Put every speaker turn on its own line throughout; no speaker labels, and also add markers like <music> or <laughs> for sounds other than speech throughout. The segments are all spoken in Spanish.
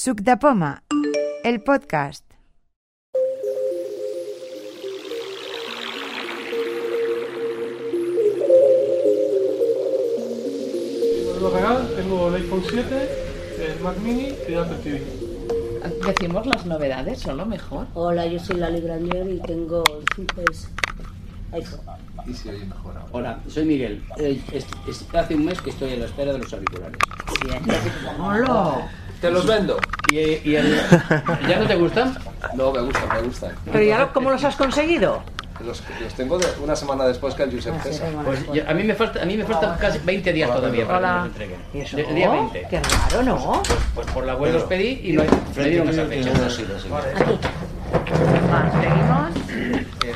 Suc de Poma, el podcast.
Lo regal, tengo el iPhone 7, el Mac Mini y el Apple TV.
Decimos las novedades, solo mejor.
Hola, yo soy Lali Granger y tengo cinco iPhone.
Y se oye mejor ahora.
Hola, soy Miguel. Eh, es- es- hace un mes que estoy a la espera de los auriculares.
Hola.
Te los vendo.
¿Y, eh, y el- ya no te gustan?
No, me gustan, me gustan.
Pero ya, lo- ¿cómo los has conseguido?
Los, los tengo de- una semana después que el Josep
Ah,
César.
Pues ya- a mí me falta, a mí me faltan casi 20 días todavía para que me los entreguen.
¿Y eso?
De-
Oh,
día 20.
Qué raro, ¿no?
Pues por la web los pedí y no me dieron esa fecha.
Eh,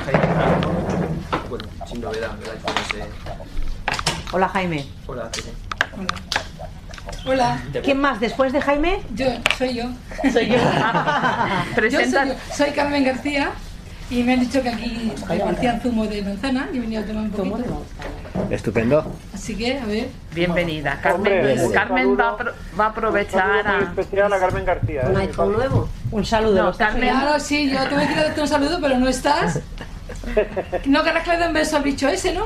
Jaime. Bueno, sin novedad, el iPhone ese.
Hola, Jaime.
Hola, Tere.
Hola,
¿Quién más después de Jaime?
yo soy <laughs> yo.
<laughs>
Soy yo.
Yo soy, yo. soy Carmen García y me han dicho que aquí hacían zumo de manzana y he venido a tomar un poquito.
Estupendo.
Así que, a ver,
Bienvenida. Carmen,
Hombre, un
Carmen va, a pro- va a
Saludo
aprovechar
muy
a...
especial a Carmen García.
¿Un
¿eh?
iPhone nuevo?
Un saludo.
No,
¿Lo estás
Carmen.
oyendo?
claro, sí, yo tengo que darte un saludo, pero no estás. No querrás que le dé un beso al bicho ese, ¿no?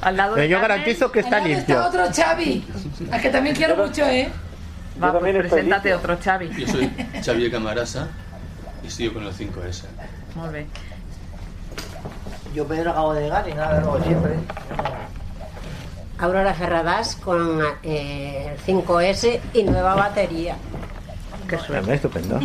Al lado de
Pero yo
Carmen.
garantizo que
Al
está
lado
limpio.
Está otro Xavi, al que también quiero mucho, ¿eh?
Va,
Yo también
pues,
estoy
preséntate
listo.
otro, Xavi.
Yo soy Xavier Camarasa y estoy con el 5S.
Muy bien.
Yo Pedro acabo de llegar y nada, como siempre.
Aurora Ferradas con eh, el 5S y nueva batería.
Qué suerte.
También estupendo.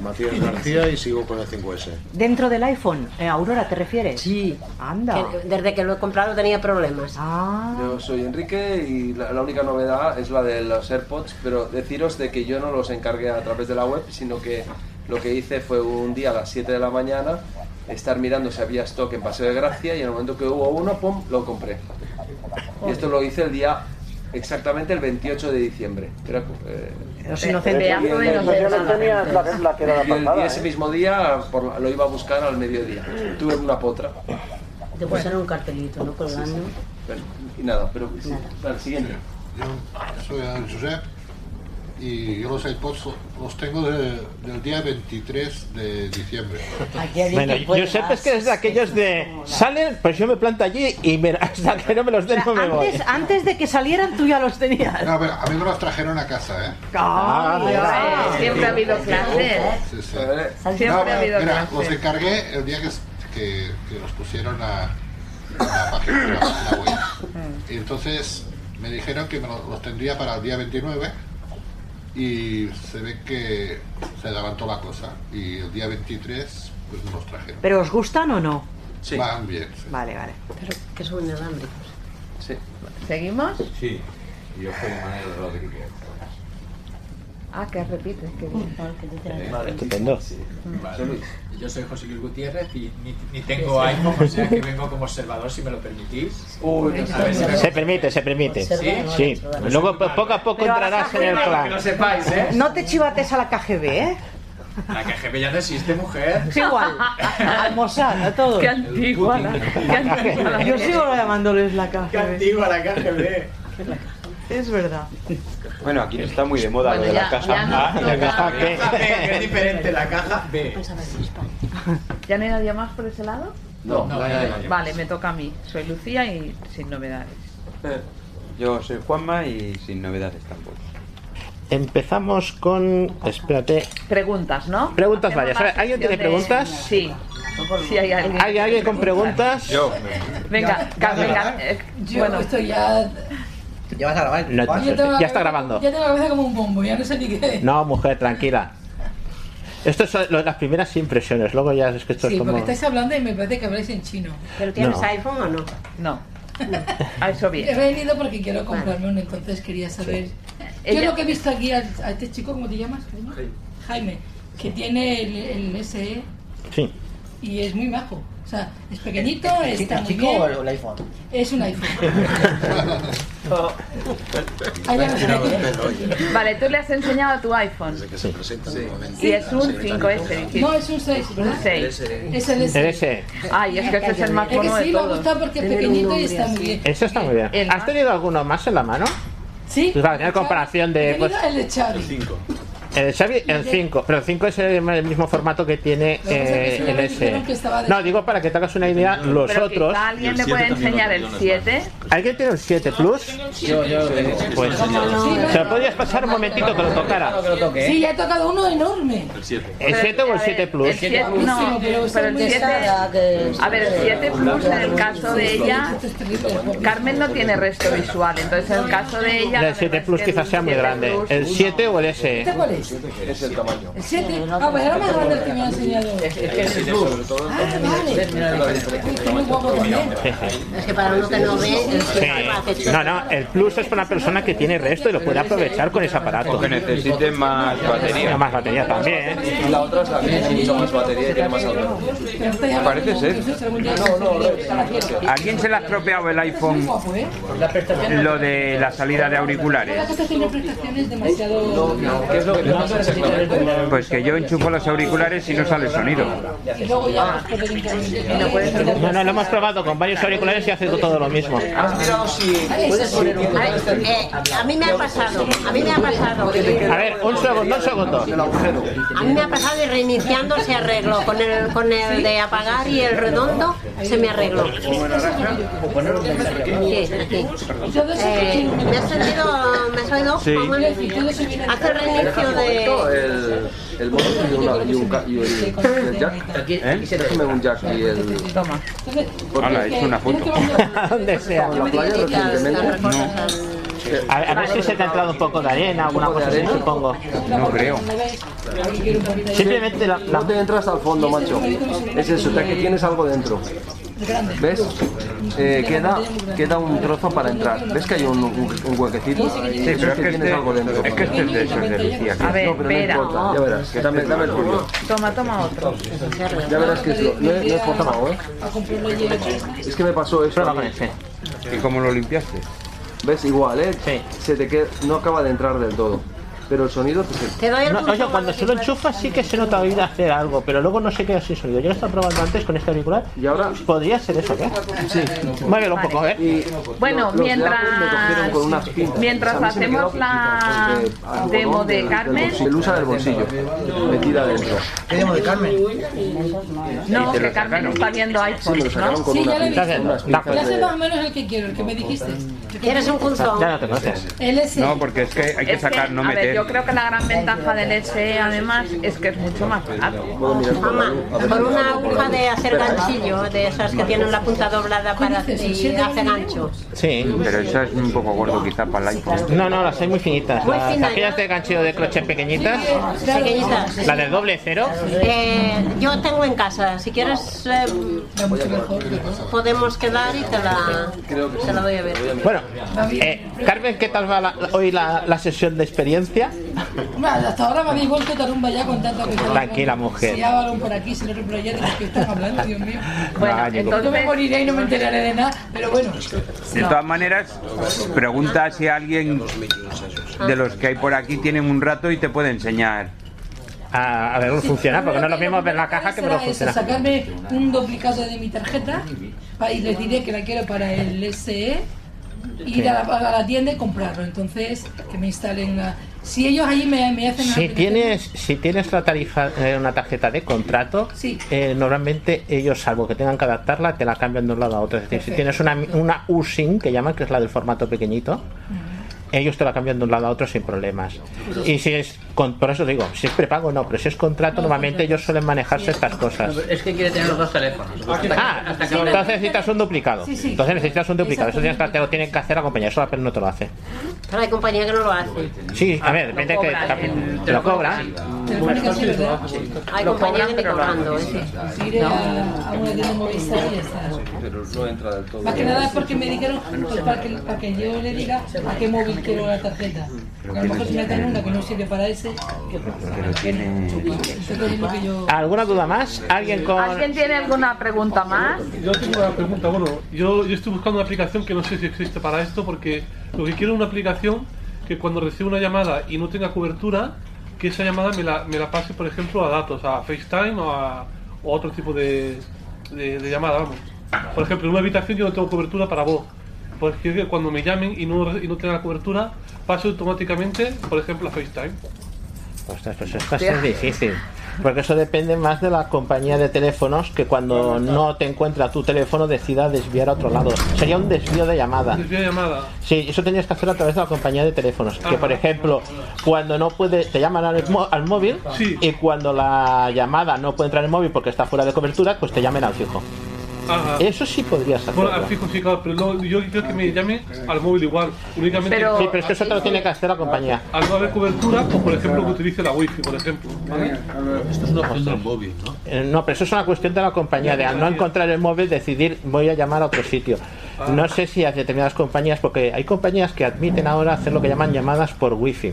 Matías García y sigo con el 5S.
Dentro del iPhone. Eh, Aurora, ¿te refieres? Sí. Anda.
Que desde que lo he comprado tenía problemas.
Ah.
Yo soy Enrique y la, la única novedad es la de los AirPods, pero deciros de que yo no los encargué a través de la web, sino que lo que hice fue un día a las 7 de la mañana estar mirando si había stock en Paseo de Gracia y en el momento que hubo uno, pum, lo compré. Y esto lo hice el día exactamente el 28 de diciembre. Era, eh,
Los
Pero
inocentes.
es
Pedazo de
que
inocente,
yo no tenía
madre.
la, la que era
y,
la
el- y
pasada.
ese
¿eh?
mismo día por la- lo iba a buscar al mediodía. Tuve una potra.
Te pusieron un cartelito, ¿no? Colgando.
Bueno, y nada, pero al siguiente.
Yo soy el Josep y yo los iPods los tengo de- del día 23 de diciembre.
Bueno, yo sé es que es de aquellos de salen, pues yo me planto allí y me, <laughs> hasta que no me los den no me voy.
Antes, antes de que salieran, tú ya los tenías.
No, a, ver, a mí me los trajeron a casa, ¿eh?
Ah, mira.
Eh, siempre ha habido clases.
Sí, sí.
Eh,
Siempre
No,
ha habido
mira, los
clases.
encargué el día que, que, que los pusieron a, a la página a la página web.
Mm.
Y entonces me dijeron que me lo- los tendría para el día 29 y se ve que se levantó la cosa. Y el día 23 pues me los trajeron.
¿Pero os gustan o no?
Sí,
Van bien. sí.
Vale, vale.
Pero que son inalámbricos.
sí.
¿Seguimos?
Sí, yo soy Manuel Rodríguez.
Ah, que repites. Qué bien.
Eh,
Estupendo.
José Luis.
Yo soy José Luis Gutiérrez y ni, tengo iPhone, o sea que vengo como observador si me lo permitís.
Uy, no sé.
Se permite, se permite.
Observa,
Sí.
observa.
Luego po- poco a poco
Pero ahora
entrarás en el
saca
clan.
sepáis, ¿eh?
No te chivates a la KGB, ¿eh?
La KGB ya no existe, mujer.
<laughs>
Es igual. Al Mossad, a todos.
Qué antigua la... Qué antigua la...
Yo sigo llamándoles la KGB.
la KGB.
Es verdad.
Bueno, aquí no está muy de moda
Bueno,
lo de
ya-
la casa.
ya no.
Ah, y la caja
<laughs>
que-
es diferente, la caja B.
¿Ya no hay nadie más por ese lado?
No,
No,
no,
ya,
no.
ya.
Vale, me toca a mí. Soy Lucía y sin novedades.
Yo soy Juanma y sin novedades tampoco.
Empezamos con, espérate,
Preguntas, ¿no?
Preguntas varias.
Hacemos la
A ver, ¿alguien tiene
sección de-
preguntas?
Sí. Sí, hay alguien.
¿hay alguien con preguntas?
Venga, Car- venga. eh,
Yo
bueno,
estoy ya...
No,
yo tengo la
ya está
cabeza-
grabando.
Ya tengo la cabeza como un bombo, ya no sé ni qué...
No, mujer, tranquila. Estas son lo- las primeras impresiones, luego ya es que esto
Sí,
es como...
porque estáis hablando y me parece que habláis en chino.
¿Pero tienes
No.
iPhone o no?
no. A eso
He
bien.
venido porque quiero comprarme uno, entonces quería saber.
Ella-
Yo lo que he visto aquí a, a este chico, ¿cómo te llamas? Jaime. Jaime, que tiene el, el SE
Sí.
y es muy bajo. O sea, es pequeñito,
Eh,
está muy bien.
iPhone?
Es un iPhone. Ahí ya no sé.
Vale, tú le has enseñado a tu iPhone. Y es un 5S, dijiste.
No, es un 6,
Un
¿verdad?
6.
Es el
El
SE. Es
ese.
Ay, es que este es el más
que
mono de
sí, me ha
todos.
gustado porque es pequeñito y está muy bien.
Eso está muy bien.
El
¿Has
más-
tenido alguno más en la mano?
Sí.
Claro, tiene comparación de.
He
<laughs> pues,
tenido el de Xavi.
el Xavi en
de-
5, pero el 5 es el, el mismo formato que tiene
Lo que pasa es que
eh, el
solamente
S.
dijeron que estaba de-
No, digo para que te hagas una idea, los
Pero quizá
otros.
alguien le puede enseñar el 7.
¿Alguien tiene el 7 Plus?
Yo, yo, eh,
Pues,
sí, no.
¿se lo podrías pasar un momentito que lo tocara?
Sí, ya he tocado uno enorme.
¿El 7 o el 7
El
Plus?
7, no,
Pero
pero el 7. A ver, el 7 Plus en el caso de ella. Carmen no tiene resto visual, entonces en el caso de ella.
El 7 Plus quizás sea muy grande. ¿El 7 o el S?
¿Este cuál es?
Es el tamaño.
El 7. Ah, pues era más grande el que me ha enseñado. Ah, vale.
Es que para uno que no ve, el
Sí.
que no hace
No, no, el plus es para una persona que tiene resto y lo puede aprovechar con ese aparato.
O que necesite más
No,
batería.
más batería también.
Y la otra es la que tiene mucho más batería y tiene más algo.
Parece ser.
No, no,
¿Alguien se le ha estropeado el iPhone lo de la salida de
Cada
auriculares?
cosa tiene prestaciones demasiado.
¿Qué es lo que te pasa exactamente?
Pues que yo enchufo los auriculares y no sale sonido.
Y luego ya vas por el internet.
No, no, lo hemos probado con varios auriculares y hace todo lo mismo.
Eh, a mí me ha pasado, a mí me ha pasado.
A ver, un segundo, un segundo.
A mí me ha pasado y reiniciando se arregló. Con el, con el de apagar y el redondo se me arregló. Sí, aquí. Eh, me ha sentido, me ha salido
Sí.
como el- hace el reinicio
No,
de...
el, el mono y, una, y un ca- y el, el jack. ¿Eh? Déjame un jack y el.
Hala, es una foto.
<laughs> Donde sea.
En la playa recientemente.
A, a ver si se te ha entrado un poco de arena, alguna cosa así, supongo.
No creo.
Simplemente la, la-
No te entras al fondo, macho. Es eso, ya que tienes algo dentro. ¿Ves? Eh, queda, queda un trozo para entrar. ¿Ves que hay un, un- un huequecito?
Sí, pero es que
tienes algo dentro.
este, es que este es de esos de Lucía.
A ver,
No, pero no
espera.
importa, ya verás. Dame, dame el tuyo.
Toma, toma otro.
Ya verás que es lo. No, es- no es poca mago, ¿eh? Es que me pasó eso.
Prueba con ese.
¿Y cómo lo limpiaste?
¿Ves? Igual, ¿eh? Se te queda, no acaba de entrar del todo. Pero el sonido te se-
No, oye, cuando se lo enchufa sí que se nota oír hacer algo, pero luego no se queda sin sonido. Yo lo estaba probando antes con este auricular.
Y ahora
podría ser eso, ¿eh? Sí. Muévelo un poco, ¿eh?
Bueno,
Los de Apple
mientras,
me cogieron con unas pinzas.
mientras
A mí se me
hacemos
quedó
la
de algodón
demo
del-
de
del
Carmen,
bolsillo. El usa del bolsillo, metida dentro.
de Carmen?
no, que Carmen está viendo
Sí, me lo
iPhones,
sacaron
¿no?
con
Sí,
una
ya lo he
pinza,
visto.
unas
Ya
pinzas
sé
de-
más o menos el que quiero, el que me dijiste.
Eres un punzón.
Ya lo conoces.
El ese.
No, porque es que hay que
Es que,
sacar, no
a ver,
meter.
yo creo que la gran ventaja del SE además es que es mucho más barato.
Con una aguja de hacer ganchillo, de esas que tienen la punta doblada para y hace gancho.
Sí.
Pero eso es un poco gordo quizá para el iPhone.
No, no, las hay muy finitas.
Muy
Las-
fina,
aquellas de ganchillo de crochet pequeñitas.
Pequeñitas.
La de doble cero.
Eh, yo tengo en casa, si quieres eh, podemos quedar y te la, te la doy a ver.
Bueno, eh, Carmen, ¿qué tal va la- hoy la, la sesión de experiencia?
Hombre, Hasta ahora me habéis vuelto tarumba ya con tanta cosa.
Tranquila, mujer.
Si Avalon por aquí, si el otro por allá, de lo que están hablando, Dios mío.
Ah, yo
Yo me moriré y no me enteraré de nada, pero bueno.
De todas maneras, pregunta si alguien de los que hay por aquí tienen un rato y te puede enseñar.
A, ver, no funciona, porque no es lo mismo ver la caja que verlo
Será eso,
funcionar.
sacarme un duplicado de mi tarjeta pa- y les diré que la quiero para el SE, ir a la, a la tienda y comprarlo. Entonces, que me instalen la... Si ellos ahí me, me hacen... la
Si
aplicación-
tienes, si tienes la tarifa, eh, una tarjeta de contrato, eh, normalmente ellos, salvo que tengan que adaptarla, te la cambian de un lado a otro. Es decir, si tienes una, una USIM, que llaman, que es la del formato pequeñito,
Mm.
ellos te la cambian de un lado a otro sin problemas. Y si es, con, por eso digo, si es prepago no, pero si es contrato, normalmente ellos suelen manejarse estas cosas.
Es que quiere tener los dos teléfonos.
Ah, entonces necesitas un duplicado.
Sí, sí.
Entonces necesitas un duplicado. Eso tienes que, te lo tienen que hacer la compañía. Eso Apple no te lo hace.
Pero hay compañía que no lo hace.
Sí,
Ah,
a ver, depende que también te lo cobran.
Hay compañía que te cobrando. ¿eh?
Iré a, a una tienda de Movistar y ya está.
Pero no entra del todo.
Más que nada es porque me dijeron, pues, para, que, para que yo le diga a qué móvil quiero la tarjeta. A lo mejor si me dan una que no sirve para ese, ¿qué pasa?
Pero tiene...
Entonces es lo que yo...
¿Alguna duda más? ¿Alguien con...?
¿Alguien tiene alguna pregunta más?
Yo tengo una pregunta, bueno, yo, yo estoy buscando una aplicación que no sé si existe para esto, porque lo que quiero es una aplicación que cuando reciba una llamada y no tenga cobertura, que esa llamada me la, me la pase, por ejemplo, a datos, a FaceTime o a, o a otro tipo de, de, de llamada, vamos. Por ejemplo, en una habitación yo no tengo cobertura para voz. Porque es que cuando me llamen y no, y no tenga cobertura, paso automáticamente, por ejemplo, a FaceTime.
Ostras, pues esto es difícil. Porque eso depende más de la compañía de teléfonos que cuando no te encuentra tu teléfono decida desviar a otro lado. Sería un desvío de llamada.
Desvío de llamada.
Sí, eso tenías que hacer a través de la compañía de teléfonos. Que por ejemplo, cuando no puede, te llaman al, mo- al móvil y cuando la llamada no puede entrar en el móvil porque está fuera de cobertura, pues te llamen al fijo.
Ajá.
Eso sí podrías hacerlo.
Bueno, al fijo sí, claro, pero no, yo quiero que me llamen al móvil igual. Únicamente
Pero- Sí, pero es que eso te lo tiene que hacer la compañía.
Al no haber cobertura, o por ejemplo que utilice la wifi, por ejemplo. Esto es una cuestión del móvil, ¿no?
Eh, No, pero eso es una cuestión de la compañía, de al no encontrar el móvil decidir voy a llamar a otro sitio.
Ah.
No sé si a determinadas compañías, porque hay compañías que admiten ahora hacer lo que llaman llamadas por wifi.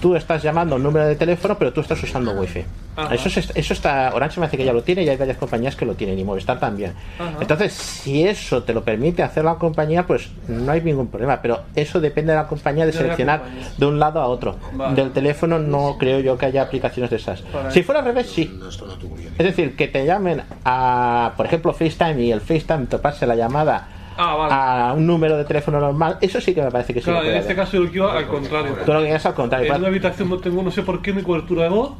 Tú estás llamando a un número de teléfono, pero tú estás usando wifi.
Ajá.
Eso, es- eso está, Orange me hace que ya lo tiene y hay varias compañías que lo tienen y Movistar también.
Ajá.
Entonces, si eso te lo permite hacer la compañía, pues no hay ningún problema, pero eso depende de la compañía de
De la
seleccionar
compañía.
de un lado a otro.
Vale.
Del teléfono no creo yo que haya aplicaciones de esas. Si fuera al revés, sí. Es decir, que te llamen a, por ejemplo, FaceTime y el FaceTime toparse la llamada a un número de teléfono normal, eso sí que me parece que Ah, sí. que
Ah, Claro, en
puede
este
haber.
caso yo lo quiero al contrario.
Tú lo que quieres al contrario.
En
claro.
una habitación no tengo, no sé por qué, mi cobertura de voz,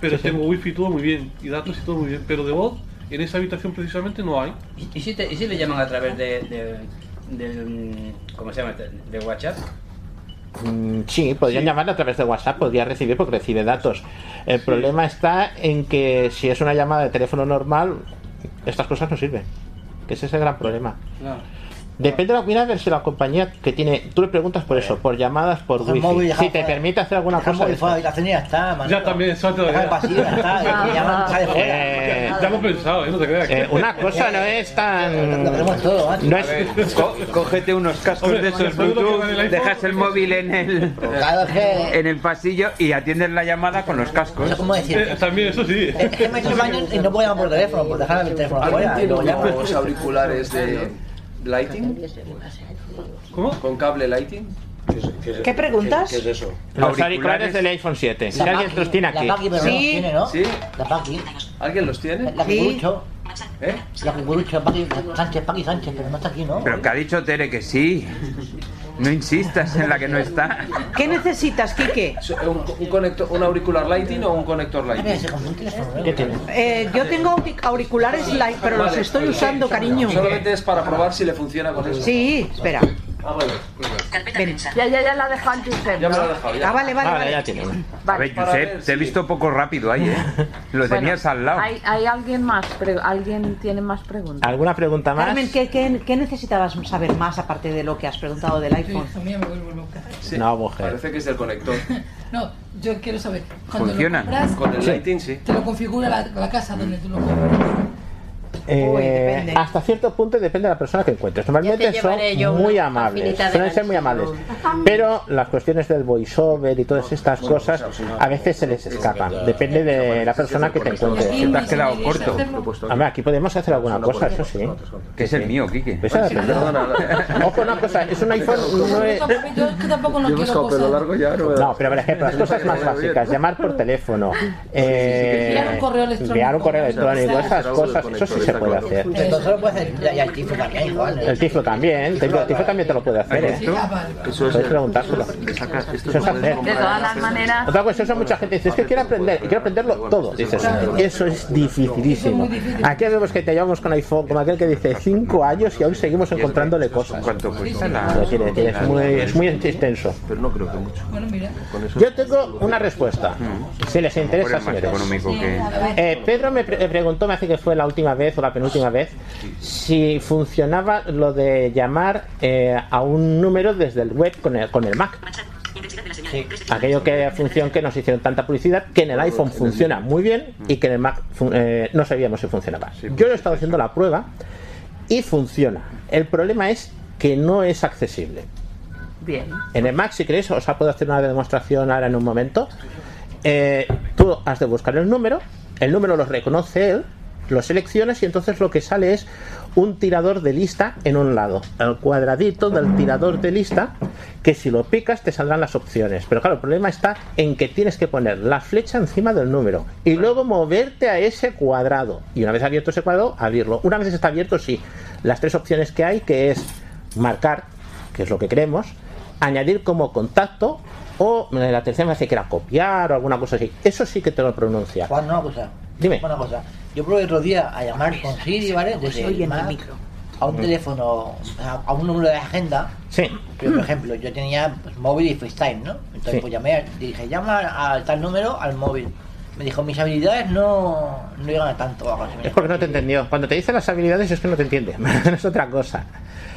pero tengo wifi y todo muy bien, y datos y todo muy bien, pero de voz en esa habitación precisamente no hay.
¿Y si, te- y si le llaman a través de, de, del, mm, ¿Cómo se llama? este? De WhatsApp.
Mm, Sí, podrían llamarla a través de WhatsApp, podría recibir porque recibe datos. El problema está en que si es una llamada de teléfono normal, estas cosas no sirven. Que ese es el gran problema. Depende de la mira a ver si la compañía que tiene. Tú le preguntas por eso, por llamadas, por
Deja el
wifi.
móvil, deja
si
el
te
fuera-
permite hacer alguna
Deja el
cosa. de
móvil fuera de la
estas.
habitación y ya está, Manolo.
también,
eso
Deja el pasillo, ya está. y te llaman, sales fuera.
<laughs> Eh,
Ya hemos pensado, ¿eh? no te creas.
eh, una cosa no es tan. No es-
cógete unos cascos
Hombre,
de esos
¿sabes lo que
Bluetooth,
vale el iPhone?
dejas el móvil en el,
Claro, es que-
en el pasillo y atiendes la llamada con los cascos.
Eso como decir. Eh,
también, eso sí.
Es que me he hecho el baño y no puedo llamar por teléfono, por dejar el teléfono
¿Alguien
fuera. y
tiene
luego llamo.
unos auriculares de lighting?
¿Cómo?
¿Con cable lighting?
¿Qué preguntas?
¿Qué es eso?
Los auriculares del iPhone 7. Si
La
alguien
Paqui,
los tiene
la
aquí.
Paqui, pero no los Sí. tiene, ¿no?
Sí.
La Paqui. ¿Alguien los tiene?
La cucurucho.
¿Eh?
La cucurucho, Paqui, Sánchez, Paqui Sánchez, pero no está aquí, ¿no?
Pero que ha dicho Tere que sí. No insistas en la que no está.
¿Qué necesitas, Quique?
Eh, ¿Un, un conector, ¿Un auricular lighting o un conector lighting?
Eh, yo tengo auric- auriculares light, pero los
Vale,
estoy
pues,
usando, cariño.
Solamente es para probar si le funciona con eso.
Sí, espera.
Ah, vale.
Ven.
Ya, ya, ya la ha dejado en Josep,
Ya me
¿no?
lo ha dejado. Ya.
Ah, vale, vale, vale.
A ver, Josep, te he visto poco rápido ahí,
<laughs>
¿eh? Lo
Bueno,
tenías al lado.
¿Hay, hay alguien más? pre- ¿Alguien tiene más preguntas?
¿Alguna pregunta más?
Carmen, ¿qué, qué, qué necesitabas saber más aparte de lo que has preguntado del iPhone?
No, mujer.
Parece que es del conector.
No, yo quiero saber. Cuando
Funciona.
lo compras,
Con el lighting, sí.
te lo configura la, la casa donde tú lo compras.
Eh,
Uy, depende.
hasta cierto punto depende de la persona que encuentres. Normalmente son
llevaré yo
muy
una
amables,
afinidad de
suelen ser muy amables. Pero las cuestiones del voiceover y todas estas cosas a veces se les escapan. Depende de la persona que te encuentres.
Si te has quedado corto.
Hombre, aquí podemos hacer alguna cosa, eso sí.
Que es el mío, Quique.
Pues ahora tendré. Ojo, una cosa, es un iPhone, no es...
Yo es que tampoco no quiero cosas.
No, pero por ejemplo, las cosas más básicas, llamar por teléfono, eh,
Enviar un correo electrónico.
enviar un correo electrónico, esas cosas, eso sí se puede hacer.
Entonces lo puedes hacer. Ya, ya, el tifo también, igual. ¿eh?
El tifo también, el tifo también te lo puede hacer, ¿eh? Puedes preguntárselo. Eso es hacer.
De todas las maneras,
Otra cuestión es mucha gente dice, es que quiero aprender, y quiero aprenderlo todo. Dices, eso es dificilísimo. Aquí vemos que te llevamos con iPhone, como aquel que dice 5 años y aún seguimos encontrándole cosas. Lo tiene, tiene, es muy, es muy extenso.
Pero no creo que mucho.
Bueno, mira.
Yo tengo una respuesta. Si les interesa,
Por el más
señores.
económico que-
Eh, Pedro me pre- preguntó, me hace que fue la última vez o la penúltima vez, si funcionaba lo de llamar eh, a un número desde el web con el, con el Mac. Aquello que función que nos hicieron tanta publicidad, que en el iPhone Mm. funciona muy bien y que en el Mac fun- eh, no sabíamos si funcionaba. Yo he estado haciendo la prueba y funciona. El problema es que no es accesible.
bien.
En el Mac, si queréis, os puedo hacer una demostración ahora en un momento. Eh, tú has de buscar el número, el número lo reconoce él, lo seleccionas y entonces lo que sale es un tirador de lista en un lado, el cuadradito del tirador de lista, que si lo picas te saldrán las opciones. Pero claro, el problema está en que tienes que poner la flecha encima del número y luego moverte a ese cuadrado. Y una vez abierto ese cuadrado, abrirlo. Una vez está abierto, sí. Las tres opciones que hay, que es marcar, que es lo que queremos, añadir como contacto o mira, la tercera me hace que era copiar o alguna cosa así. Eso sí que te lo pronuncia.
Juan, una cosa.
Dime.
Una cosa. Yo probé otro día a llamar con Siri, ¿vale? Desde
Pues, Oye, en el
Mac
micro.
A un
Mm.
teléfono, a a un número de agenda.
Sí.
Pero, por ejemplo, yo tenía pues, móvil y FaceTime, ¿no? Entonces,
Sí.
pues llamé, a- dije, llama a tal número al móvil. Me dijo, mis habilidades no, no llegan a tanto. o
<laughs>
algo así.
Es porque no te entendió. Cuando te dice las habilidades es que no te entiende. <laughs> es otra cosa.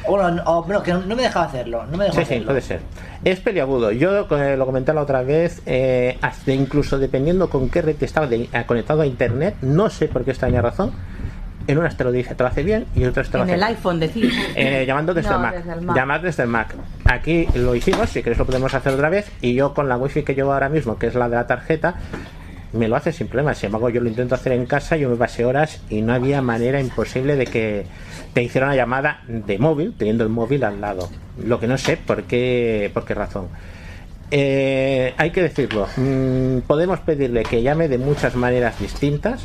Bueno, o, bueno, que no, no me dejaba hacerlo. No me dejaba
Sí, sí,
hacerlo.
puede ser. Es peliagudo. Yo eh, lo comenté la otra vez, eh, hasta incluso dependiendo con qué red te estás de- eh, conectado a internet, no sé por qué esta tenía razón. En unas te lo dice, te lo hace bien y en otras te lo
En
hace
el
mal.
iPhone,
<laughs>
decís.
Eh, llamando desde,
No,
el Mac.
desde el Mac.
Llamar desde el Mac. Aquí lo hicimos, si quieres lo podemos hacer otra vez. Y yo con la wifi que llevo ahora mismo, que es la de la tarjeta, me lo hace sin problema. Sin embargo, yo lo intento hacer en casa, yo me pasé horas y no había manera imposible de que te hiciera una llamada de móvil, teniendo el móvil al lado. Lo que no sé por qué, por qué razón. Eh, hay que decirlo, mm, podemos pedirle que llame de muchas maneras distintas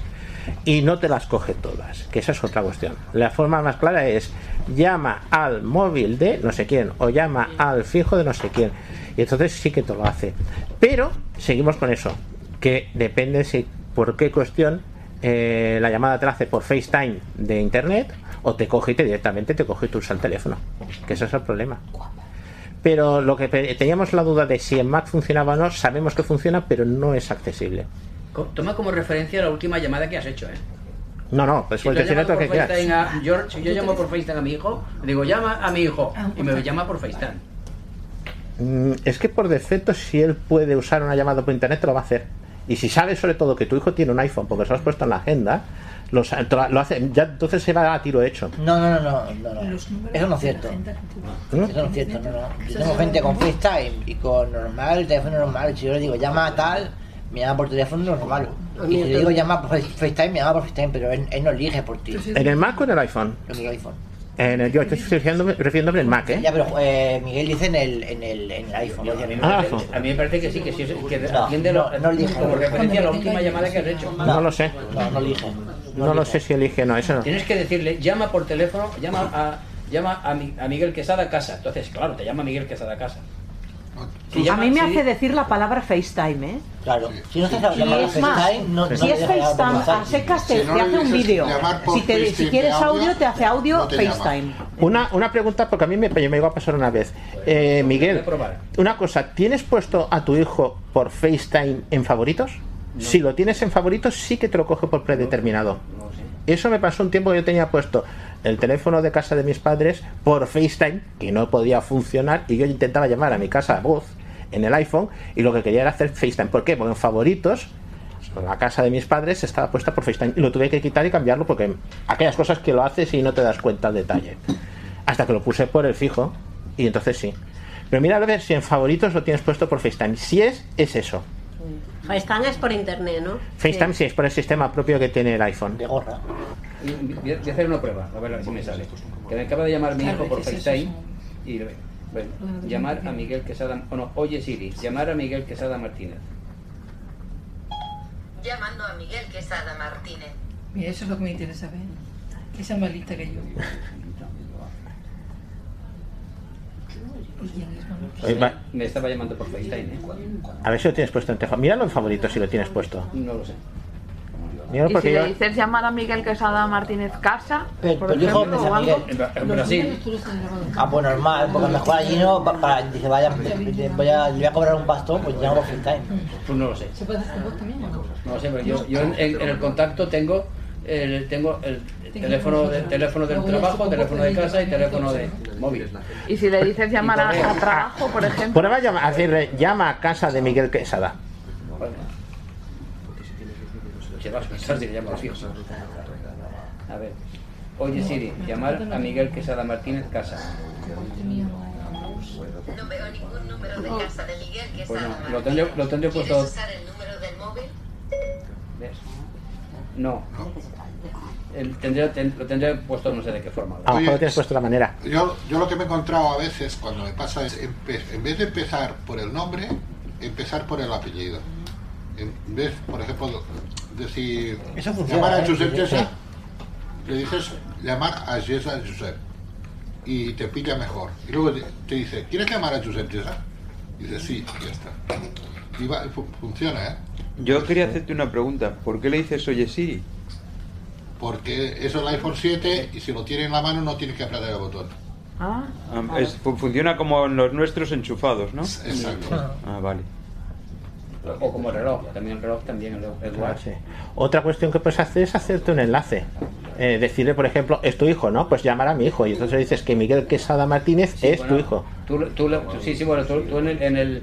y no te las coge todas, que esa es otra cuestión. La forma más clara es llama al móvil de no sé quién o llama al fijo de no sé quién. Y entonces sí que te lo hace. Pero seguimos con eso, que depende si por qué cuestión eh, la llamada te la hace por FaceTime de internet o te coge y te directamente te coge y te usa el teléfono. Que ese es el problema. Pero lo que pe- teníamos la duda de si en Mac funcionaba o no, sabemos que funciona, pero no es accesible.
Co- Toma como referencia la última llamada que has hecho, ¿eh?
No, no, pues
Si tú
puedes decir
llamas
otro
por
que quieras.
FaceTime a George, si yo llamo por FaceTime a mi hijo, le digo llama a mi hijo y me llama por FaceTime.
Mm, Es que por defecto, si él puede usar una llamada por internet, te lo va a hacer. Y si sabes sobre todo que tu hijo tiene un iPhone, porque se lo has puesto en la agenda, lo, sa- te lo- lo hace, ya entonces se va a tiro hecho.
No, no, no, no, no, no. Eso no es cierto.
¿Mm?
Eso no es cierto, no, no. Yo tengo gente con FaceTime y con normal, teléfono normal. Si yo le digo llama a tal, me llama por teléfono normal.
A mí
Y si
entonces-
le digo llama por FaceTime, me llama por FaceTime, pero él, él no elige por ti.
¿En el Mac o en el iPhone?
En el iPhone.
En el- yo estoy refiriéndome, refiriéndome en Mac, ¿eh?
Ya, pero eh, Miguel dice en el, en el, en el iPhone. no dice en el-
Ah,
A mí me parece que sí, que sí, que
No,
atiende lo-
no, no elige.
como referencia a la última llamada que has hecho.
No lo sé.
No, no elige.
No lo sé si elige o no, eso no.
Tienes que decirle, llama por teléfono, llama a, llama a, Mi- a Miguel Quesada a casa. Entonces, claro, te llama Miguel Quesada a casa. Si
A
llama-
mí me
si-
hace decir la palabra FaceTime, ¿eh?
Claro. Si no estás
Y
hablando de
es más,
FaceTime, no, no
si
le
es
deja llamar por
FaceTime, a secas te,
Si no
te
le
hace un
dices
vídeo.
llamar por
Si, te- si
FaceTime
quieres
audio,
audio, te hace audio
no te llama.
FaceTime.
Una, una pregunta, porque a mí me, me iba a pasar una vez. Eh, Miguel, una cosa, ¿tienes puesto a tu hijo por FaceTime en favoritos? Si lo tienes en favoritos, sí que te lo coge por predeterminado. Eso me pasó un tiempo que yo tenía puesto el teléfono de casa de mis padres por FaceTime, que no podía funcionar, y yo intentaba llamar a mi casa a voz en el iPhone, y lo que quería era hacer FaceTime. ¿Por qué? Porque en favoritos, la casa de mis padres estaba puesta por FaceTime, y lo tuve que quitar y cambiarlo porque aquellas cosas que lo haces y no te das cuenta al detalle. Hasta que lo puse por el fijo, y entonces sí. Pero mira a ver si en favoritos lo tienes puesto por FaceTime. Si es, es eso.
FaceTime es por internet, ¿no?
FaceTime si es por el sistema propio que tiene el iPhone.
De gorra.
Voy a voy a hacer una prueba, a ver si me sale. Que me acaba de llamar mi hijo por FaceTime y le- bueno, llamar a Miguel Quesada, o no, oye Siri, llamar a Miguel Quesada Martínez.
Llamando a Miguel Quesada Martínez.
Mira, eso es lo que me interesa ver. Esa es más lista que yo. ¿Y quién es más lista?
Eh, va-
Me estaba llamando por FaceTime, ¿eh?
A ver si lo tienes puesto en tejo. Míralo en favoritos si lo tienes puesto.
No lo sé.
Míralo
Y si
porque
le
yo...
dices llamar a Miguel Quesada Martínez Casa,
Pero,
por
pero yo
ejemplo,
joven,
o algo.
Miguel. Ah, pues normal, porque a lo mejor allí no, pa- para, dice, vaya, voy a, le voy a cobrar un bastón, pues llamo por FaceTime.
Pues no lo sé.
¿Se puede hacer voz también o no?
No sé, pero yo, yo en, en- en el contacto tengo el, tengo el teléfono, de- teléfono del trabajo, teléfono de casa y teléfono de móvil.
Y si le dices llamar a, a trabajo, por ejemplo.
Prueba a llama- a decirle, llama a casa de Miguel Quesada.
Se vas a pensar si le llamo al fijo. A ver. Oye Siri, llamar a Miguel Quesada Martínez Casa.
No veo ningún número de casa de Miguel
Pues
Quesada
no,
Martínez.
lo tendré, lo tendré puesto.
¿Quieres usar el número del móvil?
¿ves? No. El- tendré- ten- lo tendré puesto no sé de qué forma.
A lo mejor lo tienes puesto de la manera.
Yo, yo lo que me he encontrado a veces cuando me pasa es, empe- en vez de empezar por el nombre, empezar por el apellido. En vez, por ejemplo, decir
Eso funciona,
llamar a
¿eh?
Josep
Sí, sí.
Josep, le dices llamar a Josep Josep. y te pilla mejor. Y luego te- te dice, ¿quieres llamar a tu empresas? Y dice, sí, y ya está. Y va, fu- funciona, ¿eh?
Yo quería hacerte una pregunta. ¿Por qué le dices Oye Siri?
Porque eso es el iPhone 7 y si lo tienes en la mano no tienes que apretar el botón.
Ah,
Ah, es- fu- funciona como en los nuestros enchufados, ¿no?
Exacto.
Ah, vale.
O como reloj, también el reloj, también el, el
Claro,
watch.
sí. Otra cuestión que puedes hacer es hacerte un enlace. Eh, decirle, por ejemplo, es tu hijo, ¿no? Pues llamar a mi hijo. Y entonces le dices que Miguel Quesada Martínez es
bueno,
tu hijo.
Tú, tú le- tú- sí, sí, bueno, tú, tú en, el, en, el-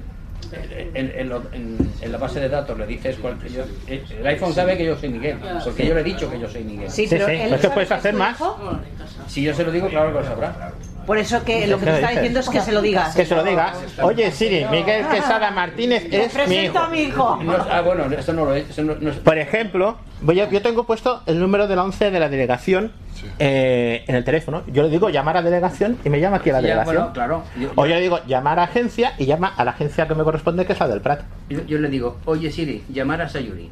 en- en lo- en- en la base de datos le dices cuál. yo- eh, el iPhone sabe que yo soy Miguel, porque yo le he dicho que yo soy Miguel.
Ah, Sí, pero él
Es que
sabe
Pues puedes
que es
hacer
tu
más.
hijo.
Si yo se lo digo, claro que lo sabrá.
Por eso que lo que te está diciendo es que se lo digas.
Que se lo digas. Oye, Siri, Miguel Quesada Martínez
Te
es mi hijo.
presento a mi hijo.
No, ah, bueno, eso no lo es. Eso no, no es-
Por ejemplo, voy a- yo tengo puesto el número del 11 de la delegación eh, en el teléfono. Yo le digo llamar a delegación y me llama aquí a la
Ya,
delegación.
bueno, claro. Yo,
O yo le digo llamar a agencia y llama a la agencia que me corresponde, que es la del Prat.
yo- yo le digo, oye Siri, llamar a Sayuri.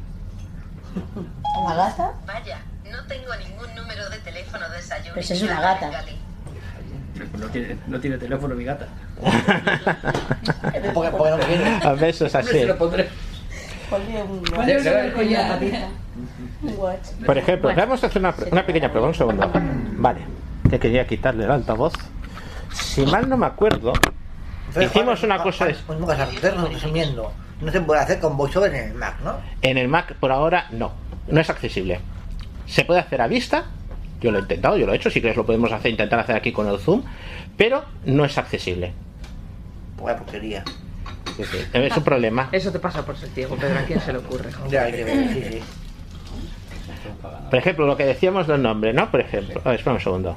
¿Una gata? Vaya, no tengo ningún número de teléfono de desayuno.
Pues es una gata.
No tiene, no tiene teléfono mi gata.
<laughs>
<laughs> Porque, porque no quiere.
A veces así.
Se lo pondré.
Ponle
Se- se-
un collar.
<laughs>
Por ejemplo, vamos a hacer una, una pequeña prueba, un segundo. Vale, que quería quitarle el altavoz. Si mal no me acuerdo, hicimos una cosa de-
Pues nunca se hace, no resumiendo. No se puede hacer con VoiceOver en el Mac, ¿no?
en el Mac, por ahora no, no es accesible. Se puede hacer a vista, yo lo he intentado, yo lo he hecho, si quieres lo podemos hacer, intentar hacer aquí con el Zoom, pero no es accesible.
Pues porquería.
Sí, sí, Eh, Es un problema.
Eso te pasa por ser ciego, Pedro. ¿A quién se le ocurre?
<laughs> Ya, hay que ver, sí, sí.
Por ejemplo, lo que decíamos del nombre, ¿no? Por ejemplo, a ver, espera un segundo.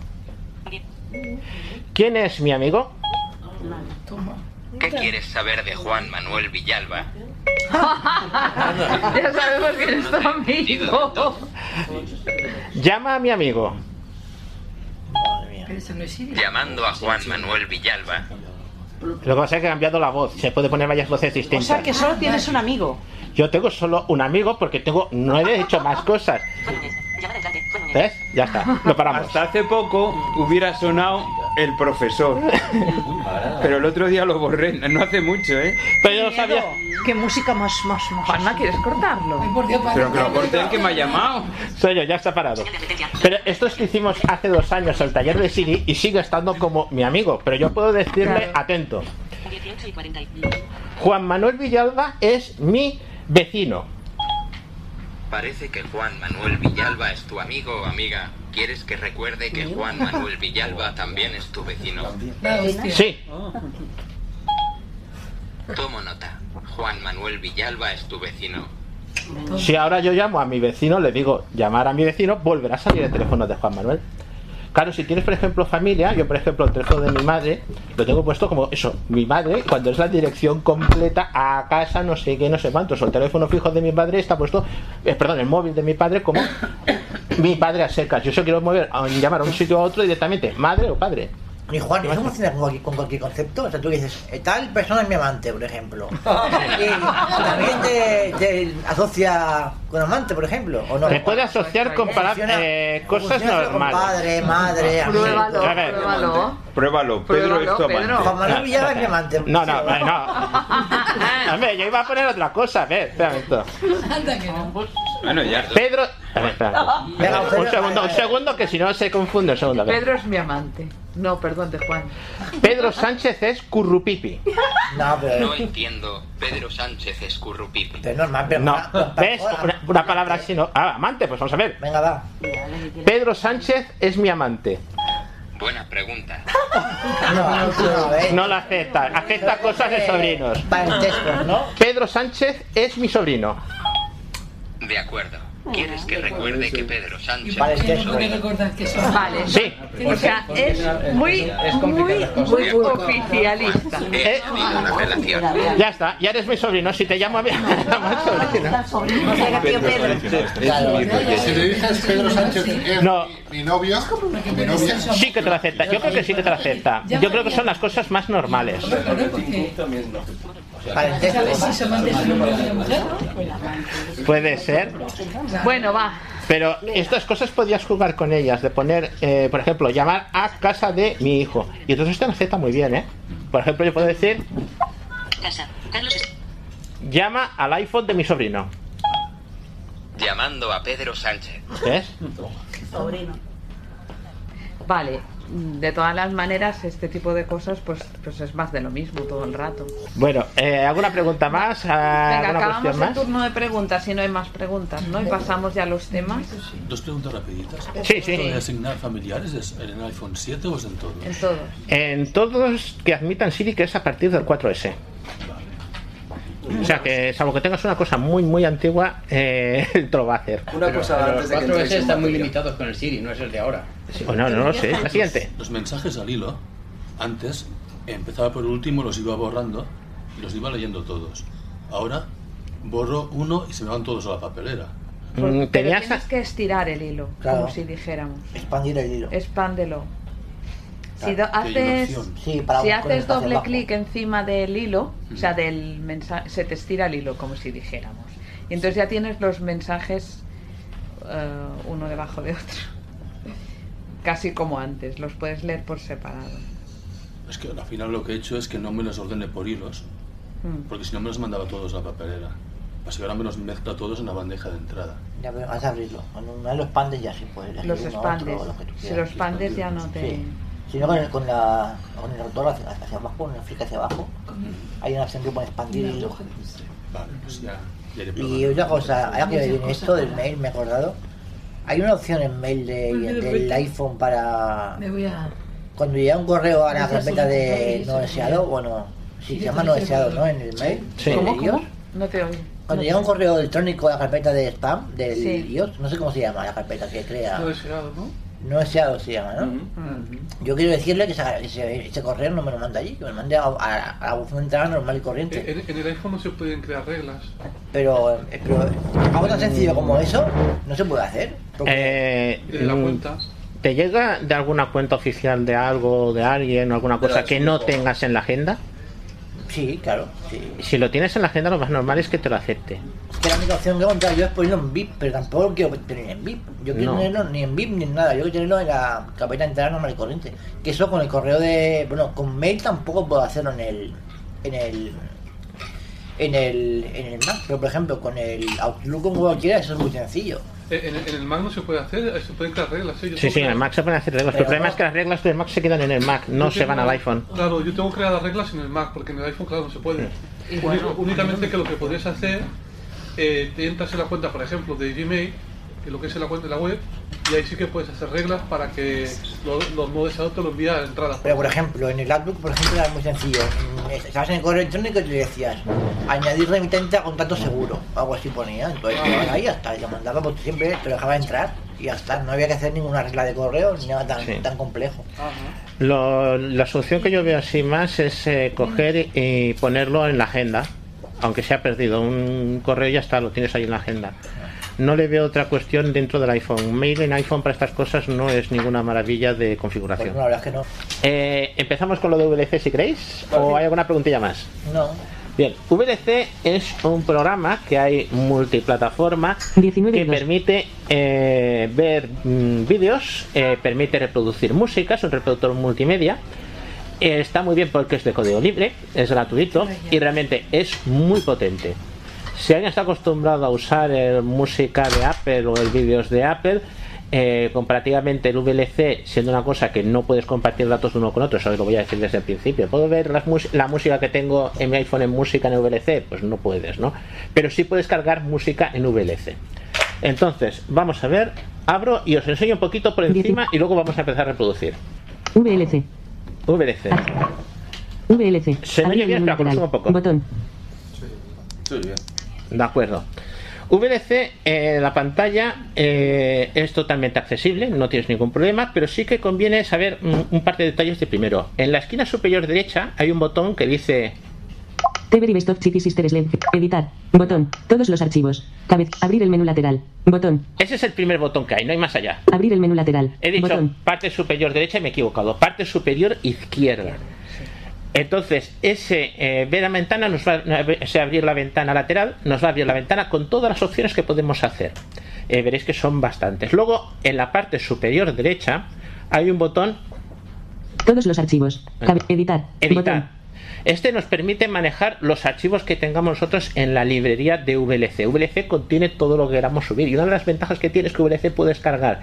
¿Quién es mi amigo?
¿Qué quieres saber de Juan Manuel Villalba?
ya sabemos que eres tu amigo.
Llama a mi amigo.
Pero eso no es Siri.
Llamando a Juan Manuel Villalba.
Lo que pasa es que ha cambiado la voz, se puede poner varias voces
O
distintas.
sea que
Ah,
solo tienes un amigo.
Yo tengo solo un amigo porque tengo no he hecho más cosas. ¿Ves? Ya está, lo paramos.
Hasta hace poco hubiera sonado el profesor. Pero el otro día lo borré, no hace mucho, ¿eh?
Pero
Miedo. ¿Qué música más, más, más? Juanma, ¿quieres cortarlo?
Pero que lo corté el que me ha llamado.
Soy yo, ya está parado. Pero esto es que hicimos hace dos años al taller de Siri y sigue estando como mi amigo, pero yo puedo decirle atento. Juan Manuel Villalba es mi vecino.
Parece que Juan Manuel Villalba es tu amigo o amiga. ¿Quieres que recuerde que Juan Manuel Villalba también es tu vecino?
Sí.
Ah.
Tomo nota. Juan Manuel Villalba es tu vecino.
Si ahora yo llamo a mi vecino, le digo llamar a mi vecino, volverá a salir el teléfono de Juan Manuel. Claro, si tienes, por ejemplo, familia, yo, por ejemplo, el teléfono de mi madre, lo tengo puesto como eso, mi madre, cuando es la dirección completa a casa, no sé qué, no sé cuántos, o el teléfono fijo de mi padre está puesto, eh, perdón, el móvil de mi padre como mi padre a secas. Yo eso quiero mover, a- llamar a un sitio a otro directamente, madre o padre.
Y Juan, ¿eso funciona con cualquier, con cualquier concepto? O sea, tú dices, eh, tal persona es mi amante, por ejemplo. Y también te, te asocia con amante, por ejemplo, ¿o no?
Te puede asociar con para- eh, cosas
funciona con
normales.
padre,
Ah,
madre, amigo. Pruébalo,
A ver.
pruébalo.
Pruébalo, Pedro
Pruébalo,
es tu amante.
Pedro.
<laughs>
Juan Manuel Villalba es mi amante.
No, no, no, no. Hombre, yo iba a poner otra cosa, a ver, espera un momento.
Anda que no.
Bueno, ya.
Pedro. A ver, espera.
Venga,
un
Pedro,
segundo,
a
un segundo que si no se confunde un segundo. a ver.
Pedro es mi amante. No, perdón, de Juan.
Pedro Sánchez es currupipi.
No,
No
eh.
entiendo. Pedro Sánchez es currupipi.
No. ¿Ves? Una, una palabra así no. Ah, amante, pues vamos a ver.
Venga, va.
Pedro Sánchez es mi amante.
Buena pregunta.
No la acepta. Acepta cosas de sobrinos. Pedro Sánchez es mi sobrino.
De acuerdo. ¿Quieres que recuerde que Pedro Sánchez es tu
Tengo que
sobrino?
recordar que eso.
Vale.
Sí.
O sea, es muy, muy, muy oficialista.
Eh, ya está, ya eres mi sobrino. Si te llamo a mí,
Si le dices Pedro Sánchez es
No.
mi, mi novio, mi novia,
Sí que te la acepta. Yo creo que sí que te la acepta. Yo creo que son las cosas más normales.
<laughs>
Parentesco.
Puede ser.
Bueno, va.
Pero estas cosas podías jugar con ellas, de poner, eh, por ejemplo, llamar a casa de mi hijo. Y entonces te acepta muy bien, ¿eh? Por ejemplo, yo puedo decir,
Casa. Carlos.
llama al iPhone de mi sobrino.
Llamando a Pedro Sánchez.
¿Ves?
Sobrino. Vale, de todas las maneras, este tipo de cosas, pues, pues es más de lo mismo todo el rato.
Bueno, eh, ¿alguna pregunta más?
Venga,
Ah, ¿Alguna
acabamos
cuestión
el
más?
turno de preguntas, si no hay más preguntas, ¿no? Y pasamos ya a los temas.
Dos preguntas rapiditas.
Sí,
¿Esto
sí.
de asignar familiares es en el iPhone 7 o es en todo?
En todo.
En todos que admitan Siri que es a partir del 4S. O sea que, salvo que tengas una cosa muy, muy antigua, eh, <laughs> te lo va a hacer.
Pero- pero los
que
4S
entréis en
están muy limitados con el Siri, no es el de ahora.
O no, no lo sé. La siguiente.
Los, los mensajes al hilo, antes empezaba por el último, los iba borrando y los iba leyendo todos. Ahora borro uno y se me van todos a la papelera.
Mm.
Pero tienes que estirar el hilo,
Claro.
como si dijéramos.
Expandir el hilo.
Expándelo. Si do-
Claro, que hay una
haces,
opción. Sí, para
si
buscar
haces
espacio
doble
abajo.
clic encima del hilo, o sea, del mensaje, se te estira el hilo, como si dijéramos. Y entonces ya tienes los mensajes eh, uno debajo de otro. Casi como antes, los puedes leer por separado.
Es que al final lo que he hecho es que no me los ordene por hilos,
Mm.
porque si no me los mandaba todos a la papelera. Así que ahora me los mezcla todos en la bandeja de entrada.
Ya, pero vas a abrirlo. Con uno lo expandes ya si puedes. elegir
Los
uno,
expandes.
otro, lo que tú
Si
quieras.
lo expandes ya no te-
Sí. Si no, con el, con la, con el rotor hacia, hacia abajo, con el flick hacia abajo, hay una opción que pone expandir el hilo.
Vale, pues ya. ya le
Y
perdono.
una cosa, ahora que viene esto del mail, me he acordado. Hay una opción en mail de- del iPhone para.
Me voy a.
Cuando llega un correo a la carpeta de no deseado, bueno, si se llama no deseado, ¿no? En el mail.
Sí.
en el
¿Cómo, cómo?
iOS.
No te oigo.
¿Eh? Cuando
No
llega
te
un
oigo.
correo electrónico a la carpeta de spam del
Sí.
iOS, no sé cómo se llama la carpeta que crea.
No deseado, ¿no?
No deseado se llama, ¿no? Yo quiero decirle que esa- ese, ese correo no me lo manda allí, que me lo mande a, a- a la buzón de entrada normal y corriente.
En, en el iPhone no se pueden crear reglas.
Pero, eh, pero algo tan sencillo como eso no se puede hacer.
Eh,
De la
mm,
cuenta.
¿Te llega de alguna cuenta oficial de algo, de alguien o alguna
De
cosa
la
que no
Xbox.
tengas en la agenda?
Sí, claro. Sí.
Si lo tienes en la agenda, lo más normal es que te lo acepte.
Es que la única opción que he encontrado yo es ponerlo en VIP, pero tampoco quiero tener en VIP. Yo quiero
No.
tenerlo ni en VIP ni en nada. Yo quiero tenerlo en la carpeta de entrada normal y corriente. Que eso con el correo de. Bueno, con mail tampoco puedo hacerlo en el. En el. En el. En el Mac. Pero por ejemplo, con el Outlook como cualquiera, eso es muy sencillo.
Eh, En, en el Mac no se puede hacer, eh, se pueden crear reglas. ¿eh? Yo tengo
Sí, sí, en
creadas-
el Mac se pueden hacer reglas. Pero
Pero
el problema es que las reglas del Mac se quedan en el Mac, no
Yo
se
tengo-
van al iPhone.
Claro, yo tengo creadas reglas en el Mac, porque en el iPhone, claro, no se puede.
Y
Único-
bueno.
únicamente que lo que podrías hacer, eh, te entras en la cuenta, por ejemplo, de Gmail, que es lo que es en la cuenta de la web, y ahí sí que puedes hacer reglas para que lo- los no deseados te lo envíen a entrada.
Pero por ejemplo, en el Outlook, por ejemplo, era muy sencillo. Mm, Estabas en el correo electrónico y te decías añadir remitente a contacto seguro. o Algo así ponía. Entonces
Ah.
te ibas ahí hasta lo mandaba porque siempre te lo dejaba entrar y ya está. No había que hacer ninguna regla de correo ni nada tan,
Sí.
tan complejo.
Lo- la solución que yo veo así más es eh, coger y ponerlo en la agenda, aunque se ha perdido un correo ya está, lo tienes ahí en la agenda. No le veo otra cuestión dentro del iPhone. Mail en iPhone para estas cosas no es ninguna maravilla de
Pues
configuración.
no, la verdad es que no.
Eh, Empezamos con lo de VLC si queréis,
Pues
o hay alguna preguntilla más.
No.
Bien, VLC es un programa que hay multiplataforma que permite eh, ver mm, vídeos, eh, permite reproducir música, es un reproductor multimedia. Eh, está muy bien porque es de código libre, es gratuito y realmente es muy potente. Si alguien está acostumbrado a usar eh, música de Apple o el vídeos de Apple, eh, comparativamente el VLC, siendo una cosa que no puedes compartir datos uno con otro, eso lo voy a decir desde el principio. ¿Puedo ver las mus- la música que tengo en mi iPhone en música en VLC? Pues no puedes, ¿no? Pero sí puedes cargar música en VLC. Entonces, vamos a ver, abro y os enseño un poquito por encima y luego vamos a empezar a reproducir.
VLC.
VLC.
VLC.
Se me oye
Abrir
bien,
menú
espera,
lateral.
consumo poco.
Botón.
De acuerdo. VLC, eh, la pantalla eh, es totalmente accesible, no tienes ningún problema, pero sí que conviene saber un, un par de detalles de primero. En la esquina superior derecha hay un botón que dice
TV Live Stop City Sisters LED. Editar. Botón. Todos los archivos. Cabez. Abrir el menú lateral. Botón.
Ese es el primer botón que hay, no hay más allá.
Abrir el menú lateral.
He dicho
Botón.
parte superior derecha y me he equivocado. Parte superior izquierda. Entonces, ese eh, ver la ventana nos va a abrir- o sea, abrir la ventana lateral, nos va a abrir la ventana con todas las opciones que podemos hacer. eh, veréis que son bastantes. Luego, en la parte superior derecha, hay un botón
Todos los archivos. Cabe- editar.
editar. Este nos permite manejar los archivos que tengamos nosotros en la librería de VLC. VLC contiene todo lo que queramos subir y una de las ventajas que tiene es que VLC puedes cargar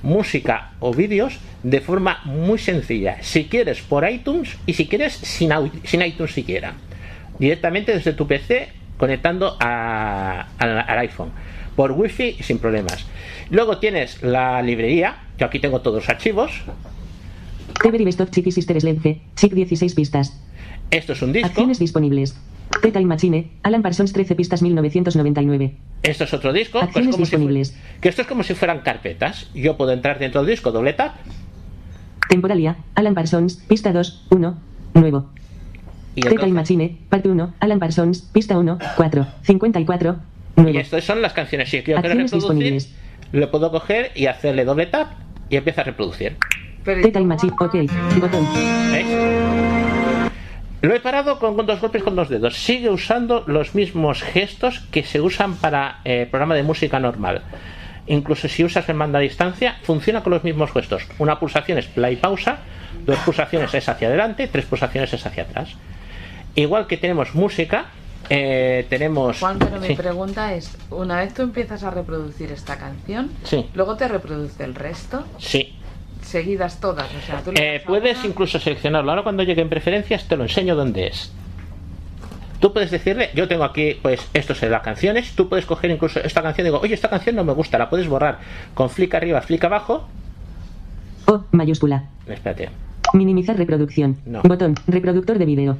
música o vídeos de forma muy sencilla. Si quieres por iTunes y si quieres sin, au- sin iTunes siquiera. Directamente desde tu PC conectando a- al- al iPhone. Por Wi-Fi y sin problemas. Luego tienes la librería. Yo aquí tengo todos los archivos.
Every Best of Chicky Sisters Lenge. Chic 16 pistas.
Esto es un disco.
Acciones disponibles. T-Time Machine. Alan Parsons 13 pistas 1999.
Esto es otro disco. pues
Acciones
como si fu-
disponibles.
que esto es como si fueran carpetas. Yo puedo entrar dentro del disco, doble tap,
Temporalia. Alan Parsons. Pista 2. 1. Nuevo.
y,
T-Time
entonces-
Machine. Parte 1. Alan Parsons. Pista 1. 4. 54. Nuevo.
y estas son las canciones. Si yo quiero
Acciones
reproducir,
disponibles.
lo puedo coger y hacerle doble tap y empieza a reproducir.
T-Time Machine. Ok. Botón.
Lo he parado con, con dos golpes con dos dedos. Sigue usando los mismos gestos que se usan para eh, programa de música normal. Incluso si usas el mando a distancia, funciona con los mismos gestos. Una pulsación es play pausa, dos pulsaciones es hacia adelante, tres pulsaciones es hacia atrás. Igual que tenemos música, eh, tenemos.
Juan, pero mi
sí,
pregunta es, una vez tú empiezas a reproducir esta canción,
sí,
luego te reproduce el resto,
sí.
seguidas todas, o sea, tú le-
Eh, puedes incluso seleccionarlo. Ahora cuando llegue en preferencias te lo enseño dónde es. Tú puedes decirle, yo tengo aquí, pues, esto son las canciones. Tú puedes coger incluso esta canción y digo, oye, esta canción no me gusta, la puedes borrar con flick arriba, flick abajo.
O. Mayúscula.
Espérate,
Minimizar reproducción.
No.
Botón. Reproductor de video.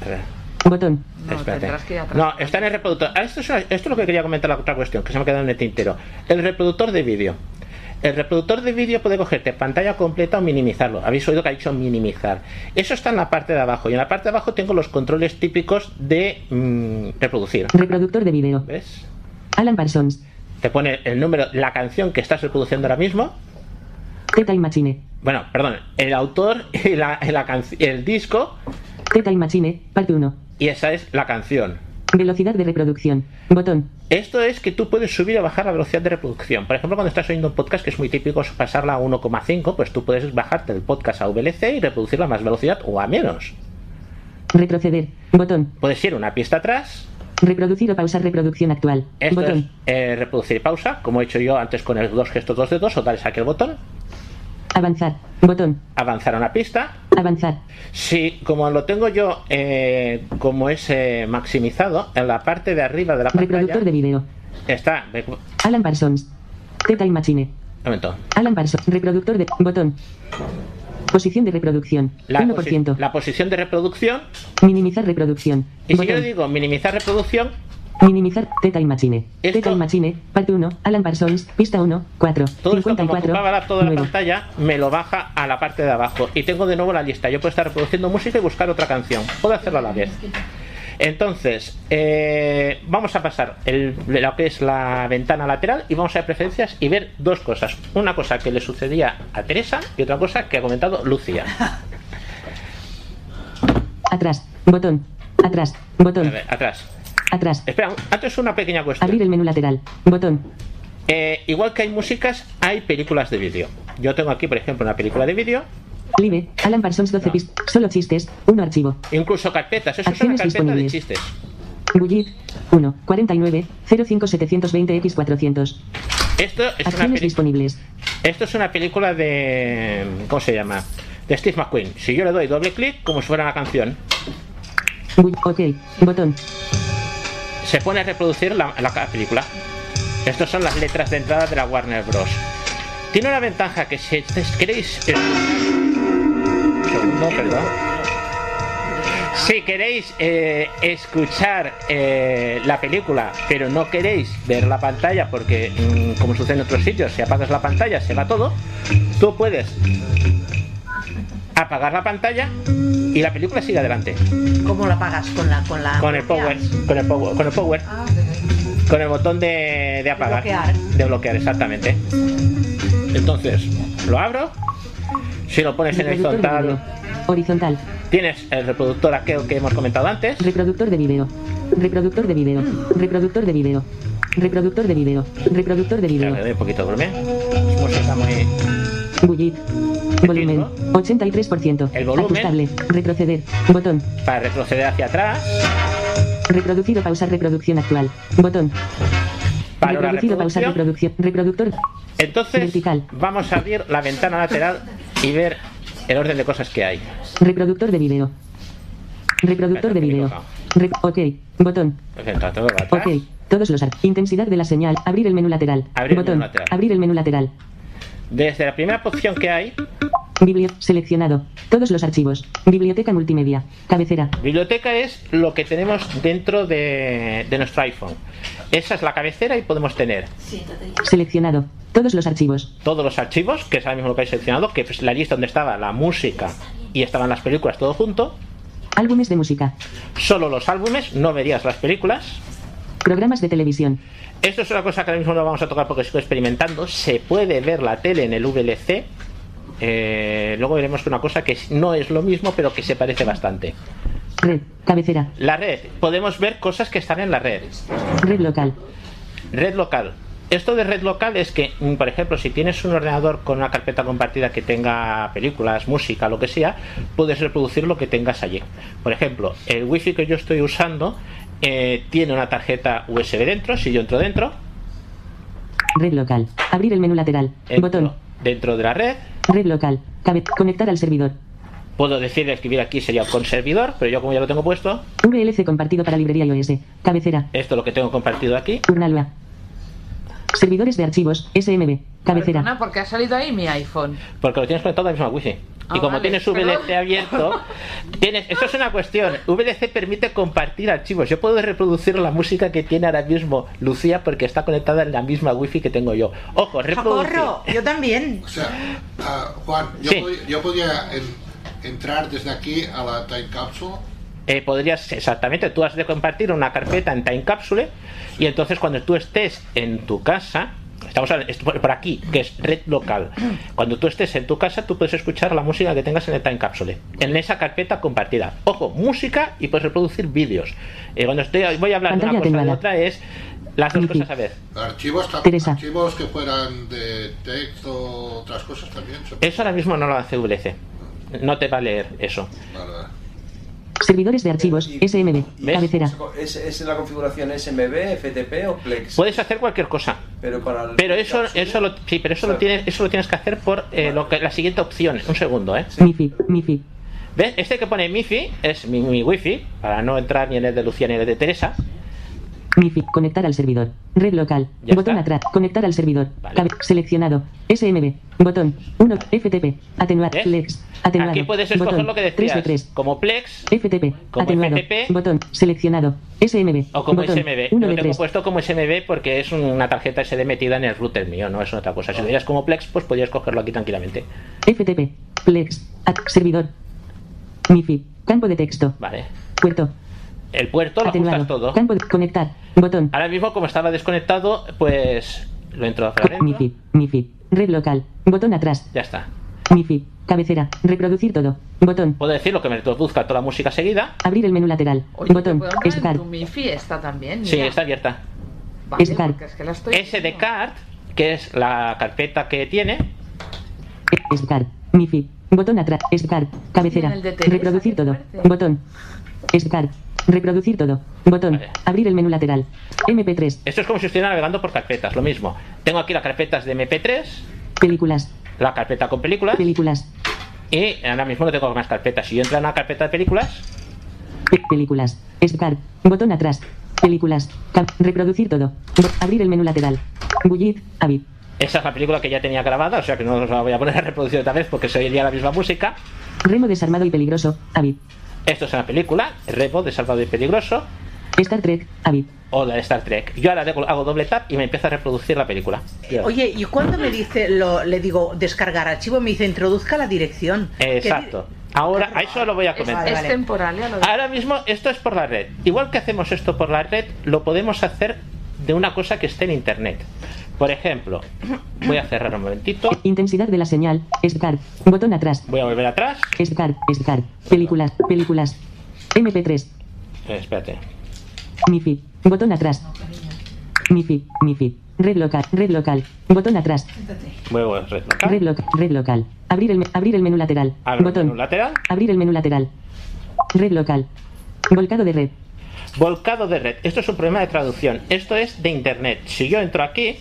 a ver,
Botón.
espérate.
tendrás que ir atrás.
No, está en el reproductor. Ah, esto, es una- esto es lo que quería comentar la otra cuestión, que se me ha quedado en el tintero. El reproductor de vídeo. El reproductor de vídeo puede cogerte pantalla completa o minimizarlo. Habéis oído que ha dicho minimizar. Eso está en la parte de abajo. Y en la parte de abajo tengo los controles típicos de mm, reproducir.
Reproductor de video.
¿Ves?
Alan Parsons.
Te pone el número, la canción que estás reproduciendo ahora mismo.
T-Time Machine.
Bueno, perdón, el autor y la, y la canc- el disco.
T-Time Machine. Parte 1.
Y esa es la canción.
Velocidad de reproducción. Botón.
Esto es que tú puedes subir o bajar la velocidad de reproducción. Por ejemplo, cuando estás oyendo un podcast, que es muy típico es pasarla a 1,5, pues tú puedes bajarte el podcast a VLC y reproducirla a más velocidad o a menos.
Retroceder. Botón.
Puedes ir una pista atrás.
Reproducir o pausar reproducción actual.
Esto
botón.
es eh, reproducir y pausa, como he hecho yo antes con el dos gestos, dos dedos, o darles aquí el botón,
Avanzar. Botón.
avanzar a una pista,
Avanzar.
Sí, como lo tengo yo, eh, como es eh, maximizado, en la parte de arriba de la
Reproductor de
pantalla
video.
está. ve- Un
Alan Parsons. T-Time Machine.
momento.
Alan Parsons. Reproductor de. Botón. Posición de reproducción.
La,
1%.
posi- la posición de reproducción.
Minimizar reproducción.
Y si yo
botón.
le digo minimizar reproducción,
Minimizar T-Time Machine. T-Time Machine. Parte 1. Alan Parsons. Pista 1. 4.
todo esto que me
54.
ocupaba la- toda la
nuevo.
pantalla me lo baja a la parte de abajo. Y tengo de nuevo la lista. Yo puedo estar reproduciendo música y buscar otra canción. Puedo hacerlo a la vez. Entonces, eh, vamos a pasar el, lo que es la ventana lateral y vamos a preferencias y ver dos cosas. Una cosa que le sucedía a Teresa y otra cosa que ha comentado Lucía.
Atrás. Botón. Atrás. Botón.
A ver, atrás.
Atrás.
Espera, antes una pequeña cuestión.
Abrir el menú lateral. Botón.
Eh, igual que hay músicas, hay películas de vídeo. Yo tengo aquí, por ejemplo, una película de vídeo,
Live. Alan Parsons 12
No.
pistas. Solo chistes. 1 archivo.
incluso carpetas. Eso es una
Acciones
carpeta de
disponibles.
chistes.
Bullit. 1. 49. 05 720 X400.
Esto es una
Acciones
peli-
disponibles.
Esto es una película de. ¿Cómo se llama? De Steve McQueen. Si yo le doy doble clic, como si fuera una canción,
Bull- ok. Botón.
se pone a reproducir la, la película. Estas son las letras de entrada de la Warner Bros. Tiene una ventaja que si estés- queréis. eh, un segundo, perdón. Si queréis eh, escuchar eh, la película, pero no queréis ver la pantalla, porque mm, como sucede en otros sitios, si apagas la pantalla se va todo, tú puedes apagar la pantalla y la película sigue adelante.
¿Cómo la pagas? Con la. Con, la
Con el power, con el power, con el power. Con el botón de, de apagar.
Bloquear.
De bloquear, exactamente. Entonces, lo abro. Si lo pones en
Reproductor de video.
horizontal,
Horizontal.
tienes el reproductor aquel que hemos comentado antes. Mm.
Reproductor de video. Reproductor de video. Reproductor de video. Reproductor de vídeo. Reproductor de vídeo.
Le doy un poquito de volumen. Es música muy.
Bullit. Volumen. 83%.
El volumen.
Ajustable. Retroceder. Botón.
Para retroceder hacia atrás.
Reproducir o pausar reproducción actual. Botón.
Para la
Reproducir o pausar
reproducción.
reproducción. Reproductor.
Entonces,
Vertical.
vamos a abrir la ventana lateral y ver el orden de cosas que hay.
Reproductor de vídeo. Reproductor de vídeo. Re- ok. Botón.
Entonces, todo va atrás.
Ok. Todos los ar- intensidad de la señal. Abrir el menú lateral.
Abrir el menú
Botón.
lateral.
Abrir el menú lateral.
Desde la primera posición que hay,
Biblio- seleccionado. Todos los archivos. Biblioteca multimedia. Cabecera.
biblioteca es lo que tenemos dentro de, de nuestro iPhone. Esa es la cabecera y podemos tener
Seleccionado. Todos los archivos.
todos los archivos, que es ahora mismo lo que he seleccionado, que es la lista donde estaba la música y estaban las películas todo junto.
Álbumes de música.
Solo los álbumes, no verías las películas.
Programas de televisión.
Esto es una cosa que ahora mismo no vamos a tocar porque sigo experimentando. Se puede ver la tele en el VLC. Eh, luego veremos una cosa que no es lo mismo, pero que se parece bastante.
Red. Cabecera.
La red. Podemos ver cosas que están en la red.
Red local.
Red local. Esto de red local es que, mm, por ejemplo, si tienes un ordenador con una carpeta compartida que tenga películas, música, lo que sea, puedes reproducir lo que tengas allí. Por ejemplo, el wifi que yo estoy usando eh, tiene una tarjeta USB dentro. Si yo entro dentro,
Red local. Abrir el menú lateral.
Entro.
Botón.
dentro de la red,
Red local. Cabe conectar al servidor.
puedo decir escribir aquí sería con servidor, pero yo como ya lo tengo puesto,
VLC compartido para librería iOS. Cabecera.
esto es lo que tengo compartido aquí.
Urnalua. Servidores de archivos. SMB. Cabecera.
Perdona, porque ha salido ahí mi iPhone.
Porque lo tienes conectado al mismo wifi.
Ah,
y como
vale,
tienes VLC
perdón. <laughs>
abierto, tienes. Esto es una cuestión. VLC permite compartir archivos. Yo puedo reproducir la música que tiene ahora mismo Lucía porque está conectada en la misma wifi que tengo yo. Ojo, reproducir.
¡Socorro! Yo también.
Ah, Juan, yo,
Sí.
podía, yo podía en- entrar desde aquí a la Time Capsule.
Eh, podrías, exactamente, tú has de compartir una carpeta en Time Capsule y entonces cuando tú estés en tu casa, estamos hablando- esto por por aquí, que es red local, cuando tú estés en tu casa tú puedes escuchar la música que tengas en el Time Capsule, en esa carpeta compartida. Ojo, música y puedes reproducir vídeos. Eh, cuando estoy, voy a hablar de
Pantalla
una cosa y de
atenuada.
otra es las dos
Wifi.
cosas a ver.
Archivos, tam-
Teresa.
archivos que fueran de texto, otras cosas también. se-
Eso ahora mismo no lo hace VLC. No te va a leer eso.
Servidores de archivos. SMB. Cabecera.
¿Es, es la configuración SMB, FTP o Plex?
Puedes hacer cualquier cosa.
Pero para el-
Pero eso, eso lo, sí, pero eso lo tienes, eso lo tienes que hacer por eh, lo que, la siguiente opción. Un segundo, ¿eh?
MIFI. MIFI.
¿Ves? Este que pone MIFI es mi, mi wifi, para no entrar ni en el de Lucía ni en el de Teresa.
MIFI. Conectar al servidor. Red local.
Ya
Botón
está.
atrás. Conectar al servidor. Cabe- Seleccionado. SMB. Botón. 1. FTP. Atenuar.
¿Ves?
Flex. Atenuado.
¿Eh? Aquí puedes escoger
Botón.
lo que
3 de
decías,
3.
como Plex
FTP.
Como
atenuado.
FTP.
Botón. Seleccionado. SMB.
o como
Botón.
SMB.
1
Yo lo
de
tengo
3.
puesto como SMB porque es una tarjeta SD metida en el router mío, no es otra
Ah.
cosa. Si lo dieras como Plex, pues podrías cogerlo aquí tranquilamente.
FTP. Plex. At- servidor. MIFI. Campo de texto.
Vale.
Puerto.
El puerto lo
Atenuado.
ajustas todo.
Campo de conectar. Botón.
Ahora mismo, como estaba desconectado, pues lo entro hacia adentro.
MIFI. MIFI. Red local. Botón atrás.
Ya está.
MIFI. Cabecera. Reproducir todo. Botón.
Puedo decir lo que me reproduzca toda la música seguida.
Abrir el menú lateral. Botón.
¿Puedo poner
Start.
tu MIFI está también?
Sí,
Mira.
está abierta.
Vale,
Start.
porque es que la estoy...
SD card, que es la carpeta que tiene,
Start. MIFI. Botón atrás. Start. Cabecera.
Mira el de Teresa,
Reproducir todo.
fuerte.
Botón. Start. Reproducir todo. Botón. Abrir el menú lateral. MP3.
Esto es como si estuviera navegando por carpetas, lo mismo. Tengo aquí las carpetas de MP3,
Películas.
la carpeta con películas,
Películas.
y ahora mismo no tengo más carpetas. Si yo entro en la carpeta de películas,
Pe- películas. Start. Botón atrás. Películas. Cap- Reproducir todo. Bo- Abrir el menú lateral. Bullit. Avid.
esa es la película que ya tenía grabada, o sea que no os la voy a poner a reproducir otra vez porque se oiría la misma música.
Remo desarmado y peligroso. Avid.
Esto es una película, Rebo de Salvador y Peligroso,
Star Trek. Avid.
o la de Star Trek. Yo ahora hago hago doble tap y me empieza a reproducir la película.
Oye, ¿y cuando me dice, lo, le digo descargar archivo, me dice introduzca la dirección?
Exacto. Ahora, a eso lo voy a
Es,
comentar.
es temporal, ¿eh? Lo de-
Ahora mismo esto es por la red. Igual que hacemos esto por la red, lo podemos hacer de una cosa que esté en internet. Por ejemplo, voy a cerrar un momentito,
E- Intensidad de la señal. Start. Botón atrás.
voy a volver atrás.
Start. Start. Películas. Películas. MP3.
Eh, espérate.
MIFI. Botón atrás. MIFI, MIFI. Red local, red local. Botón atrás.
Luego es red local.
Red, loc- red local. Abrir el, me- abrir el menú lateral.
Abro el
Botón.
menú lateral.
Abrir el menú lateral. Red local. Volcado de red.
Volcado de red. Esto es un problema de traducción. Esto es de internet. Si yo entro aquí,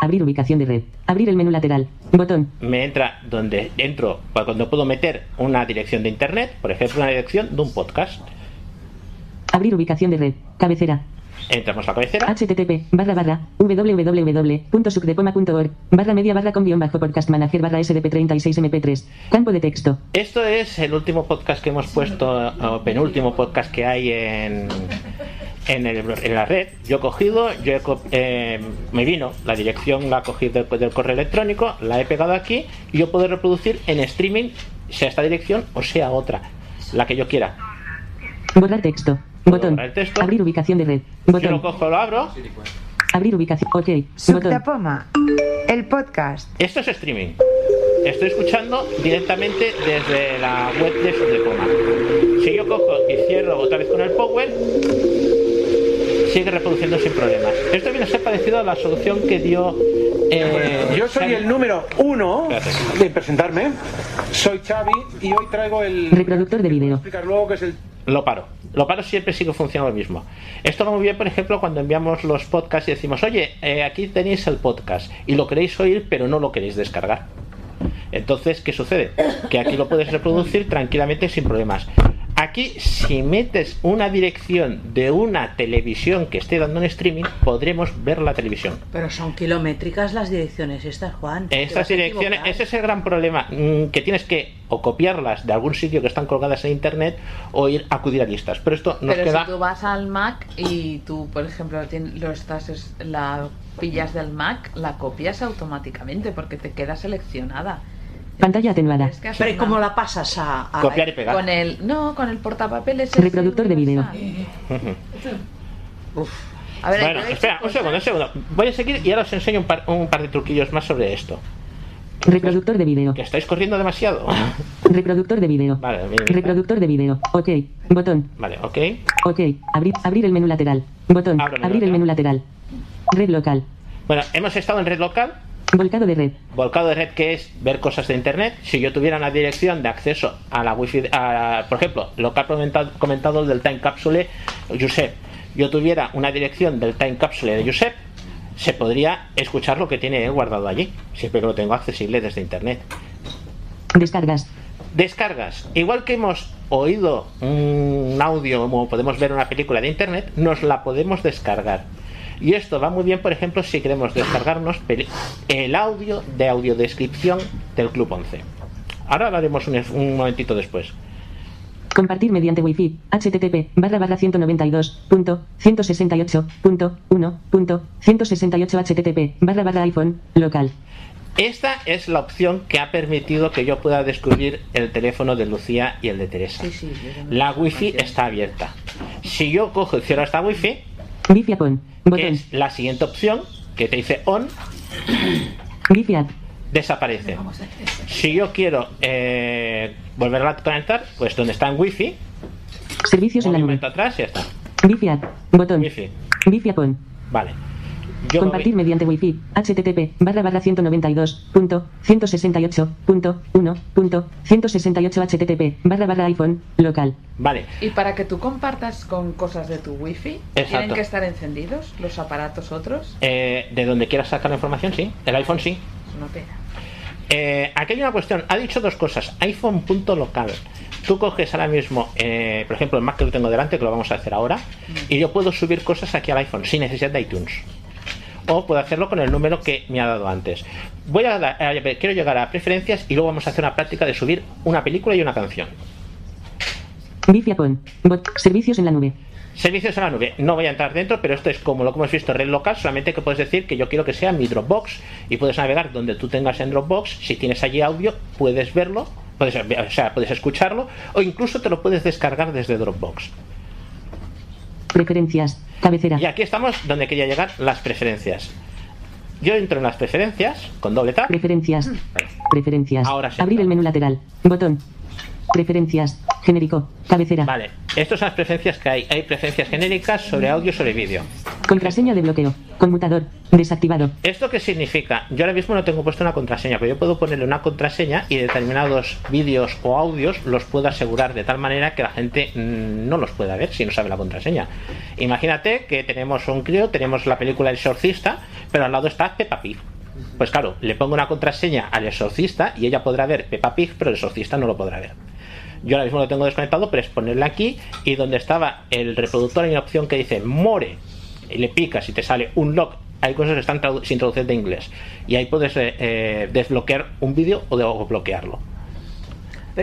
Abrir ubicación de red. Abrir el menú lateral. Botón.
me entra donde entro, cuando puedo meter una dirección de internet, por ejemplo, una dirección de un podcast.
Abrir ubicación de red. Cabecera.
Entramos a la cabecera.
http barra barra www.sucdepoma.org barra media barra con guión bajo podcast manager barra sdp36mp3 campo de texto
Esto es el último podcast que hemos puesto, o penúltimo podcast que hay en, en, el- en la red. Yo he cogido, yo he co- eh, me vino, la dirección la cogí del, del correo electrónico, la he pegado aquí y yo puedo reproducir en streaming, sea esta dirección o sea otra, la que yo quiera.
borrar texto botón
borrar el texto.
abrir ubicación de red
Yo lo
botón
cojo, lo abro.
abrir ubicación ok botón
Subtapoma, el podcast.
Esto es streaming. Estoy escuchando directamente desde la web de Sudepoma. Si yo cojo y cierro otra vez con el Power, sigue reproduciendo sin problemas. Esto viene a ser parecido a la solución que dio. eh,
Yo soy
Xavi-
el número uno de presentarme. Soy Xavi y hoy traigo el.
reproductor de vídeo
explicar luego que es el.
Lo paro. Lo paro siempre sigue funcionando lo mismo. Esto va muy bien, por ejemplo, cuando enviamos los podcasts y decimos, oye, eh, aquí tenéis el podcast y lo queréis oír, pero no lo queréis descargar. Entonces, ¿qué sucede? Que aquí lo puedes reproducir tranquilamente sin problemas. Aquí, si metes una dirección de una televisión que esté dando un streaming, podremos ver la televisión.
Pero son kilométricas las direcciones estas, Juan. Te
Estas
vas a
direcciones,
equivocar.
ese es el gran problema, mm, que tienes que o copiarlas de algún sitio que están colgadas en internet o ir a acudir a listas. Pero esto nos
Pero
queda
si tú vas al Mac y tú, por ejemplo, tien- lo estás es- la pillas del Mac, la copias automáticamente porque te queda seleccionada.
pantalla atenuada
Es que hacer
Pero ¿y
una-
cómo la pasas a, a-
Copiar y pegar.
Con el, no, con el portapapeles. ese
reproductor de vídeo
Ujú.
A ver,
bueno,
hay que ver
espera,
si
un segundo, un segundo. Voy a seguir y ahora os enseño un par, un par de truquillos más sobre esto.
reproductor de vídeo
Que estáis corriendo demasiado.
reproductor de vídeo
Vale, bien, bien.
reproductor de vídeo ok botón
Vale, ok.
ok abrir abrir el menú lateral botón
Abro menú
abrir el menú lateral red local
Bueno, hemos estado en red local,
volcado de red
volcado de red que es ver cosas de internet. Si yo tuviera una dirección de acceso a la wifi, a- por ejemplo, lo que ha comentado, comentado el del time capsule, Josep, yo tuviera una dirección del time capsule de Josep, se podría escuchar lo que tiene él guardado allí, siempre que lo tengo accesible desde internet.
descargas
Descargas. Igual que hemos oído un audio como podemos ver una película de internet, nos la podemos descargar. Y esto va muy bien, por ejemplo, si queremos descargarnos peli- el audio de audiodescripción del Club 11. Ahora lo haremos un, un momentito después.
Compartir mediante Wi-Fi. HTTP barra barra 192.168.1.1.168 HTTP barra barra iPhone local.
Esta es la opción que ha permitido que yo pueda descubrir el teléfono de Lucía y el de Teresa. La wifi está abierta. Si yo cojo y cierro esta wifi,
Wi-Fi app on.
que es la siguiente opción que te dice on,
Wi-Fi app.
desaparece. Si yo quiero eh, volverla a conectar, pues donde está en wifi,
Servicios Pues en la nube.
momento atrás y ya está.
Wi-Fi app. Botón.
Wi-Fi.
Wi-Fi app on.
Vale. Yo me
Compartir
voy-
mediante Wi-Fi. HTTP barra barra 192.168.1.1.168 HTTP barra barra iPhone local.
Vale.
Y para que tú compartas con cosas de tu wifi,
Exacto.
tienen que estar encendidos los aparatos otros.
Eh, de donde quieras sacar la información, sí. El iPhone, sí.
Es una pena.
Eh, aquí hay una cuestión. Ha dicho dos cosas. iPhone.local. Tú coges ahora mismo, eh, por ejemplo, el Mac que lo tengo delante, que lo vamos a hacer ahora,
Mm.
y yo puedo subir cosas aquí al iPhone sin necesidad de iTunes. O puedo hacerlo con el número que me ha dado antes. Voy a, dar- a ver, quiero llegar a preferencias y luego vamos a hacer una práctica de subir una película y una canción.
Wi-Fi app on. Bot. Servicios en la nube.
Servicios a la nube. No voy a entrar dentro, pero esto es como lo que hemos visto red local, solamente que puedes decir que yo quiero que sea mi Dropbox y puedes navegar donde tú tengas en Dropbox. Si tienes allí audio, puedes verlo, puedes, o sea, puedes escucharlo o incluso te lo puedes descargar desde Dropbox.
Preferencias. Cabecera.
Y aquí estamos donde quería llegar las preferencias. Yo entro en las preferencias con doble tap.
Preferencias. Preferencias.
Ahora sí.
Abrir el menú lateral. Botón. Preferencias. Genérico. Cabecera.
Vale, estas son las preferencias que hay. Hay preferencias genéricas sobre audio y sobre vídeo.
Contraseña de bloqueo. Conmutador. Desactivado.
¿Esto qué significa? Yo ahora mismo no tengo puesto una contraseña, pero yo puedo ponerle una contraseña y determinados vídeos o audios los puedo asegurar de tal manera que la gente mm, no los pueda ver si no sabe la contraseña. Imagínate que tenemos un crío, tenemos la película El exorcista, pero al lado está Peppa Pig. Pues claro, le pongo una contraseña al exorcista y ella podrá ver Peppa Pig, pero el exorcista no lo podrá ver. Yo ahora mismo lo tengo desconectado, pero es ponerle aquí y donde estaba el reproductor hay una opción que dice More y le picas y te sale un lock. Hay cosas que están tradu- sin traducir de inglés y ahí puedes eh, eh, desbloquear un vídeo o, de- o bloquearlo.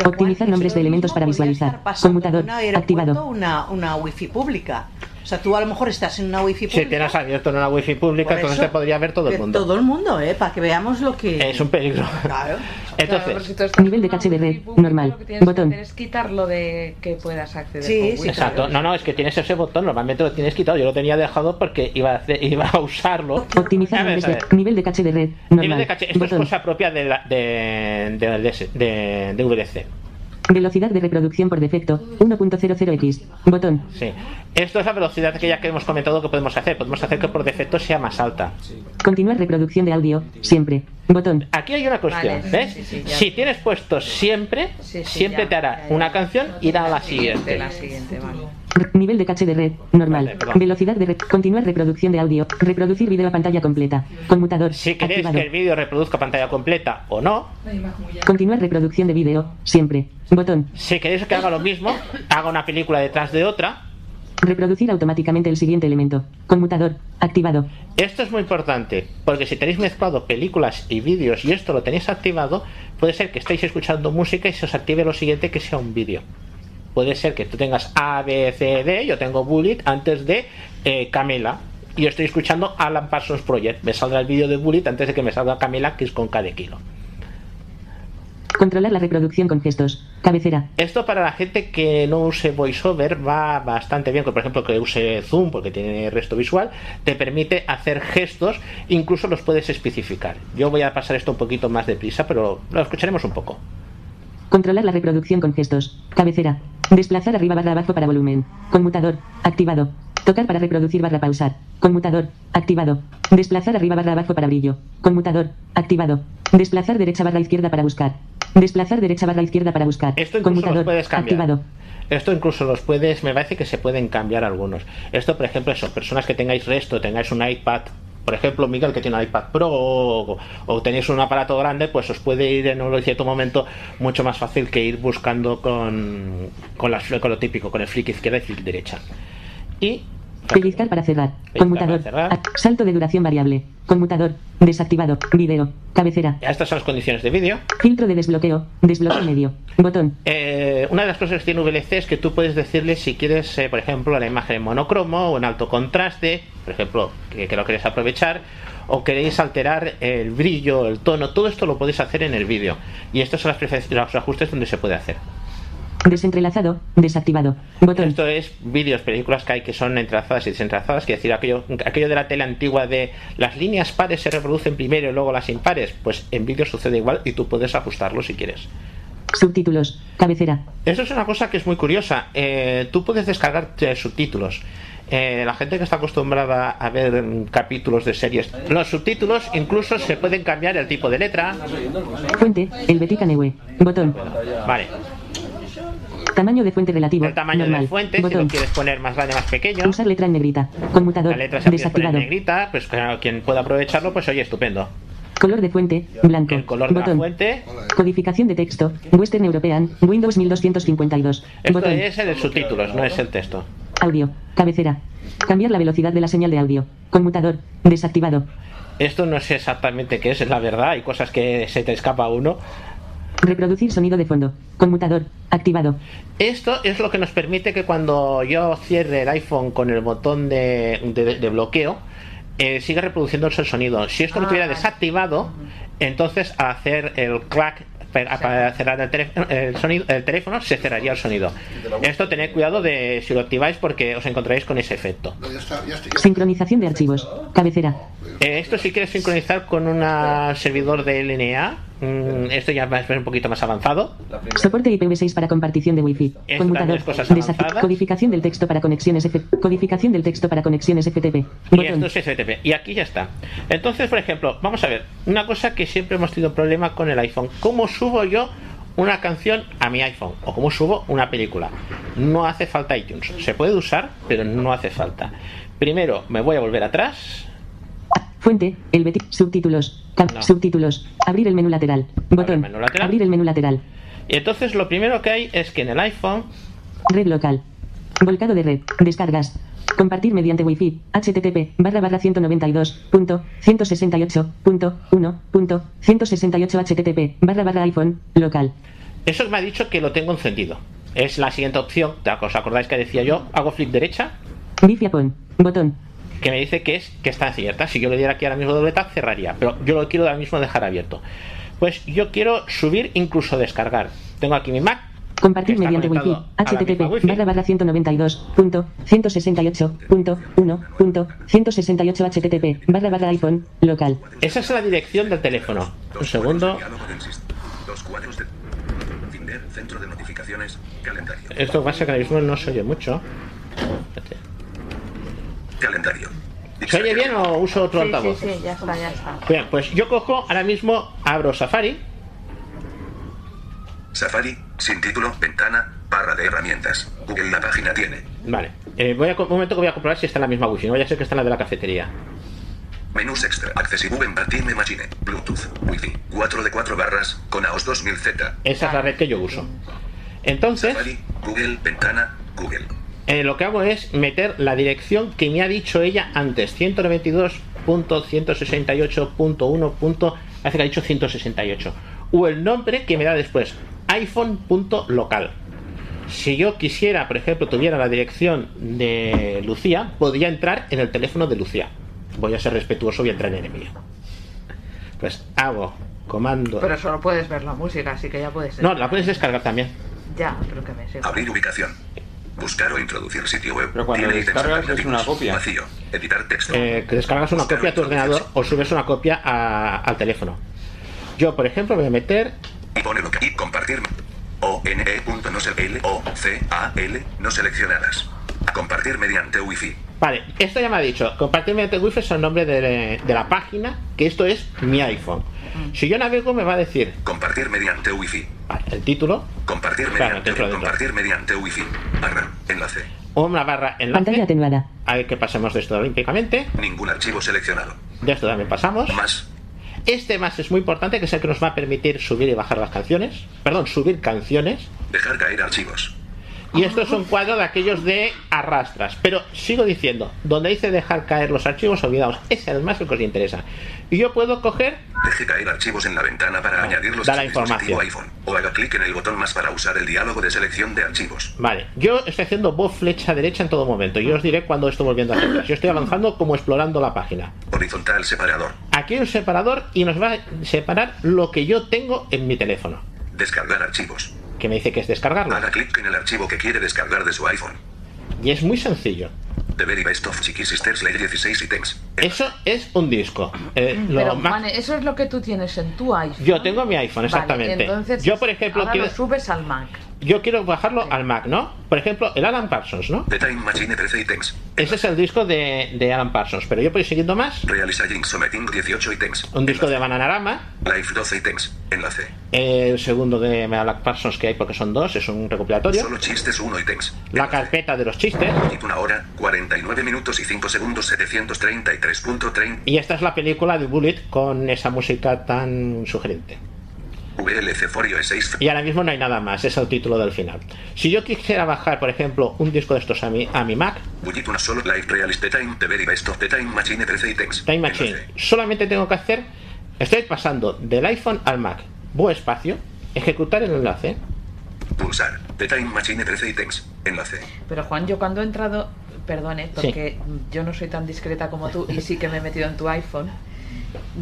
Optimizar nombres de elementos para visualizar. Conmutador.
Una aeropuerto,
Activado.
Una, una wifi pública. O sea, tú a lo mejor estás en una wifi
Si
pública.
tienes abierto en una wifi pública,
Por
entonces
eso,
te podría ver todo el
de
mundo.
Todo el mundo, ¿eh? Para que veamos lo que...
Es un peligro.
<laughs>
<laughs>
Claro.
Entonces,
Nivel de caché de red. Normal.
Lo que tienes que
Botón.
hacer es quitarlo de que puedas acceder. con Wi-Fi.
exacto. No, no, es que tienes ese botón, normalmente lo tienes quitado. Yo lo tenía dejado porque iba a, hacer- <laughs> iba a usarlo.
<laughs> Optimizar
A ver,
nombres
a
de.
ver.
Nivel de caché de red.
Nivel de
Normal.
caché. Esto es
Botón.
cosa propia de, la- de, de, de- de- de VLC.
Velocidad de reproducción por defecto. 1.00x. Botón.
Sí. Esto es la velocidad que ya que hemos comentado que podemos hacer. Podemos hacer que por defecto sea más alta.
Continuar reproducción de audio. Siempre. Botón.
Aquí hay una cuestión,
Vale, sí,
¿ves?
sí, sí, ya.
si tienes puesto siempre, siempre
ya,
te hará una canción y da a la siguiente.
De la siguiente, vale.
R- Nivel de caché de red. Normal.
perdón.
Velocidad de red. Continuar reproducción de audio. Reproducir vídeo a pantalla completa. Conmutador.
Si queréis
Activado.
que el vídeo reproduzca pantalla completa o no,
Continuar reproducción de vídeo. Siempre. Botón.
si queréis que haga lo mismo, haga una película detrás de otra,
Reproducir automáticamente el siguiente elemento. Conmutador. Activado.
Esto es muy importante, porque si tenéis mezclado películas y vídeos y esto lo tenéis activado, puede ser que estéis escuchando música y se os active lo siguiente que sea un vídeo. Puede ser que tú tengas A, B, C, D, yo tengo Bullet antes de eh, Camela y yo estoy escuchando Alan Parsons Project. Me saldrá el vídeo de Bullet antes de que me salga Camela, que es con K de kilo.
Controlar la reproducción con gestos. Cabecera.
Esto para la gente que no use VoiceOver va bastante bien, que por ejemplo que use Zoom porque tiene resto visual, te permite hacer gestos, incluso los puedes especificar. Yo voy a pasar esto un poquito más deprisa, pero lo escucharemos un poco.
Controlar la reproducción con gestos. Cabecera. Desplazar arriba barra abajo para volumen. Conmutador. Activado. Tocar para reproducir barra pausar. Conmutador. Activado. Desplazar arriba barra abajo para brillo. Conmutador. Activado. Desplazar derecha barra izquierda para buscar. Desplazar derecha barra izquierda para buscar.
Esto incluso
Conmutador.
los puedes cambiar.
Activado.
Esto incluso los puedes, me parece que se pueden cambiar algunos. Esto, por ejemplo, eso, personas que tengáis resto, tengáis un iPad, por ejemplo, Miguel que tiene un iPad Pro o, o tenéis un aparato grande, pues os puede ir en un cierto momento mucho más fácil que ir buscando con, con, las- con lo típico, con el flick izquierda y flick derecha. Y
Pellizcar para cerrar.
para
Conmutador.
cerrar.
Ac- Salto de duración variable. Conmutador. Desactivado. Video. Cabecera.
estas son las condiciones de vídeo.
Filtro de desbloqueo. Desbloqueo medio. Botón.
Eh, una de las cosas que tiene VLC es que tú puedes decirle si quieres, eh, por ejemplo, la imagen en monocromo o en alto contraste, por ejemplo, que, que lo queréis aprovechar, o queréis alterar el brillo, el tono, todo esto lo podéis hacer en el vídeo. Y estos son las prefe- los ajustes donde se puede hacer.
Desentrelazado. Desactivado. Botón.
Esto es vídeos, películas que hay que son entrelazadas y desenlazadas, que decir, aquello, aquello de la tele antigua de las líneas pares se reproducen primero y luego las impares, pues en vídeo sucede igual y tú puedes ajustarlo si quieres.
Subtítulos. Cabecera.
Eso es una cosa que es muy curiosa. Eh, tú puedes descargar eh, subtítulos. Eh, la gente que está acostumbrada a ver mm, capítulos de series, los subtítulos incluso se pueden cambiar el tipo de letra.
Fuente. El Betica Neue. Botón.
Vale,
Tamaño de fuente relativo.
el tamaño de
normal.
la fuente, si
Botón.
lo quieres poner más grande, más pequeño.
Usar letra en negrita. Conmutador.
La letra se empieza a poner
Desactivado.
negrita, pues claro, quien pueda aprovecharlo, pues oye, estupendo.
Color de fuente. Blanco.
color de la
Botón.
fuente.
Codificación de texto. Western European. Windows 1252.
Esto
Botón.
es el de subtítulos, no es el texto.
Audio. Cabecera. Cambiar la velocidad de la señal de audio. Conmutador. Desactivado.
Esto no sé exactamente qué es, es la verdad, hay cosas que se te escapa a uno.
Reproducir sonido de fondo. Conmutador. Activado.
Esto es lo que nos permite que cuando yo cierre el iPhone con el botón de, de- de bloqueo, eh, siga reproduciendo el sonido. Si esto lo tuviera desactivado, entonces al hacer el clack para para cerrar el teléfono, el, sonido- el teléfono, se cerraría el sonido. Esto tened cuidado de si lo activáis porque os encontraréis con ese efecto.
Sincronización de archivos. Cabecera.
Eh, esto si quieres sincronizar con un servidor de LNA Mm, esto ya va a ser un poquito más avanzado.
Soporte IPv6 para compartición de Wi-Fi.
Estas
Conmutador.
tres cosas
Desaf-
avanzadas.
Codificación del texto para conexiones F Codificación del texto para conexiones FTP.
Y esto es STP. Y aquí ya está. Entonces, por ejemplo, vamos a ver. Una cosa que siempre hemos tenido problema con el iPhone. ¿Cómo subo yo una canción a mi iPhone? ¿O cómo subo una película? No hace falta iTunes. Se puede usar, pero no hace falta. Primero, me voy a volver atrás.
Fuente. El Beti. Subtítulos. Tab-
No.
Subtítulos. Abrir el menú lateral. Botón.
menú lateral.
Abrir el menú lateral.
Y entonces lo primero que hay es que en el iPhone
Red local. Volcado de red. Descargas. Compartir mediante Wi-Fi. HTTP barra barra 192.168.1.1.168 HTTP barra barra iPhone local.
Eso me ha dicho que lo tengo encendido. Es la siguiente opción. ¿Os acordáis que decía yo? Hago flip derecha,
Wi-Fi upon. Botón.
que me dice que es que está encendida. Si yo le diera aquí ahora mismo doble tap, cerraría. Pero yo lo quiero ahora mismo dejar abierto. Pues yo quiero subir, incluso descargar. Tengo aquí mi Mac.
Compartir
Está
mediante Wi-Fi.
conectado a la misma
HTTP
Wi-Fi.
barra barra 192.168.1.168 HTTP barra barra iPhone local.
Esa es la dirección del teléfono. Un segundo.
Dos cuadros de Finder, centro de notificaciones, calendario.
Esto pasa que ahora mismo no se oye mucho.
Calendario.
¿Se oye bien o uso otro
Sí, sí,
altavoz?
sí, ya está, ya está.
Bien, pues yo cojo ahora mismo, abro Safari.
Safari, sin título, ventana, barra de herramientas. Google la página tiene.
Vale. Eh, voy a, co- un momento que voy a comprobar si está en la misma wifi. No vaya a ser que está en la de la cafetería.
Menús extra, accesible en Batime Machine, Bluetooth, Wi-Fi, 4 de 4 barras, con AOS 2000Z.
Esa es la red que yo uso. Entonces,
Google, ventana, Google.
eh, lo que hago es meter la dirección que me ha dicho ella antes, 192.168.1. Hace que ha dicho 168. O el nombre que me da después, iPhone.local. Si yo quisiera, por ejemplo, tuviera la dirección de Lucía, podría entrar en el teléfono de Lucía. Voy a ser respetuoso, voy a entrar en el mío. Pues hago comando.
Pero solo puedes ver la música, así que ya puedes.
No, la puedes descargar también.
Ya, creo que me sé.
Abrir ubicación. Buscar o introducir sitio web.
Pero cuando
ítems
descargas es
alternativos.
una copia.
Vacío. Editar texto.
eh, que descargas una copia a tu ordenador o subes una copia a- al teléfono. Yo, por ejemplo, voy a meter
Y pone lo que. Y compartir. O N E punto no se L O C A L no seleccionadas. Compartir mediante Wi-Fi.
Vale, esto ya me ha dicho. Compartir mediante wifi es el nombre de, de la página, que esto es mi iPhone. Si yo navego me va a decir
Compartir mediante Wi-Fi.
Ah, el título
Compartir
Claro,
mediante,
dentro, dentro.
compartir mediante Wi-Fi. Barra. Enlace.
o una barra
Pantalla
enlace.
atenuada.
A ver que pasemos de esto olímpicamente.
Ningún archivo seleccionado.
De esto también pasamos.
Más.
Este más es muy importante, que es el que nos va a permitir subir y bajar las canciones. Perdón, subir canciones.
Dejar caer archivos.
Y esto es un cuadro de aquellos de arrastras. Pero sigo diciendo, donde dice dejar caer los archivos olvidados, ese es más el que os interesa. Y yo puedo coger
Deje caer archivos en la ventana para añadirlos
da
a
la
su dispositivo
información.
iPhone. O haga clic en el botón más para usar el diálogo de selección de archivos.
Vale, yo estoy haciendo voz flecha derecha en todo momento. Yo os diré cuando estoy volviendo hacia atrás. Yo estoy avanzando como explorando la página.
Horizontal separador.
Aquí hay un separador y nos va a separar lo que yo tengo en mi teléfono.
Descargar archivos.
Que me dice que es descargarlo.
Haga clic en el archivo que quiere descargar de su iPhone.
Y es muy sencillo.
The very best of Chiqui Sisters Ley 16 ítems.
Eso es un disco. Eh, lo
Pero,
más-
Mane, eso es lo que tú tienes en tu iPhone.
Yo tengo mi iPhone,
Vale,
exactamente.
entonces,
yo, por ejemplo,
ahora
quiero,
lo subes al Mac.
yo quiero bajarlo al Mac, ¿no? Por ejemplo, el Alan Parsons, ¿no?
The Time Machine 13 ítems.
Ese es el disco de, de Alan Parsons. Pero yo puedo ir siguiendo más.
Realizing Someting 18 ítems.
Un disco de Bananarama.
Life 12 ítems. Enlace.
El segundo de Alan Parsons que hay porque son dos. Es un recopilatorio.
Solo chistes 1 ítems.
La carpeta de los chistes.
Una hora, 49 minutos y 5 segundos 733.30
Y esta es la película de Bullet con esa música tan sugerente.
VLC Forio E E6
Y ahora mismo no hay nada más, es el título del final. Si yo quisiera bajar, por ejemplo, un disco de estos a mi, a mi Mac,
Bullet una solo Life Realist The Time The very best of The Time Machine 13 ítems.
Time Machine, solamente tengo que hacer, estoy pasando del iPhone al Mac, voy espacio, ejecutar el enlace.
Pulsar. The Time Machine 13 ítems. Enlace.
Pero Juan, yo cuando he entrado, perdone, porque yo no soy tan discreta como tú y sí que me he metido en tu iPhone.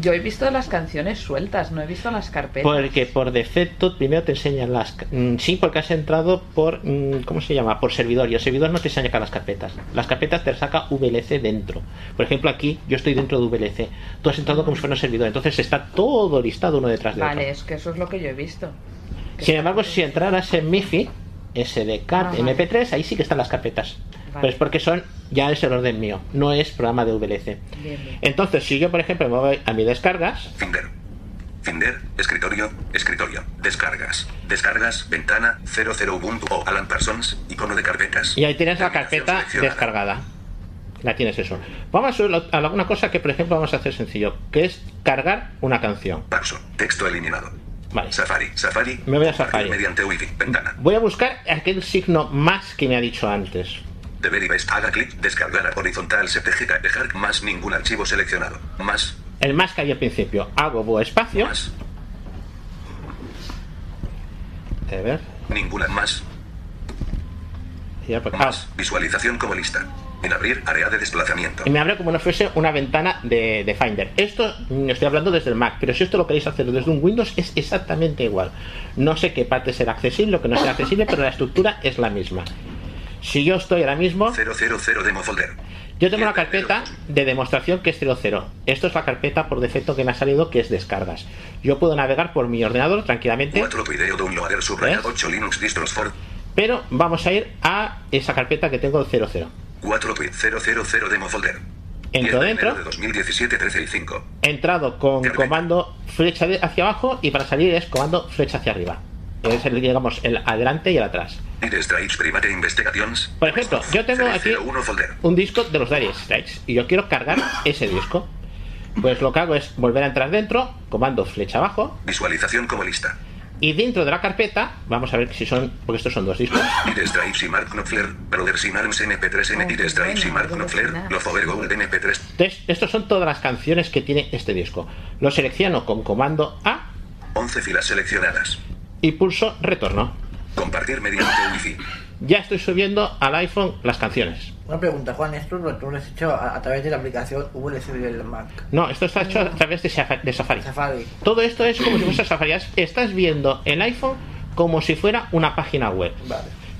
Yo he visto las canciones sueltas, no he visto las carpetas.
Porque por defecto primero te enseñan las... ca- mm, Sí, porque has entrado por... mm, ¿Cómo se llama? Por servidor. Y el servidor no te saca las carpetas. Las carpetas te las saca VLC dentro. Por ejemplo, aquí yo estoy dentro de VLC. Tú has entrado como si fuera un servidor. Entonces está todo listado uno detrás de otro.
Vale, es que eso es lo que yo he visto.
Sin embargo, si entraras en MIFI, SDCAT,
Ah, vale.
MP3, ahí sí que están las carpetas.
Vale.
Pero es porque son, ya es el orden mío, no es programa de VLC. Entonces, si yo, por ejemplo, me voy a mi descargas,
Finder. Finder, escritorio, escritorio, descargas, descargas, ventana, 00 Ubuntu o Alan Parsons, icono de carpetas.
y ahí tienes la carpeta descargada. La tienes eso. Vamos a subir a alguna cosa que, por ejemplo, vamos a hacer sencillo, que es cargar una canción.
Paso, texto eliminado.
Vale.
Safari, Safari,
Me voy a Safari.
mediante wifi, ventana.
Voy a buscar aquel signo más que me ha dicho antes.
Deber y ves, haga clic, descargar a horizontal, CPG, dejar más ningún archivo seleccionado, más,
El más que había al principio. Hago bo espacio. A ver.
ninguna más,
ya, pues, ah,
más, visualización como lista. En abrir, área de desplazamiento.
Y me abre como no fuese una ventana de, de Finder. Esto mm, estoy hablando desde el Mac, pero si esto lo queréis hacer desde un Windows es exactamente igual. No sé qué parte será accesible, lo que no será accesible, pero la estructura es la misma. Si yo estoy ahora mismo,
000 demo folder.
yo tengo una carpeta de demostración que es 00. Esto es la carpeta por defecto que me ha salido que es descargas. Yo puedo navegar por mi ordenador tranquilamente,
4 video downloader
¿Eh?
subrayado 8 Linux distros for
pero vamos a ir a esa carpeta que tengo 00.
4 tweet 000 demo folder. 10
Entro
de
dentro.
enero de 2017 13 y 5.
He entrado con comando flecha de- hacia abajo y para salir es comando flecha hacia arriba. Es el, digamos, el adelante y el atrás.
Y de Stripes Private Investigations.
Por ejemplo, yo tengo aquí
01 folder.
un disco de los Dire Straits y yo quiero cargar ese disco. Pues lo que hago es volver a entrar dentro, comando flecha abajo,
Visualización como lista.
y dentro de la carpeta, vamos a ver si son, porque estos son dos discos.
Y de Stripes y Mark Knopfler. Brothers in Arms MP3 N. Y de Stripes y Mark Knopfler. Love Over Gold MP3.
Entonces, estos son todas las canciones que tiene este disco. Lo selecciono con comando A
11 filas seleccionadas.
y pulso retorno.
Compartir mediante Wi-Fi.
Ya estoy subiendo al iPhone las canciones.
Una pregunta, Juan, esto lo tú lo has hecho a, a través de la aplicación VLC del Mac.
No, esto está hecho a través de Safa- de Safari.
Safari.
Todo esto es como si
<clears throat>
fuese Safari. Estás viendo el iPhone como si fuera una página web.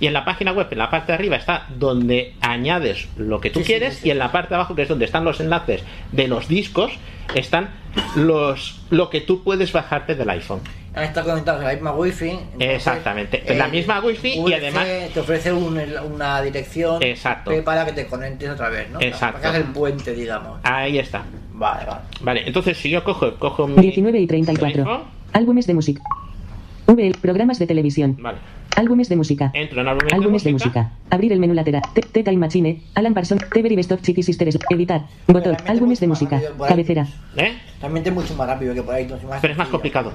Y en la página web, en la parte de arriba, está donde añades lo que tú quieres. Y en la parte de abajo, que es donde están los enlaces de los discos, están los lo que tú puedes bajarte del iPhone.
Han estado conectados a la misma wifi.
Exactamente. En la
el
misma wifi y
VLC
además.
te ofrece un- una dirección
Exacto.
para que te conectes otra vez, ¿no?
Exacto.
Para que hagas el puente, digamos.
Ahí está.
Vale, vale.
Vale, entonces si yo cojo, cojo mi.
19 y 34.
teléfono,
Álbumes de música. VL, programas de televisión.
Vale.
Álbumes de música.
Entro en álbumes de
Álbumes de música. Abrir el menú lateral. T- T Time Machine. Alan Parsons. T Best of Chiqui Sisters. Editar. Botón. Álbumes de música.
rápido,
Cabecera.
¿Eh?
También es mucho más rápido que por ahí. Entonces, más
Pero es más complicado.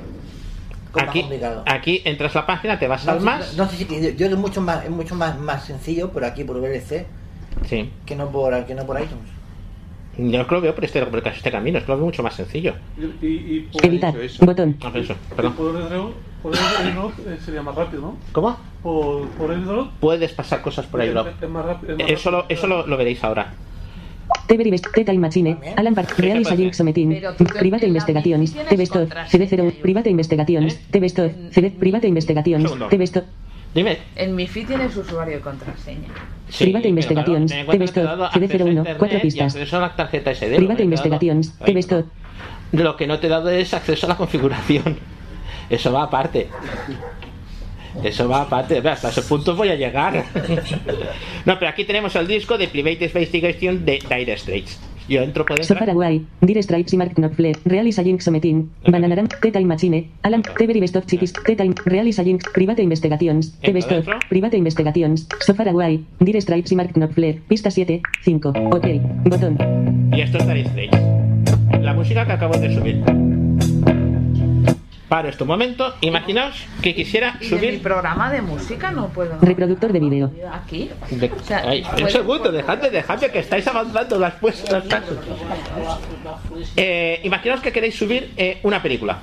Aquí,
complicado.
aquí entras la página, te vas al
sé-
más.
no sé si yo creo que es mucho más, es mucho más, más sencillo por aquí, por VLC,
Sí.
que no por que no por iTunes.
Yo es que lo veo por este, por este camino, es que lo veo mucho más sencillo.
Y, y por-
Ah, eso, perdón.
Por airdrop, por airdrop, eh, sería más rápido, ¿no?
¿Cómo?
Por, por airdrop.
Puedes pasar cosas por ahí,
es-
Rob.
Es más rápido. es más
Eso, lo, eso lo, lo veréis ahora.
T Best. T Time Machine. Alan Parsons. Real is a Jig Sometin. Private Investigaciones. T Best of. CD0. Private
¿Eh?
Investigaciones. T Best of. CD. Private Investigaciones.
segundo.
T Best of.
Dime.
En mi feed tienes usuario y contraseña.
Private Investigaciones. T Best of. CD01. Cuatro pistas.
Eso es la tarjeta SD. lo que te
Private
he dado-
Investigaciones. T Best of.
Lo que no te he dado es acceso a la configuración. Eso va aparte. Eso va aparte. Ve, Hasta esos puntos voy a llegar. <laughs> No, pero aquí tenemos el disco de Private Investigation de Dire Straits. Yo entro por
So
dentro.
Paraguay, Dire Stripes y Mark Knopfler, Real is a Jinx Sometin, Bananaram, T-Time Machine, Alan, T-Very Best of Chiquis, T-Time, Real is a Jinx, Private Investigations, T-Best of, Private Investigations, So Paraguay, Dire Stripes y Mark Knopfler, pista 7, 5, Hotel, botón,
Y esto es Dire Straits. La música que acabo de subir. Paro este momento. Imaginaos que quisiera
Y de mi
subir.
programa de música no puedo.
reproductor de video.
Aquí.
De- Ay,
pues-
un segundo, dejadme, dejadme que estáis avanzando las puestas. Eh, imaginaos que queréis subir eh, una película.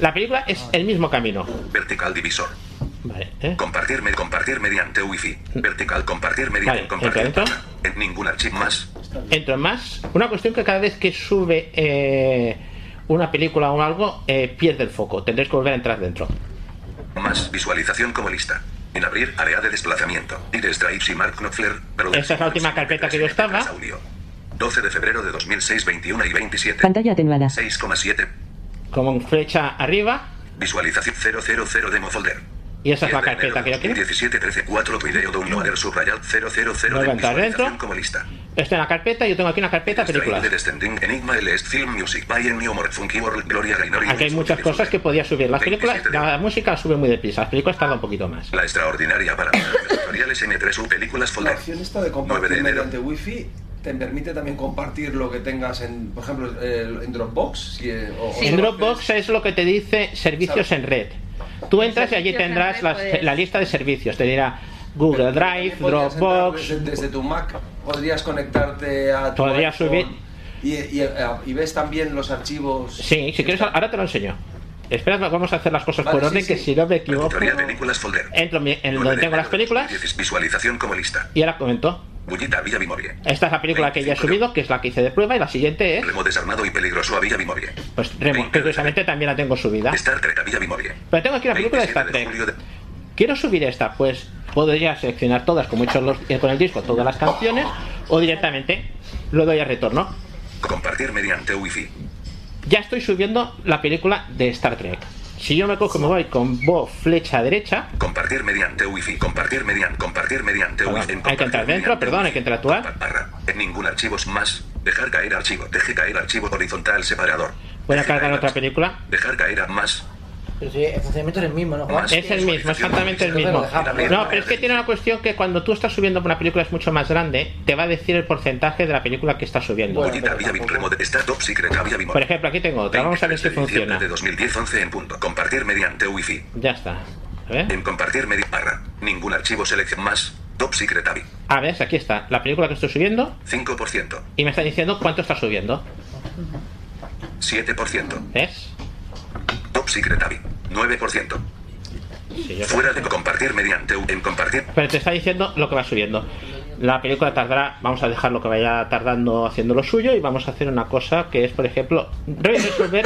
La película es el mismo camino.
Vertical divisor.
Vale,
Compartir, me- compartir mediante Wi-Fi. Vertical, compartir mediante compartir. En ningún archivo más.
Entro en más. Una cuestión que cada vez que sube eh, una película o algo, eh, pierde el foco. Tendréis que volver a entrar dentro.
Más visualización como lista. En abrir área de desplazamiento. Iris Drives y Mark Knopfler.
Esta es la última carpeta que yo estaba.
12 de febrero de 2006, 21 y 27.
Pantalla atenuada.
6,7.
Con flecha arriba.
Visualización 000 demo folder.
Y esa es la carpeta que yo quiero.
17, 13, 4 video downloader subrayado 000
Voy a
de
entrar
visualización
dentro.
como lista.
Esta es la carpeta. Yo tengo aquí una carpeta de películas.
de Descending Enigma L Est Film Music by New More Funky World Gloria Gaynor
Aquí hay muchas cosas que podía subir. Las películas, la música sube muy deprisa. Las películas tardan un poquito más.
La extraordinaria para tutoriales M3U películas
La
folder.
opción esta
9
de
de
compartir
enero.
mediante wifi te permite también compartir lo que tengas en, por ejemplo, el- en Dropbox. si, eh, o-
En
o-
Dropbox es lo que te dice servicios en red. Tú entras y allí
Servicios en
tendrás
red pues.
las-
puedes-
la lista de servicios. Te dirá Google
podrías
Drive,
entrar
Dropbox.
Desde, desde tu Mac podrías conectarte a tu
Podrías
iPhone
subir-
Y, y- eh, y ves también los archivos.
Sí, si quieres, ahora te lo enseño. Espera, vamos a hacer las cosas
Vale,
por orden,
sí,
que
sí.
si no me equivoco,
Tutorial películas folder.
entro en mi- en donde tengo las películas
Visualización como lista.
y ahora comento.
Bullita Villa Bimorie.
Esta es la película que ya he subido, que es la que hice de prueba, y la siguiente es,
Remo desarmado y peligroso a Villa Bimorie.
pues Remo, que curiosamente también la tengo subida.
Star Trek a Villa Bimorie.
Pero tengo aquí la película de Star Trek. Quiero subir esta, pues podría seleccionar todas, como he hecho los- eh, con el disco, todas las canciones, o directamente lo doy a retorno.
Compartir mediante wifi.
Ya estoy subiendo la película de Star Trek. Si yo me cojo, me voy con voz flecha derecha,
Compartir mediante wifi. Compartir mediante compartir mediante wifi. En
hay que entrar dentro, perdón, hay que entrar actuar.
barra. En ningún archivo más. Dejar caer archivo. Deje caer archivo horizontal separador.
Voy a cargar otra película.
Dejar caer a más.
Pero sí, el funcionamiento es el mismo, ¿no? Juan?
Es el mismo, exactamente el mismo. No, pero es que tiene una cuestión que cuando tú estás subiendo una película es mucho más grande, te va a decir el porcentaje de la película que estás subiendo.
Bullita Villa Bim- Remo de- Star Top Secret a Villa Bimorie.
Por ejemplo, aquí tengo otra, vamos a ver si funciona.
de 2010 11 en punto. Compartir mediante wifi.
Ya está.
En compartir media barra. Ningún archivo selección más. Top Secret AVI.
A ver, aquí está, la película que estoy subiendo
5%.
y me está diciendo cuánto está subiendo.
7%.
¿Ves?
Top Secret AVI. 9%.
yo-
Fuera de compartir mediante u- en compartir.
Pero te está diciendo lo que va subiendo. La película tardará, vamos a dejar lo que vaya tardando haciendo lo suyo y vamos a hacer una cosa que es, por ejemplo, re- resolver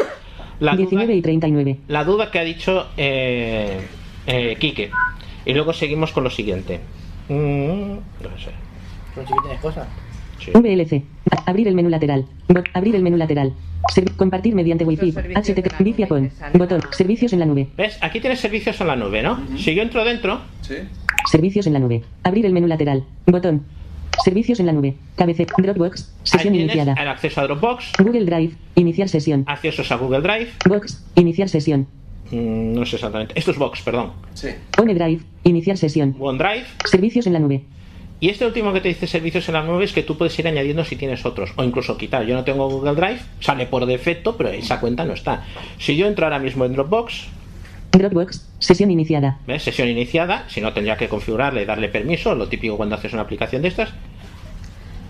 la duda
19 y 39.
la duda que ha dicho eh, eh, Quique. Y luego seguimos con lo siguiente. Mm, no sé.
Pero sí que tienes cosas.
VLC. A- Abrir el menú lateral. Bo- Abrir el menú lateral. Ser- compartir mediante Wi-Fi. HTTP. Wi-Fi con. Botón. Servicios en la nube.
¿Ves? Aquí tienes servicios en la nube, ¿no? Si yo entro dentro,
Servicios en la nube. Abrir el menú lateral. Botón. Servicios en la nube. Cabecera. Dropbox.
ahí
Sesión
tienes
iniciada.
el acceso a Dropbox,
Google Drive. Iniciar sesión.
accesos a Google Drive.
Box. Iniciar sesión.
Mm, no sé exactamente. Esto es Box, perdón.
Sí.
OneDrive. Iniciar sesión.
OneDrive.
Servicios en la nube.
Y este último que te dice servicios en la nube es que tú puedes ir añadiendo si tienes otros o incluso quitar. Yo no tengo Google Drive, sale por defecto, pero esa cuenta no está. Si yo entro ahora mismo en Dropbox,
Dropbox. Sesión iniciada.
¿ves? sesión iniciada, si no tendría que configurarle, darle permiso, lo típico cuando haces una aplicación de estas.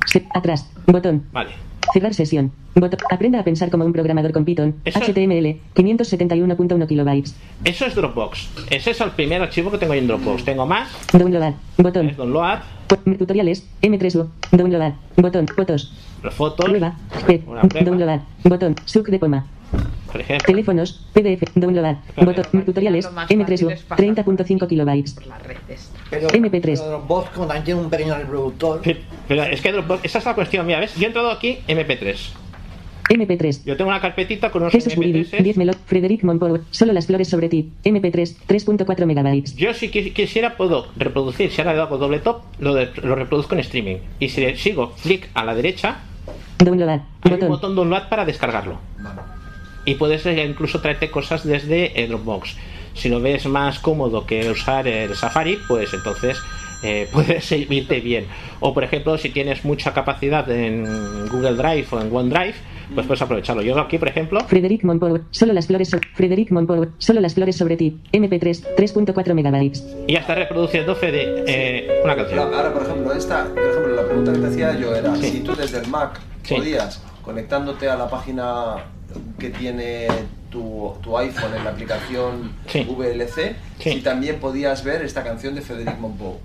Se- atrás. Botón.
Vale.
Cerrar sesión. Botón. Aprenda a pensar como un programador con Python. HTML. 571.1 kilobytes.
Eso es Dropbox. Ese es el primer archivo que tengo ahí en
Mm.
Dropbox. Tengo más,
Download. Botón.
download,
Pu- Tutoriales. M3U. Download. Botón. Fotos.
las fotos,
Prueba. P.
Una prueba.
Download. Botón. Suc de coma.
por ejemplo.
Teléfonos. PDF. Download. Botón. Tutoriales.
Lo más
M3U.
fácil es bajar
30.5 kilobytes.
Pero,
MP3.
pero Dropbox, como también tiene un pequeño reproductor,
Pero es que Dropbox, esa es la cuestión, mira, ¿ves? Yo he entrado aquí MP3.
MP3.
Yo tengo una carpetita con unos
Jesús Willy.
MP3s.
10 Melo. Frederick Monpower. Solo las flores sobre ti. MP3. 3.4 megabytes.
Yo si qui- quisiera puedo reproducir, si ahora le hago doble top, lo, de- lo reproduzco en streaming. Y si le sigo clic a la derecha,
Download.
hay un botón download para descargarlo. Y puedes eh, incluso traerte cosas desde eh, Dropbox. Si lo ves más cómodo que usar el Safari, pues entonces eh, <laughs> puede servirte bien. O por ejemplo, si tienes mucha capacidad en Google Drive o en OneDrive, pues puedes aprovecharlo. Yo aquí, por ejemplo,
Frederick Monpower. Solo las flores. so- Frederick Monpower. Solo las flores sobre ti. MP3. 3.4 megabytes.
ya está reproduciendo Fede eh, una canción.
La- ahora, por ejemplo, esta, por ejemplo, la pregunta que te hacía yo era
Sí.
si tú desde el Mac podías, conectándote a la página que tiene tu, tu iPhone en la aplicación VLC, si también podías ver esta canción de Federic Monpou,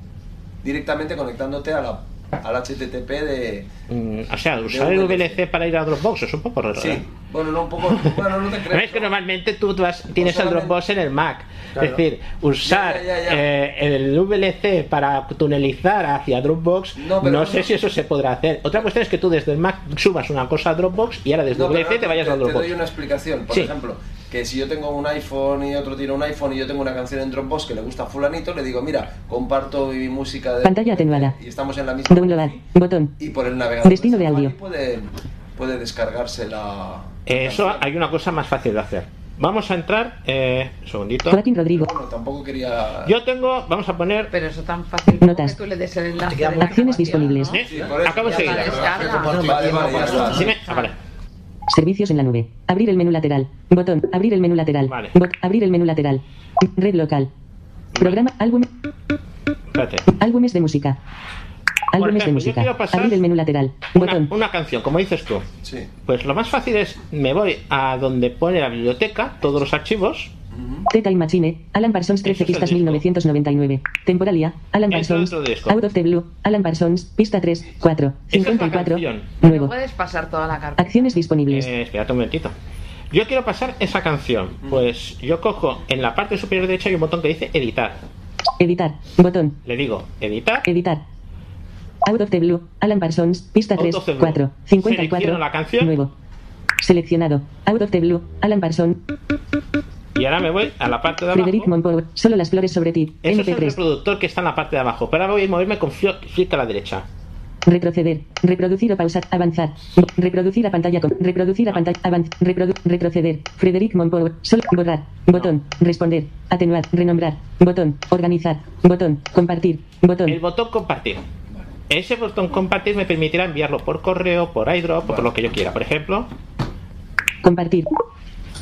directamente conectándote a la al HTTP de...
Mm, o sea, usar el VLC para ir a Dropbox es un poco raro.
Sí.
¿eh?
Bueno, no, un poco... Bueno, no te
Pero es
crees.
que normalmente tú vas- tienes el
solamente-
Dropbox en el Mac.
Claro.
Es decir, usar
Ya, ya, ya, ya.
eh, el VLC para tunelizar hacia Dropbox, no,
pero no-
sé si eso se podrá hacer. Otra cuestión es que tú desde el Mac subas una cosa a Dropbox y ahora desde
No, pero
VLC te
no,
vayas a
Te
Dropbox.
doy una explicación. Por
Sí.
ejemplo, que si yo tengo un iPhone y otro tiene un iPhone y yo tengo una canción en Dropbox que le gusta a fulanito, le digo, mira, comparto mi música de...
Pantalla atenuada.
Y estamos en la misma...
Download. Botón.
Y por el navegador.
Destino de audio.
Puede, puede descargarse la...
Eso hay una cosa más fácil de hacer. Vamos a entrar, eh, un segundito.
Joaquín Rodrigo.
Bueno, tampoco quería...
Yo tengo, vamos a poner.
Pero eso tan fácil
Notas.
tú le des el enlace. de la
Acciones disponibles.
¿Eh? Acabo
Ya la
enseguida.
descarga.
Vale, vale, ya está.
Dime- ah, vale.
Servicios en la nube. Abrir el menú lateral. Botón. Abrir el menú lateral. Bot- abrir el menú lateral. Red local. Programa. Álbum.
Espérate.
Álbumes de música. Álbumes
ejemplo, yo
de
quiero
música.
pasar
Abrir el menú lateral.
Una, una canción, como dices tú. Pues lo más fácil es, me voy a donde pone la biblioteca, todos los archivos,
Teta y Machine. Alan Parsons 13
Eso es el
pistas
disco.
1999. Temporalia. Alan
Eso es
Parsons.
otro disco.
Out of the Blue. Alan Parsons. Pista 3, 4,
Esa es la
54.
canción.
Nuevo.
Puedes pasar toda la carpeta.
Acciones disponibles.
Eh, espérate un momentito. Yo quiero pasar esa canción. Pues yo cojo en la parte superior derecha hay un botón que dice editar.
Editar. Botón.
Le digo editar.
Editar. Out of the Blue. Alan Parsons. Pista
Out
3,
of the Blue.
4, 54.
Selecciono la canción.
Nuevo. Seleccionado. Out of the Blue. Alan Parsons.
Y ahora me voy a la parte de abajo.
Frederick Monpower. Solo las flores sobre ti.
Eso es el
MP3.
reproductor que está en la parte de abajo. Pero ahora voy a moverme con fli- clic a la derecha.
Retroceder, reproducir o pausar, avanzar, reproducir a pantalla con, reproducir a pantalla, avanzar, retroceder, Frederick Monpower, sol, borrar, botón, responder, atenuar, renombrar, botón, organizar, botón, compartir, botón.
El botón compartir. Ese botón compartir me permitirá enviarlo por correo, por iDrop, o por lo que yo quiera. Por ejemplo,
Compartir.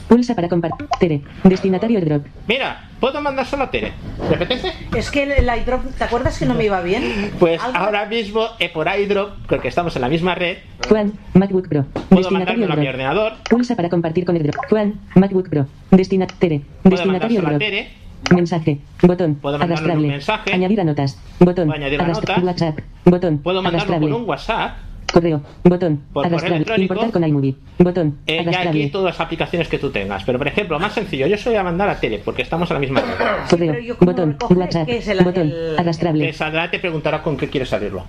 Pulsa para compartir. Tere. Destinatario airdrop.
mira, puedo mandárselo a Tere. ¿Te apetece?
Es que el iDrop, ¿te acuerdas que no me iba bien?
Pues ahora mismo eh, por iDrop, porque estamos en la misma red,
Juan, MacBook Pro.
puedo mandármelo a mi
airdrop.
ordenador,
Pulsa para compartir con airdrop. Juan, MacBook Pro. Destina, Tere. Destinatario
mandárselo a
airdrop.
Tere.
Mensaje. Botón.
mandarle
Arrastrable.
un mensaje.
Añadir a notas. Botón.
Puedo añadir a
Arrastra-
notas.
WhatsApp. Botón.
puedo mandarlo
arrastrable.
por un WhatsApp.
Correo. Botón.
Por correo
arrastrable.
electrónico.
Importar con iMovie. Botón.
Eh, ya aquí
arrastrable.
todas las aplicaciones que tú tengas. Pero por ejemplo, más sencillo, yo soy a mandar a Tere, porque estamos en la misma red.
Correo. Botón. WhatsApp. Botón. Arrastrable. Ah.
Te saldrá, te preguntará con qué quieres abrirlo.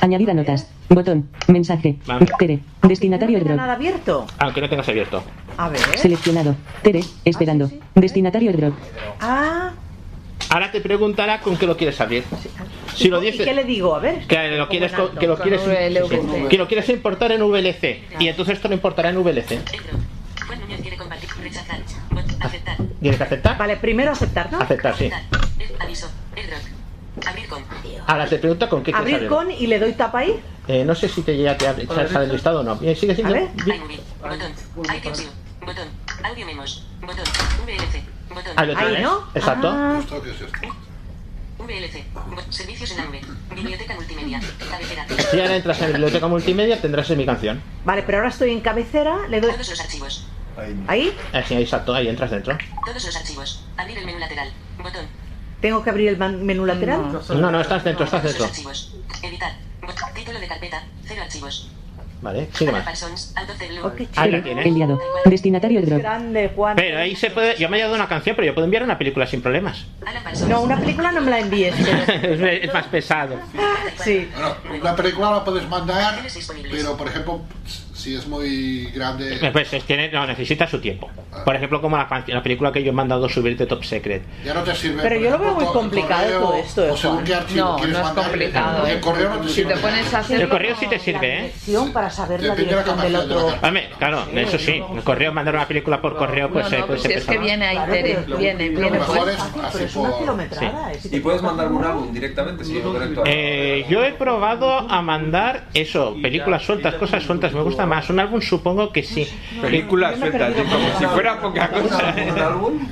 Añadir a notas. Botón. Mensaje.
Vale.
Tere. Destinatario airdrop.
Nada abierto.
Aunque no tengas abierto.
A ver.
Seleccionado. Tere. Esperando. Destinatario airdrop.
Ah,
Ahora te preguntará con qué lo quieres abrir. Si lo
¿y
dices.
qué le digo? A ver.
Que lo, quieres,
Como en alto,
que, lo
con
quieres,
VLC.
sí, sí, que lo quieres importar en VLC y entonces te lo importará en VLC.
Juan Muñoz quiere compartir, rechazar, bot- aceptar,
¿Tienes que aceptar?
Vale, primero aceptar, ¿no?
Aceptar, sí.
Eh, aviso, airdrop, abrir con,
Ahora te pregunta con qué quieres
Abrir
abrirlo.
con y le doy tapa ahí.
Eh, no sé si te llega a te
¿Con la
sale el
derecha?
listado o no. Eh, Sigue siendo.
A ver.
iMovie, botón, iTunes View, botón, audio memos, botón, VLC, botón,
Ahí lo tienes. Exacto.
Ah.
VLC, bot- servicios en la nube, biblioteca multimedia, cabecera,
Si ahora entras en la biblioteca multimedia tendrás mi canción.
Vale, pero ahora estoy en cabecera, le doy.
todos los archivos,
Ahí
Eh, sí, exacto, ahí entras dentro.
todos los archivos, abrir el menú lateral, botón,
tengo que abrir el man- menú lateral.
No, no, estás dentro, estás
todos
dentro.
los archivos, editar, bot- título de carpeta, cero archivos,
Vale, sigue
Ana
más.
Parsons, out of the blue,
Ahí la tienes.
Enviado. Destinatario airdrop.
Oh, Grande, Juan.
Pero ahí se puede. Yo me he dado una canción, pero yo puedo enviar una película sin problemas.
No, una película no me la envíes. pero-
es más pesado.
Sí.
<laughs> Bueno, la película la puedes mandar, pero por ejemplo, si es muy grande,
Pues es que no, necesita su tiempo. Por ejemplo, como la, canción- la película que yo he mandado subir de Top Secret.
ya no te sirve.
Pero
por
yo lo veo
ejemplo,
muy
co-
complicado
correo,
todo esto,
O según
Juan.
qué archivo
No,
quieres
no es
mandar,
complicado. ¿eh?
El correo no te
Si
sirve.
te pones a hacerlo
El correo sí te sirve, ¿eh?
Acción para saber la dirección del otro.
Hombre, claro, eso sí. El correo, mandar una película por correo, pues,
No,
eh,
no,
pues
si es que
empezaba.
viene ahí,
Claro,
Tere,
pero-
viene,
lo
viene.
mejor
pues.
es Ah, pero es una kilometrada. es-
Y puedes mandar un álbum directamente si yo lo conecto a...
Eh, yo he probado a mandar eso, películas sueltas, cosas sueltas, me gusta más. Un álbum supongo que sí.
Películas sueltas, sí, como si fuera poca cosa.
<laughs>
¿Un álbum?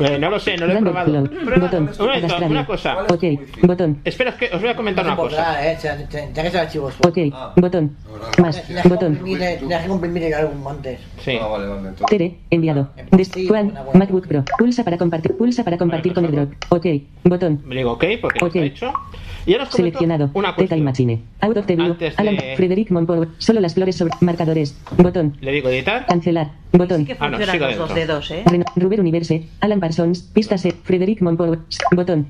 Eh, no lo sé, no lo he
Random
probado.
flow.
Prueba
Botón.
con esto. Un momento,
Arrastrable.
una cosa.
Ok. Botón.
Espera, es que os voy a comentar una
No se podrá,
cosa.
eh, te- te- te hagas el archivo suelto.
Ok. Botón. Más.
Ah. Tienes que Ah,
Botón.
comprimir el- Tienes que comprimir el álbum antes.
Sí.
Tere, enviado. Des Juan, MacBook Pro. Pulsa para compartir. Pulsa para compartir con el drop. Ok. Botón.
Le digo ok porque
Ok.
lo he hecho. Y ahora os comento
Seleccionado.
una
Teta y
cuestión.
Machine. Out of the blue.
Antes
Alan,
de-
Frederick Monpower. Solo las flores sobre marcadores. Botón.
Le digo editar.
Cancelar. Botón.
Ah, no, sigo dentro.
Ren- Ruber Universe. Alan Parsons. Pista C. Frederick Monpower. Botón.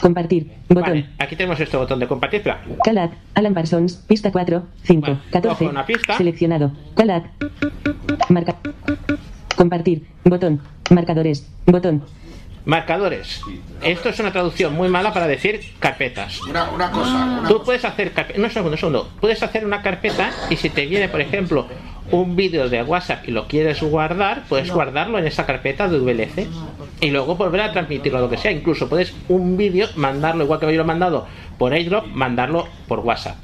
Compartir. Botón.
Aquí tenemos este botón de compartir. espera.
Calat, Alan Parsons, pista 4, 5, 14.
cojo una pista.
Seleccionado. Calat. Marca. Compartir. Botón. Marcadores. Botón.
Marcadores. Esto es una traducción muy mala para decir carpetas.
Una, una cosa. una
Tú puedes hacer carpetas. No, un segundo, un segundo. Puedes hacer una carpeta y si te viene, por ejemplo, un vídeo de WhatsApp y lo quieres guardar, puedes guardarlo en esa carpeta de VLC y luego volver a transmitirlo, lo que sea. Incluso puedes un vídeo mandarlo, igual que yo lo he mandado por airdrop, mandarlo por WhatsApp.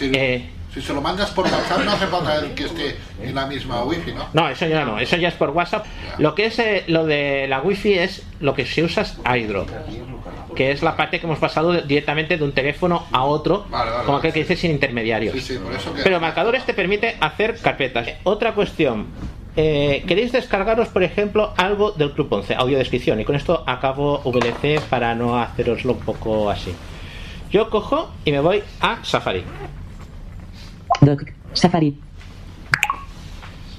Eh,
Si se lo mandas por WhatsApp no hace falta el que esté en la misma wifi, ¿no?
No, eso ya no, eso ya es por WhatsApp. Lo que es eh, lo de la wifi es lo que se usa es iDrop, que es la parte que hemos pasado de- directamente de un teléfono a otro, como aquel que dice sin intermediarios. Pero marcadores te permite hacer carpetas. Otra cuestión. eh, ¿Queréis descargaros, por ejemplo, algo del Club 11, audiodescripción? Y con esto acabo VLC para no haceroslo un poco así. Yo cojo y me voy a Safari.
Doc. Safari.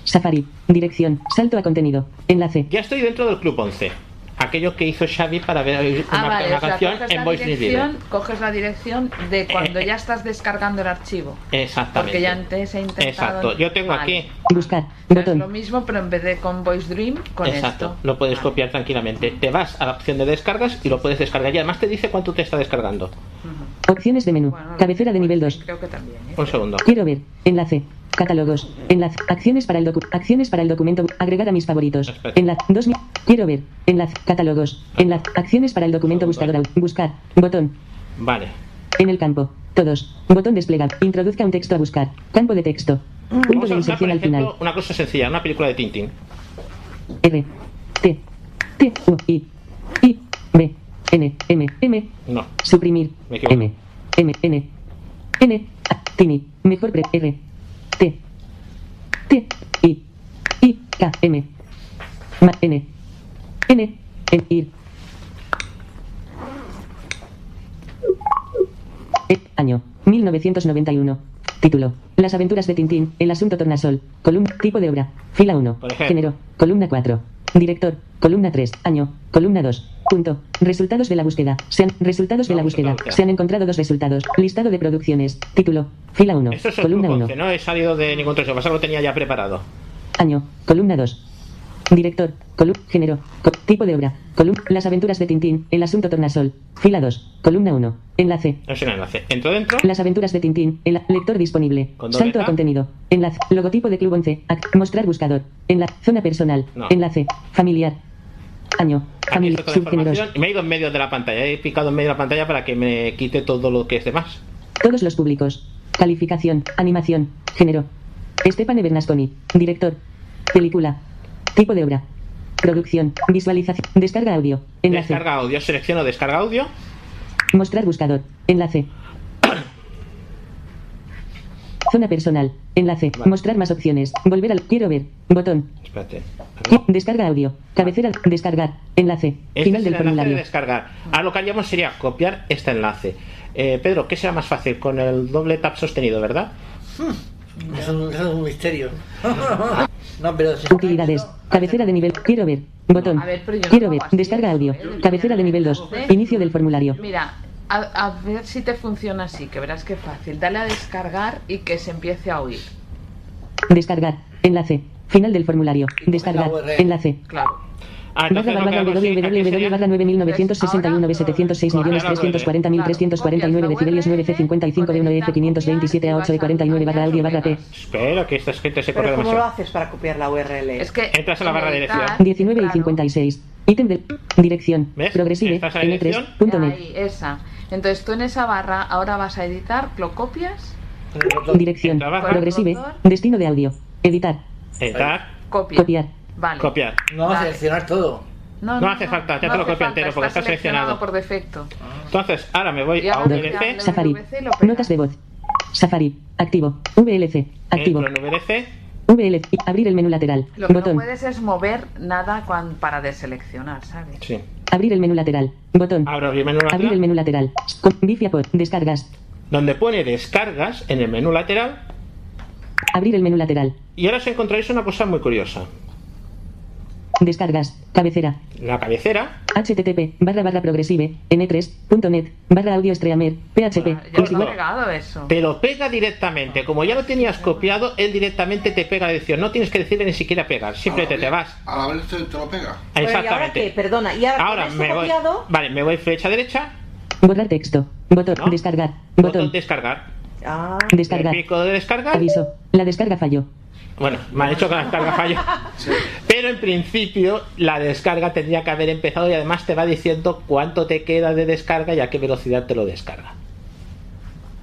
Safari. Dirección. Salto a contenido. Enlace.
Ya estoy dentro del Club 11. Aquello que hizo Xavi para ver
Ah,
una,
vale,
una
o sea,
canción
coges
en
la
Voice Eh, in Video.
dirección, coges la dirección de cuando ya estás descargando el archivo. Porque
Exactamente.
ya antes he intentado.
Exacto. Yo tengo
Vale.
aquí.
Buscar.
Es lo mismo, pero en vez de con Voice Dream, con Ah.
Exacto. Lo puedes copiar tranquilamente. Te vas a la opción de descargas y lo puedes descargar. Y además te dice cuánto te está descargando.
Opciones de menú. Cabecera de nivel 2.
esto. Que también.
Un segundo.
Quiero ver. Enlace. Catálogos. Enlace. Acciones para el docu Acciones para el documento. Agregar a mis favoritos. Enlace. Dos mi- Quiero ver. Enlace. Catálogos. Enlace. Acciones para el documento buscador. au- Buscar. Botón.
Vale.
En el campo. Todos. Botón desplegar. Introduzca un texto a buscar. Campo de texto.
Mm.
Punto
Vamos
de
a buscar, por
inserción al final.
ejemplo, una cosa sencilla, una película de Tintín.
R. T. T. U. I. I. B. N. M. M.
No.
Suprimir.
Me equivoco.
M. M. N. N. A. Tini. Mejor pre. R. T. T. I. I. K. M. Ma. N. N. N. Ir. E- Año. 1991. Título. Las aventuras de Tintín. El asunto tornasol. Columna. Tipo de obra. Fila 1.
Por ejemplo.
Género. Columna 4. Director. Columna 3. Año. Columna 2. Punto. Resultados de la búsqueda. Se han, resultados de la búsqueda. Se han encontrado dos resultados. Listado de producciones. Título. Fila 1.
Esto es el
Columna
Club
1.
11. No he salido de ningún trozo. Pasado lo tenía ya preparado.
Año. Columna 2. Director. Columna. Género. co- tipo de obra. Columna. Las aventuras de Tintín. El asunto tornasol. Fila 2. Columna 1. Enlace.
No es un enlace. Entro dentro.
Las aventuras de Tintín. El lector disponible.
Con doble
Salto
A.
a contenido. Enlace. Logotipo de Club 11. Ac- mostrar buscador. En la zona personal.
No.
Enlace. Familiar. Año.
Aquí
Familiar.
está toda la
Subgéneros.
información. Me he ido en medio de la pantalla. He picado en medio de la pantalla para que me quite todo lo que es de más.
Todos los públicos. Calificación. Animación. Género. Estepan Bernasconi. Director. Película. Tipo de obra. Producción. Visualización. Descarga audio. Enlace.
Descarga audio. Selecciono descarga audio.
Mostrar buscador. Enlace. Zona personal. Enlace. Mostrar más opciones. Volver al. Quiero ver. Botón.
Espérate.
Descarga audio. Cabecera. Descargar. Enlace.
Este
Final del
es el enlace de
formulario.
descargar. Ahora lo que haríamos sería copiar este enlace. Eh, Pedro, ¿qué será más fácil? Con el doble tap sostenido, ¿verdad?
Es un, es un misterio. <laughs> no, pero si-
Utilidades. Cabecera de nivel. Quiero ver. Botón.
A ver, pero yo no
Quiero
lo
ver.
hago así, ¿eh?
Descarga audio. Cabecera de nivel 2. Inicio del formulario.
Mira, a, a ver si te funciona así, que verás que fácil. Dale a descargar y que se empiece a oír.
Descargar. Enlace. Final del formulario. Descargar. Enlace.
Claro.
Ah,
Barra
entonces lo que
barra
hago es
www barra 99619706 millones decibelios 9C 55 de 1F 527 a 8 y 49 barra audio barra P
Espera, que esta gente se corre
Pero ¿cómo lo
demasiado.
haces para copiar la URL? Es
que
Entras a la barra de dirección.
19 y 56 ítem de dirección progresive
¿Estás a la dirección?
n3.net
Ahí, esa. Entonces tú en esa barra ahora vas a editar, lo copias,
dirección
barra.
progresive destino de audio editar
Editar.
copias.
copiar
Vale.
Eh, Copiar.
no, seleccionar todo.
No, hace falta, ya te lo
hace
copio
falta,
entero porque está seleccionado.
por defecto.
Entonces, ahora me voy
Ya
a eh,
lo
VLC.
que habla
Safari.
VLC lo
Notas de voz. Safari. Activo. VLC. Activo.
Entro en VLC.
VLC. Abrir el menú lateral.
Lo que no
Botón.
puedes es mover nada cuan- para deseleccionar, ¿sabes?
Sí.
Abrir el menú lateral. Botón.
el menú lateral.
Abrir el menú lateral. Con- Bifi Apple. Descargas.
Donde pone descargas en el menú lateral.
Abrir el menú lateral.
Y ahora os encontráis una cosa muy curiosa.
Descargas. Cabecera.
La cabecera.
http barra barra progresive n3.net barra audio streamer php
Ya os lo
No.
he pegado eso.
Te lo pega directamente. Como ya lo tenías copiado, él directamente te pega la edición. No tienes que decirle ni siquiera pegar. Simplemente te vas.
A la vez te, te lo pega.
Exactamente.
qué? Perdona, ¿y ahora con esto
me voy.
copiado?
Vale, me voy flecha derecha.
borrar texto botón descargar
Botón descargar.
Ah.
descargar
pico de descargar
aviso la descarga falló
Bueno, me han hecho que la descarga fallo. Pero en principio la descarga tendría que haber empezado y además te va diciendo cuánto te queda de descarga y a qué velocidad te lo descarga.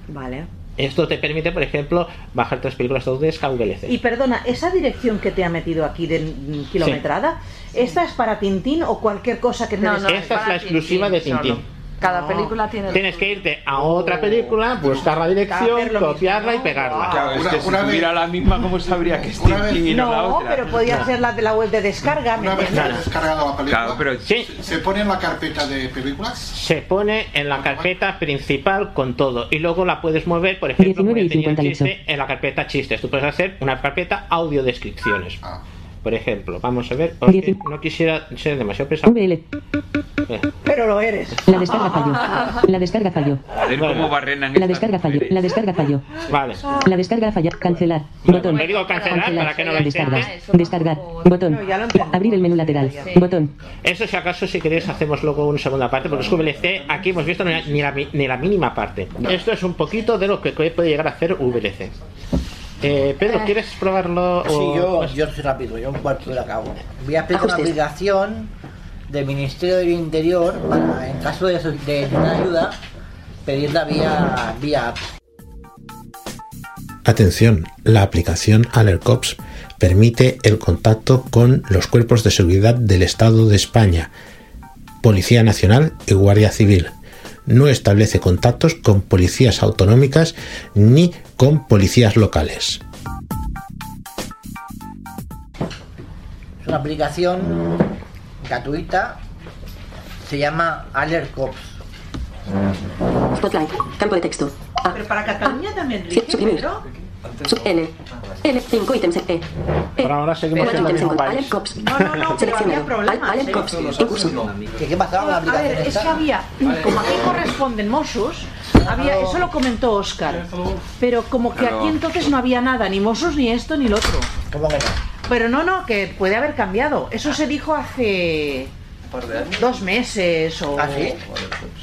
Vale.
Esto te permite, por ejemplo, bajar tres películas dobles a VLC.
Y perdona, esa dirección que te ha metido aquí de mm, kilometrada, ¿esta es para Tintín o cualquier cosa que te
No, no,
descargue?
es Esta es para la Tintín
exclusiva de Tintín.
Cada
Ah.
película tiene.
Tienes que irte a otra película, buscar la dirección, copiarla y pegarla.
Claro, es que si tuviera la misma, ¿cómo sabría que es Tintín y no, la
No,
otra?
pero podía ser la de la web de descarga. ¿me
Una vez que has
entiendes?
descargado la película,
Claro, pero
se- se pone en la carpeta de películas.
Se pone en la carpeta principal con todo y luego la puedes mover, por ejemplo,
19 y
como tenía el
58.
chiste, en la carpeta chistes. Tú puedes hacer una carpeta audio descripciones.
Ah.
Por ejemplo, vamos a ver, porque no quisiera ser demasiado pesado. Eh,
Pero lo eres.
la descarga falló la descarga falló
A ver cómo barrenan
la
estas
descarga falló
mujeres.
la descarga falló
Vale.
la descarga falló cancelar botón
Le digo cancelar para que no lo
descargar
intente.
descargar botón abrir el menú lateral botón
Eso si acaso si queréis hacemos luego una segunda parte, porque es que VLC aquí hemos visto ni la, ni la mi- ni la mínima parte. Esto es un poquito de lo que puede llegar a hacer VLC. Eh, Pedro, ¿quieres probarlo?
Ah. Sí,
o-
yo, yo soy rápido, yo un cuarto de la acabo. Voy a
Ah,
explicar
Ajustes.
una aplicación del Ministerio del Interior para, en caso de, su- de una ayuda, pedirla vía, vía app.
Atención, la aplicación AlertCops permite el contacto con los cuerpos de seguridad del Estado de España, Policía Nacional y Guardia Civil. No establece contactos con policías autonómicas ni con policías locales.
Es una aplicación gratuita, se llama AlertCops.
Spotlight. Campo de texto. Eh,
Pero para Cataluña también
Sí,
rige,
suprimir.
pero...
Sub N. L5 ítems E.
Por ahora seguimos
Cuatro
en la
ítems en
misma
Word.
país.
Alert Cops.
había
Seleccionado.
problemas,
Alert
¿eh?
Cops. En curso.
¿Qué, qué pasaba con la
A
aplicación
ver, es
esta?
que había, como aquí corresponden Mossos, había, eso lo comentó Oscar, pero como que
Claro.
aquí entonces no había nada, ni Mossos, ni esto, ni lo otro.
¿Cómo que no?
Pero no, no, que puede haber cambiado. Eso se dijo hace dos meses o...
¿Ah, sí?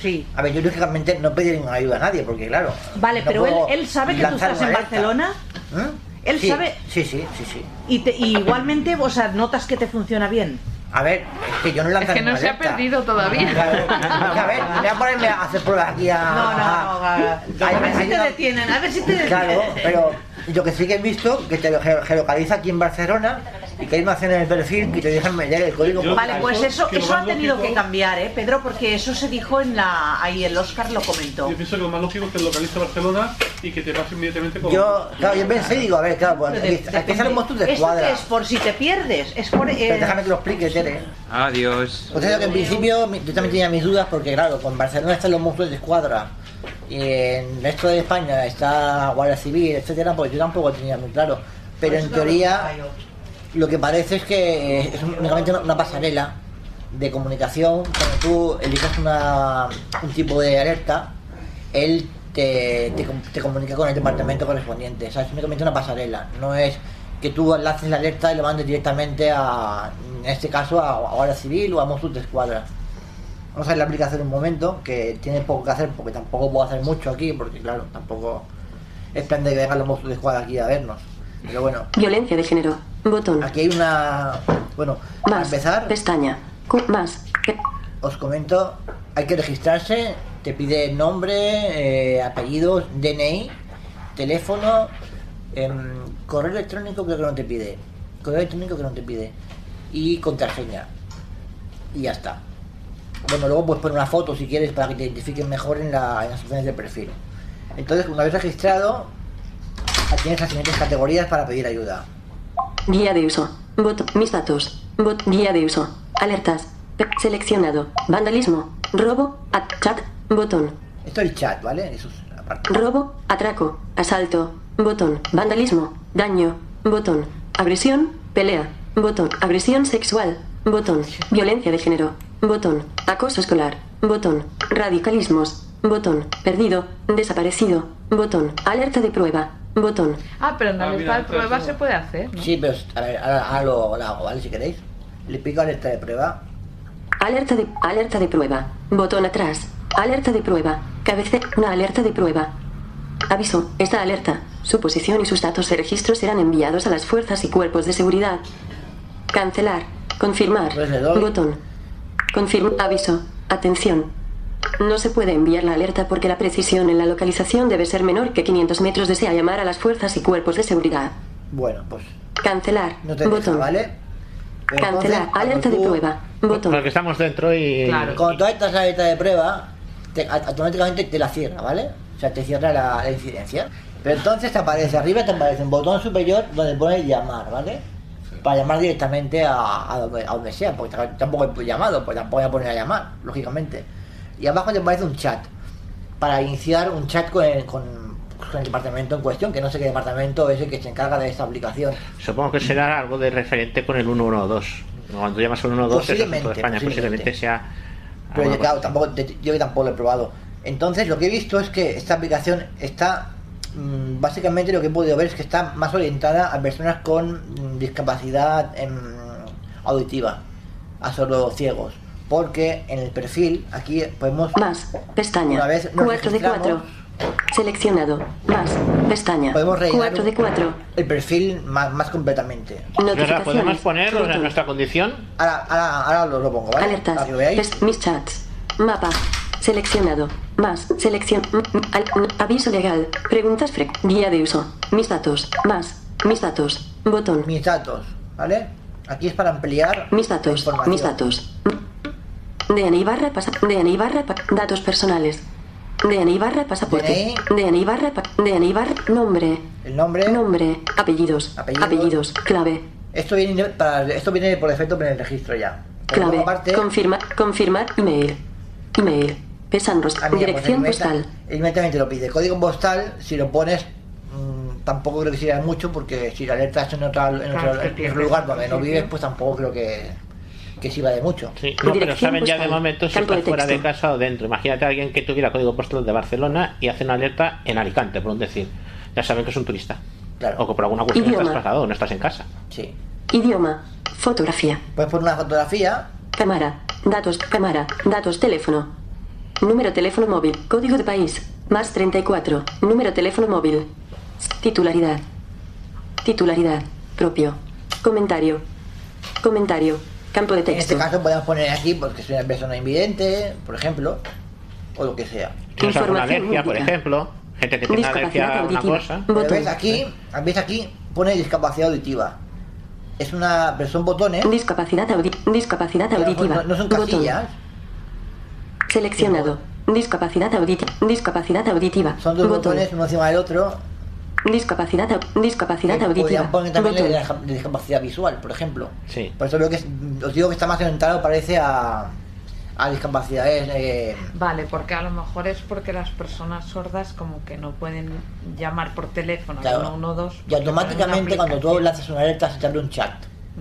Sí.
A ver, yo lógicamente no pediré ninguna ayuda a nadie, porque claro...
Vale,
no
pero él,
puedo
él sabe que tú
lanzar
estás en
una esta.
Barcelona. Él
¿eh? Sí,
sabe...
Sí, sí, sí, sí.
Y, te- y igualmente, o sea, notas que te funciona bien.
A ver, es que yo no lanzo
Es que no
ninguna
se ha
alerta. Ah,
perdido todavía.
Claro, es que a ver,
<laughs>
voy a ponerme a hacer pruebas aquí a...
No, no, no, a- a ver si te detienen, a ver si te
Claro,
detienen.
pero yo que sí que he visto que te lo ge- geolocaliza aquí en Barcelona y que hay una zona en el perfil que te dejan meter el código.
Vale,
postal.
pues eso, eso ha tenido que cambiar, ¿eh, Pedro? Porque eso se dijo en la... Ahí el Oscar lo comentó.
Yo pienso que lo más lógico es que localice Barcelona y que te pase inmediatamente con.
Yo, claro, yo pensé y digo, a ver, claro, pues
Pero
aquí,
de-
aquí
depende.
salimos tú de
¿Esto
escuadra.
qué es? Por si te pierdes. Es por... eh,
Pero déjame que lo explique, Tere.
Adiós.
O sea, que en principio mi- yo también tenía mis dudas porque, claro, con Barcelona están los monstruos de escuadra y en el resto de España está Guardia Civil, etcétera, pues yo tampoco tenía muy claro. Pero en teoría, lo que parece es que eh, es únicamente una- una pasarela de comunicación. Cuando tú eliges una- un tipo de alerta, él te, te com- te comunica con el departamento correspondiente. O sea, es únicamente una pasarela. No es que tú lances la alerta y lo mandes directamente a, en este caso, a, a Guardia Civil o a Mossos de Escuadra. Vamos a ver la aplicación un momento, que tiene poco que hacer porque tampoco puedo hacer mucho aquí, porque claro, tampoco es plan de que vengan los Mossos de Escuadra aquí a vernos. Pero bueno.
Violencia de género. Botón.
Aquí hay una. Bueno, para empezar.
Pestaña. Cu- Más.
Os comento, hay que registrarse, te pide nombre, eh, apellidos, DNI, teléfono, em, correo electrónico creo que no te pide. Correo electrónico que no te pide. Y contraseña. y ya está. Bueno, luego puedes poner una foto si quieres para que te identifiquen mejor en, la- en las opciones de perfil. Entonces, una vez registrado, tienes las siguientes categorías para pedir ayuda.
Guía de uso. Bot. Mis datos. Bot. Guía de uso. Alertas. Pe- Seleccionado. Vandalismo. Robo. A- chat. Botón.
Esto es el chat, ¿vale? Eso es
Robo. Atraco. Asalto. Botón. Vandalismo. Daño. Botón. Agresión. Pelea. Botón. Agresión sexual. Botón. Violencia de género. Botón. Acoso escolar. Botón. Radicalismos. Botón. Perdido. Desaparecido. Botón. Alerta de prueba. Botón.
Ah, pero en la
Ah,
lista
mira,
de prueba
entonces-
se puede hacer.
Sí, pero a ver, ahora, ahora lo, lo hago, ¿vale? Si queréis. Le pico alerta de prueba.
Alerta de, alerta de prueba. Botón atrás. Alerta de prueba. Cabece. Una alerta de prueba. Aviso. Esta alerta. Su posición y sus datos de registro serán enviados a las fuerzas y cuerpos de seguridad. Cancelar. Confirmar.
Pues
Botón. Confirm. Aviso. Atención. No se puede enviar la alerta porque la precisión en la localización debe ser menor que 500 metros. Desea llamar a las fuerzas y cuerpos de seguridad.
Bueno, pues
Cancelar.
no te deja,
Botón.
¿vale? Pero
Cancelar.
entonces,
Alerta de
cuando tú-
prueba. Botón.
Porque estamos dentro y.
eh, Cuando tú estás la alerta de prueba, te- a- automáticamente te la cierra, ¿vale? O sea, te cierra la, la incidencia. Pero entonces te aparece arriba, te aparece un botón superior donde pone llamar, ¿vale? Para llamar directamente a, a donde, a donde sea, porque tam- tampoco he llamado, pues tampoco voy a poner a llamar, lógicamente. Y abajo te aparece un chat, para iniciar un chat con el, con, con el departamento en cuestión, que no sé qué departamento es el que se encarga de esta aplicación.
Supongo que será algo de referente con el 112. Cuando llamas al 112 es asunto
Posiblemente,
de España,
posiblemente.
posiblemente sea.
Pero
alguna
yo, claro, tampoco, te- yo tampoco lo he probado. Entonces, lo que he visto es que esta aplicación está. mm, Básicamente, lo que he podido ver es que está más orientada a personas con mm, discapacidad em, auditiva, a solo ciegos. Porque en el perfil, aquí podemos.
Más, pestaña.
Una vez nos
4 de
registramos,
4. Seleccionado. Más. Pestaña.
Podemos rellenar
4 de 4.
el perfil más, más completamente.
Es verdad, podemos ponerlo en nuestra condición.
Ahora, ahora, ahora lo, lo pongo, ¿vale?
Alertas.
Para que veáis.
Pes- mis chats. Mapa. Seleccionado. Más. Selección. m- m- al- m- aviso legal. Preguntas frec. Guía de uso. Mis datos. Más. Mis datos. Botón.
Mis datos. ¿Vale? Aquí es para ampliar.
Mis datos.
información.
Mis datos. DNI barra pasa. DNI barra pa- datos personales. DNI barra pasaporte. DNI barra pa- DNI barra nombre.
El nombre.
Nombre. Apellidos.
Apellidos.
Apellidos. Clave.
Esto viene, para, esto viene por defecto en el registro ya. Pero
Clave.
luego aparte-
Confirma, confirmar email. Email. Pesanros.
Ah, mira, pues
Dirección
inmediata-
postal.
Inmediatamente lo pide. Código postal, si lo pones, mm, tampoco creo que sirva mucho porque si la alerta es en, otra, en
Claro,
otro,
es que
en otro
pierdes
lugar donde no
sitio.
vives, pues tampoco creo que, que sirva de mucho.
No, pero saben ya de momento si
Campo
está
de
fuera de
texto.
casa o dentro. Imagínate a alguien que tuviera código postal de Barcelona y hace una alerta en Alicante, por un decir. Ya saben que es un turista. O que por alguna cuestión
Idioma.
estás trasladado, no estás en casa.
Sí.
Idioma. Fotografía.
Puedes poner Pues una fotografía.
Cámara. Datos. Cámara. Datos. Teléfono. Número teléfono móvil. Código de país. Más 34. Número teléfono móvil. Titularidad. Titularidad. Propio. Comentario. Comentario. Campo de
En este
texto.
caso podemos poner aquí porque soy una persona invidente, por ejemplo, o lo que sea.
Tienes alguna alergia, por ejemplo. Gente que tiene alergia a una cosa.
Pero ¿Ves aquí? ¿Ves aquí? Pone discapacidad auditiva. Es una, pero son botones.
Discapacidad, audi- discapacidad
Pero
auditiva.
No, no son
Botón.
casillas.
Seleccionado. Discapacidad auditiva. Discapacidad auditiva.
Son dos
Botón.
botones uno encima del otro.
Discapacidad, au- discapacidad auditiva.
Podrían poner también la
Botón.
de la de discapacidad visual, por ejemplo.
Sí.
Por eso veo que es- os digo que está más orientado, parece a, a discapacidades. eh,
Vale, porque a lo mejor es porque las personas sordas como que no pueden llamar por teléfono al
Claro.
112.
y automáticamente, cuando tú pues lanzas una alerta, se te abre un chat,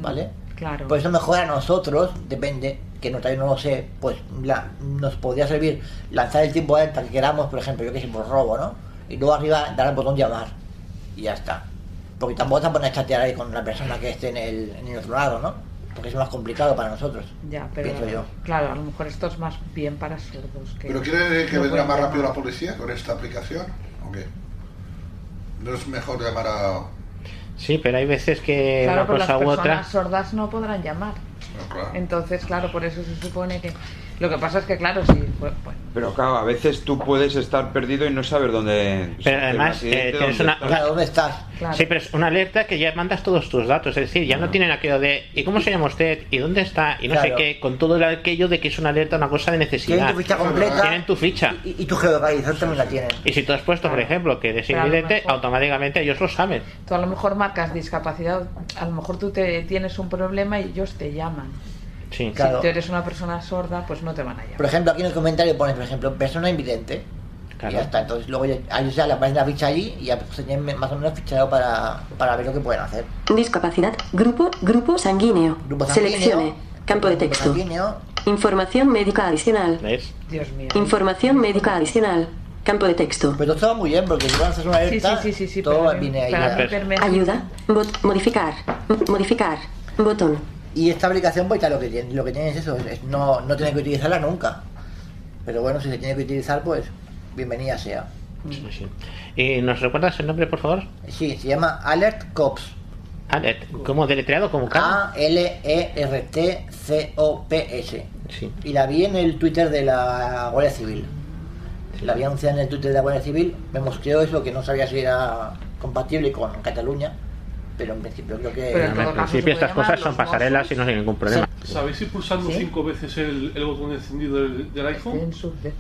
¿vale?
Claro.
Por eso mejor a nosotros, depende, que no, todavía no lo sé, pues la- nos podría servir lanzar el tiempo de alerta que queramos, por ejemplo, yo que sé, por robo, ¿no? Y luego arriba dar al botón llamar y ya está. Porque tampoco te pones a chatear ahí con la persona que esté en el, en el otro lado, ¿no? Porque es más complicado para nosotros.
Ya, pero
Pienso yo.
claro, a lo mejor esto es más bien para sordos. Que
¿Pero quiere decir que
no
vendrá más
pueden llamar.
rápido la policía con esta aplicación? ¿O qué? ¿No es mejor llamar a...
Sí, pero hay veces que
Claro,
una
pues las
cosa u
personas
otra.
sordas no podrán llamar.
Ah, claro.
Entonces, claro, por eso se supone que Lo que pasa es que, claro, pues, sí. bueno,
Pero claro, a veces tú puedes estar perdido y no saber dónde.
Pero además, eh, tienes una.
estás?
Sí, pero es una alerta que ya mandas todos tus datos. Es decir, ya no tienen aquello de. ¿Y cómo se llama usted? ¿Y dónde está? Y no sé
Claro.
qué. Con todo el aquello de que es una alerta, una cosa de necesidad.
Tienen tu ficha completa.
Tienen tu ficha.
Y, y tu geolocalización también la tienen.
Y si tú has puesto, por ejemplo, que
Pero a lo
desinvidente, automáticamente ellos lo saben.
Tú a lo mejor marcas discapacidad, a lo mejor tú te tienes un problema y ellos te llaman.
Sí.
Claro.
Si tú eres una persona sorda, pues no te van a llamar.
Por ejemplo, aquí en el comentario pones, por ejemplo, persona invidente. Y ya está. Entonces luego ya, ahí ya le aparece la ficha allí y ya se tienen más o menos fichado para, para ver lo que pueden hacer.
Discapacidad. Grupo. Grupo sanguíneo.
Grupo sanguíneo.
Seleccione. Campo de texto. Información médica adicional.
Dios mío.
Información médica adicional. Campo de texto.
Pero todo muy bien porque si lanzas una alerta, todo viene ahí. ya.
Ayuda. Bot- modificar. M- Modificar. Botón.
Y esta aplicación, pues ya lo que tiene, lo que tiene es eso, es- es no, no tiene que utilizarla nunca. Pero bueno, si se tiene que utilizar, pues bienvenida sea.
Sí, sí. ¿Y nos recuerdas el nombre, por favor?
Sí, se llama Alert Cops. Ah.
Alert, ¿cómo deletreado? ¿Cómo cada?
E A-L-E-R-T-C-O-P-S.
Sí.
Y la vi en el Twitter de la Guardia Civil. La vi anunciada en el Twitter de la Guardia Civil. Me mosqueó eso, que no sabía si era compatible con Cataluña. Pero en principio creo que...
En principio estas cosas son pasarelas y no hay ningún problema.
¿Sabéis si pulsando
¿Sí?
cinco veces el, el botón de encendido del, del iPhone?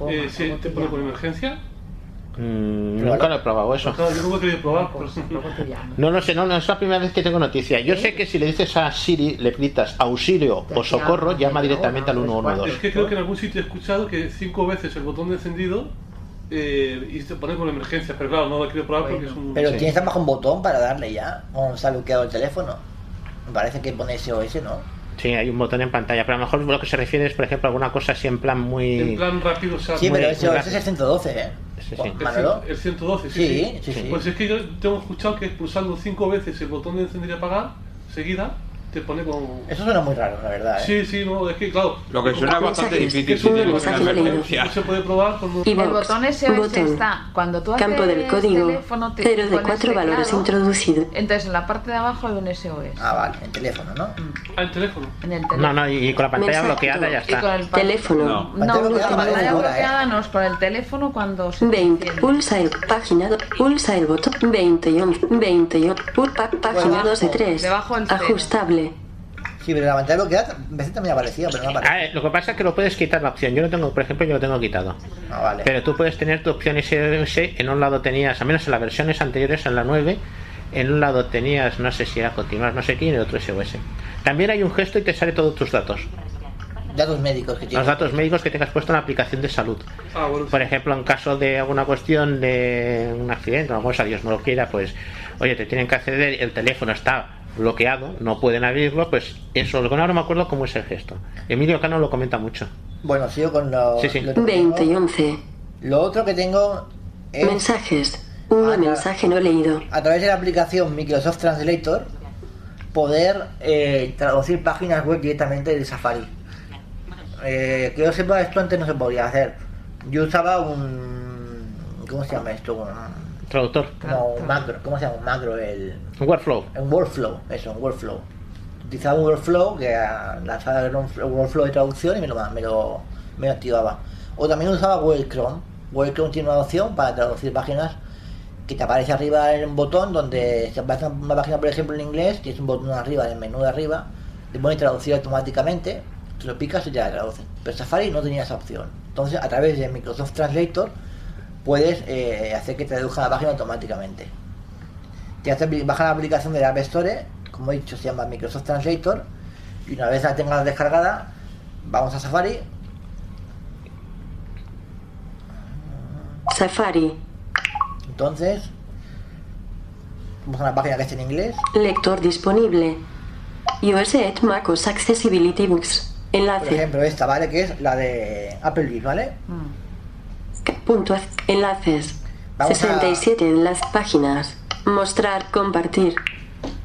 eh, ¿se- ¿Te pone con emergencia?
Mm, nunca lo he probado eso.
No, yo nunca he querido probar, pero
No lo sé, no, no es la primera vez que tengo noticia.
¿Eh?
Yo sé que si le dices a Siri, le gritas auxilio o socorro, llama directamente al
Es
112.
que creo que en algún sitio he escuchado que cinco veces el botón de encendido eh, y te pone con emergencia, pero claro, no lo he querido probar porque es un...
Pero tienes abajo un botón para darle ya. O está bloqueado el teléfono. Me parece que pone SOS, ¿no?
Sí, hay un botón en pantalla, pero a lo mejor lo que se refiere es, por ejemplo, alguna cosa así en plan
En
muy...
plan rápido, o sea,
Sí,
muy-
pero
muy
ese, ese
rápido.
es el 112, ¿eh?
Sí,
Juan
sí.
Manolo.
El 112, sí.
Sí, sí, sí.
Pues es que yo tengo escuchado que pulsando cinco veces el botón de encender y apagar, seguida, te pone con...
Eso suena muy raro, la verdad, ¿eh?
Sí, sí, no, es que claro.
Lo que suena bastante
Mensajes.
difícil si
Eso de
tienes una
mensajes leídos.
emergencia.
No se puede probar con un-
Y
el
Vox.
botón SOS
Botón.
está cuando tú
Campo
haces
del código.
teléfono, te
0 de
pones
4
teclado,
valores introducido.
Entonces en la parte de abajo hay un SOS.
Ah, vale, el teléfono, ¿no?
Ah, el teléfono.
Mm, En el
No,
teléfono.
no, y con la pantalla
Mensaje.
bloqueada ya
Y con el
está.
pan- No, no, con la pantalla
¿eh?
ahora,
bloqueada no, es con el teléfono cuando se
20. Pulsa el página. do- Pulsa el botón. 21. 21. Pul- pa- página
Debajo,
2 de 3.
debajo del cero.
Ajustable.
Sí, pero la pantalla bloqueada a veces también aparecía, pero no aparecía.
Ah, eh, lo que pasa es que lo puedes quitar la opción. Yo lo tengo, por ejemplo, yo lo tengo quitado.
vale.
Pero tú puedes tener tu opción SOS. En un lado tenías, al menos en las versiones anteriores, en la 9, en un lado tenías, no sé si era continuar, no sé qué, y en el otro SOS. También hay un gesto y te sale todos tus datos.
Datos médicos que
Los
tiene.
datos médicos que tengas puesto en la aplicación de salud.
Ah, bueno,
Por ejemplo, en caso de alguna cuestión de un accidente, una cosa, Dios no lo quiera, pues, oye, te tienen que acceder, el teléfono está bloqueado, no pueden abrirlo, pues eso, lo que no ahora me acuerdo cómo es el gesto. Emilio Cano lo comenta mucho.
Bueno, sigo con lo...
Sí, sí.
lo-
20 y 11.
Lo otro que tengo es...
Mensajes. Uno mensaje no leído.
A través de la aplicación Microsoft Translator, poder eh, traducir páginas web directamente del Safari. Eh, que yo sepa, esto antes no se podía hacer. Yo usaba un... ¿Cómo se llama esto? Un-
Traductor.
como un macro. ¿Cómo se llama? Un macro, el...
Workflow.
Un workflow, eso, un workflow. Utilizaba un workflow que ah, lanzaba el workflow- el workflow de traducción y me lo, me lo, me lo activaba. O también usaba Google Chrome. Google Chrome tiene una opción para traducir páginas que te aparece arriba en un botón donde se aparece una página, por ejemplo, en inglés, tienes un botón arriba, en el menú de arriba, te pone traducir automáticamente, tú lo picas y te la traduce. Pero Safari no tenía esa opción. Entonces, a través de Microsoft Translator, puedes eh, hacer que traduzca la página automáticamente. Te hace apli- bajar la aplicación de la App Store, como he dicho, se llama Microsoft Translator, y una vez la tengas descargada, vamos a Safari,
Safari.
entonces, vamos a una página que está en inglés,
Lector disponible. US et MacOS Accessibility Books.
por
Enlace.
ejemplo esta, ¿vale? Que es la de Applebee's, ¿vale?
Punto. haz- Enlaces.
Vamos a-
67 enlaces. Páginas. Mostrar. Compartir.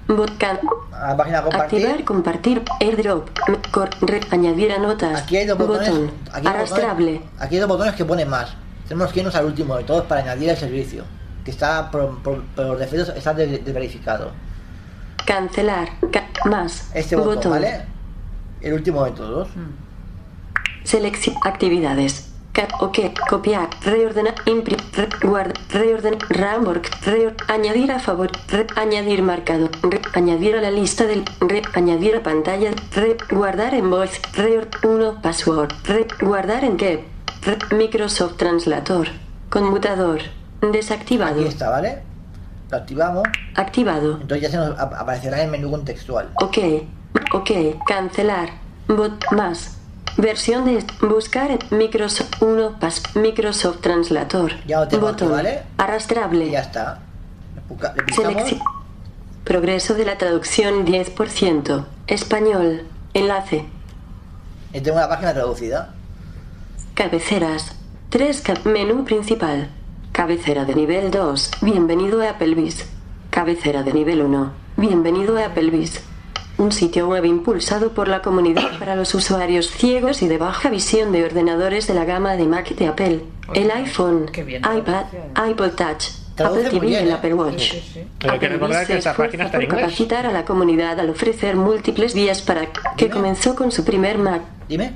Botcan.
A la página compartir.
Activar, compartir, airdrop, m- cor- re- añadir a notas,
Aquí hay dos botones.
botón,
aquí hay dos
arrastrable,
botones- aquí hay dos botones que ponen más. Tenemos que irnos al último de todos para añadir el servicio. Que está por, por, por defecto está de- de verificado.
cancelar, ca- más,
Este botón,
botón,
¿vale? El último de todos.
Selección. Actividades. Cat. OK. Copiar. Reordenar. Imprimir. Guardar. Reordenar. Ramwork. Reor- añadir a favor. Re- añadir marcado. Re- añadir a la lista del. Re- añadir a pantalla. Re- guardar en voz. Reor. 1. Password. Re- guardar en qué. Re- Microsoft Translator. Conmutador. Desactivado.
Aquí está, ¿vale? Lo activamos.
Activado.
Entonces ya se nos ap- aparecerá el menú contextual.
Ok, ok, cancelar. Bot más. Versión de buscar en Microsoft 1 pas Microsoft Translator.
Ya lo tengo aquí,
Botón.
¿vale?
Arrastrable.
Ya está. Le picamos.
Selección. Progreso de la traducción 10%. Español. Enlace.
Y eh, tengo una página traducida.
Cabeceras. 3. menú principal. Cabecera de nivel 2. Bienvenido a Applebee's. Cabecera de nivel 1. Bienvenido a Applebee's. Un sitio web impulsado por la comunidad para los usuarios ciegos y de baja visión de ordenadores de la gama de Mac de Apple. El iPhone, iPad, iPod Touch,
Traduce
Apple
muy
TV y
bien,
el
¿eh?
Apple Watch.
Pero hay que
Apple
recordar
Biz
que
se
esta
esfuerza
página está en
por
inglés.
capacitar a la comunidad al ofrecer múltiples vías para que comenzó con su primer Mac.
Dime.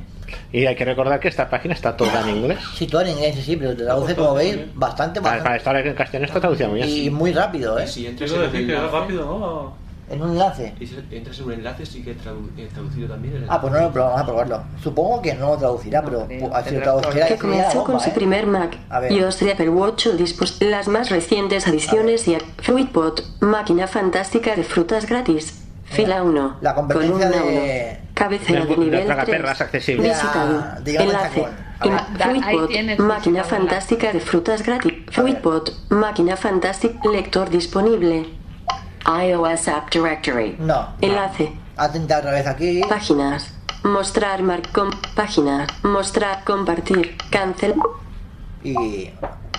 Y hay que recordar que esta página está toda en inglés.
Sí, toda en inglés, sí, pero traduce, como veis, bastante
Para, para estar en castellano está traducida muy bien.
Y muy rápido, ¿eh?
Quiero decir que rápido, ¿no?
En un enlace.
Y si entras en un enlace, sí que tradu- eh, traducido también. el-
Ah, pues no lo probamos, vamos a probarlo. Supongo que no lo traducirá, pero pu- ah, si lo traducirá
que
sería la
comenzó con
bomba,
su
¿eh?
primer Mac
A ver.
y los de Apple Watch o dispos- las más recientes adiciones y a- Fruitpot, máquina fantástica de frutas gratis. Fila 1.
La competencia
columna
de-
1. Cabecera
Del-
de
del
nivel
tragaperras
3.
accesible.
Visitado.
Ah, digamos
Enlace.
sacón.
En
Da- ahí
Fruitpot,
tienes
máquina
visitado enlace.
fantástica de frutas gratis. Fruitpot, máquina fantástica, lector disponible. iOS App Directory.
No.
Enlace.
Atenta otra vez aquí.
Páginas. Mostrar mar com- página. Mostrar compartir. Cancel.
Y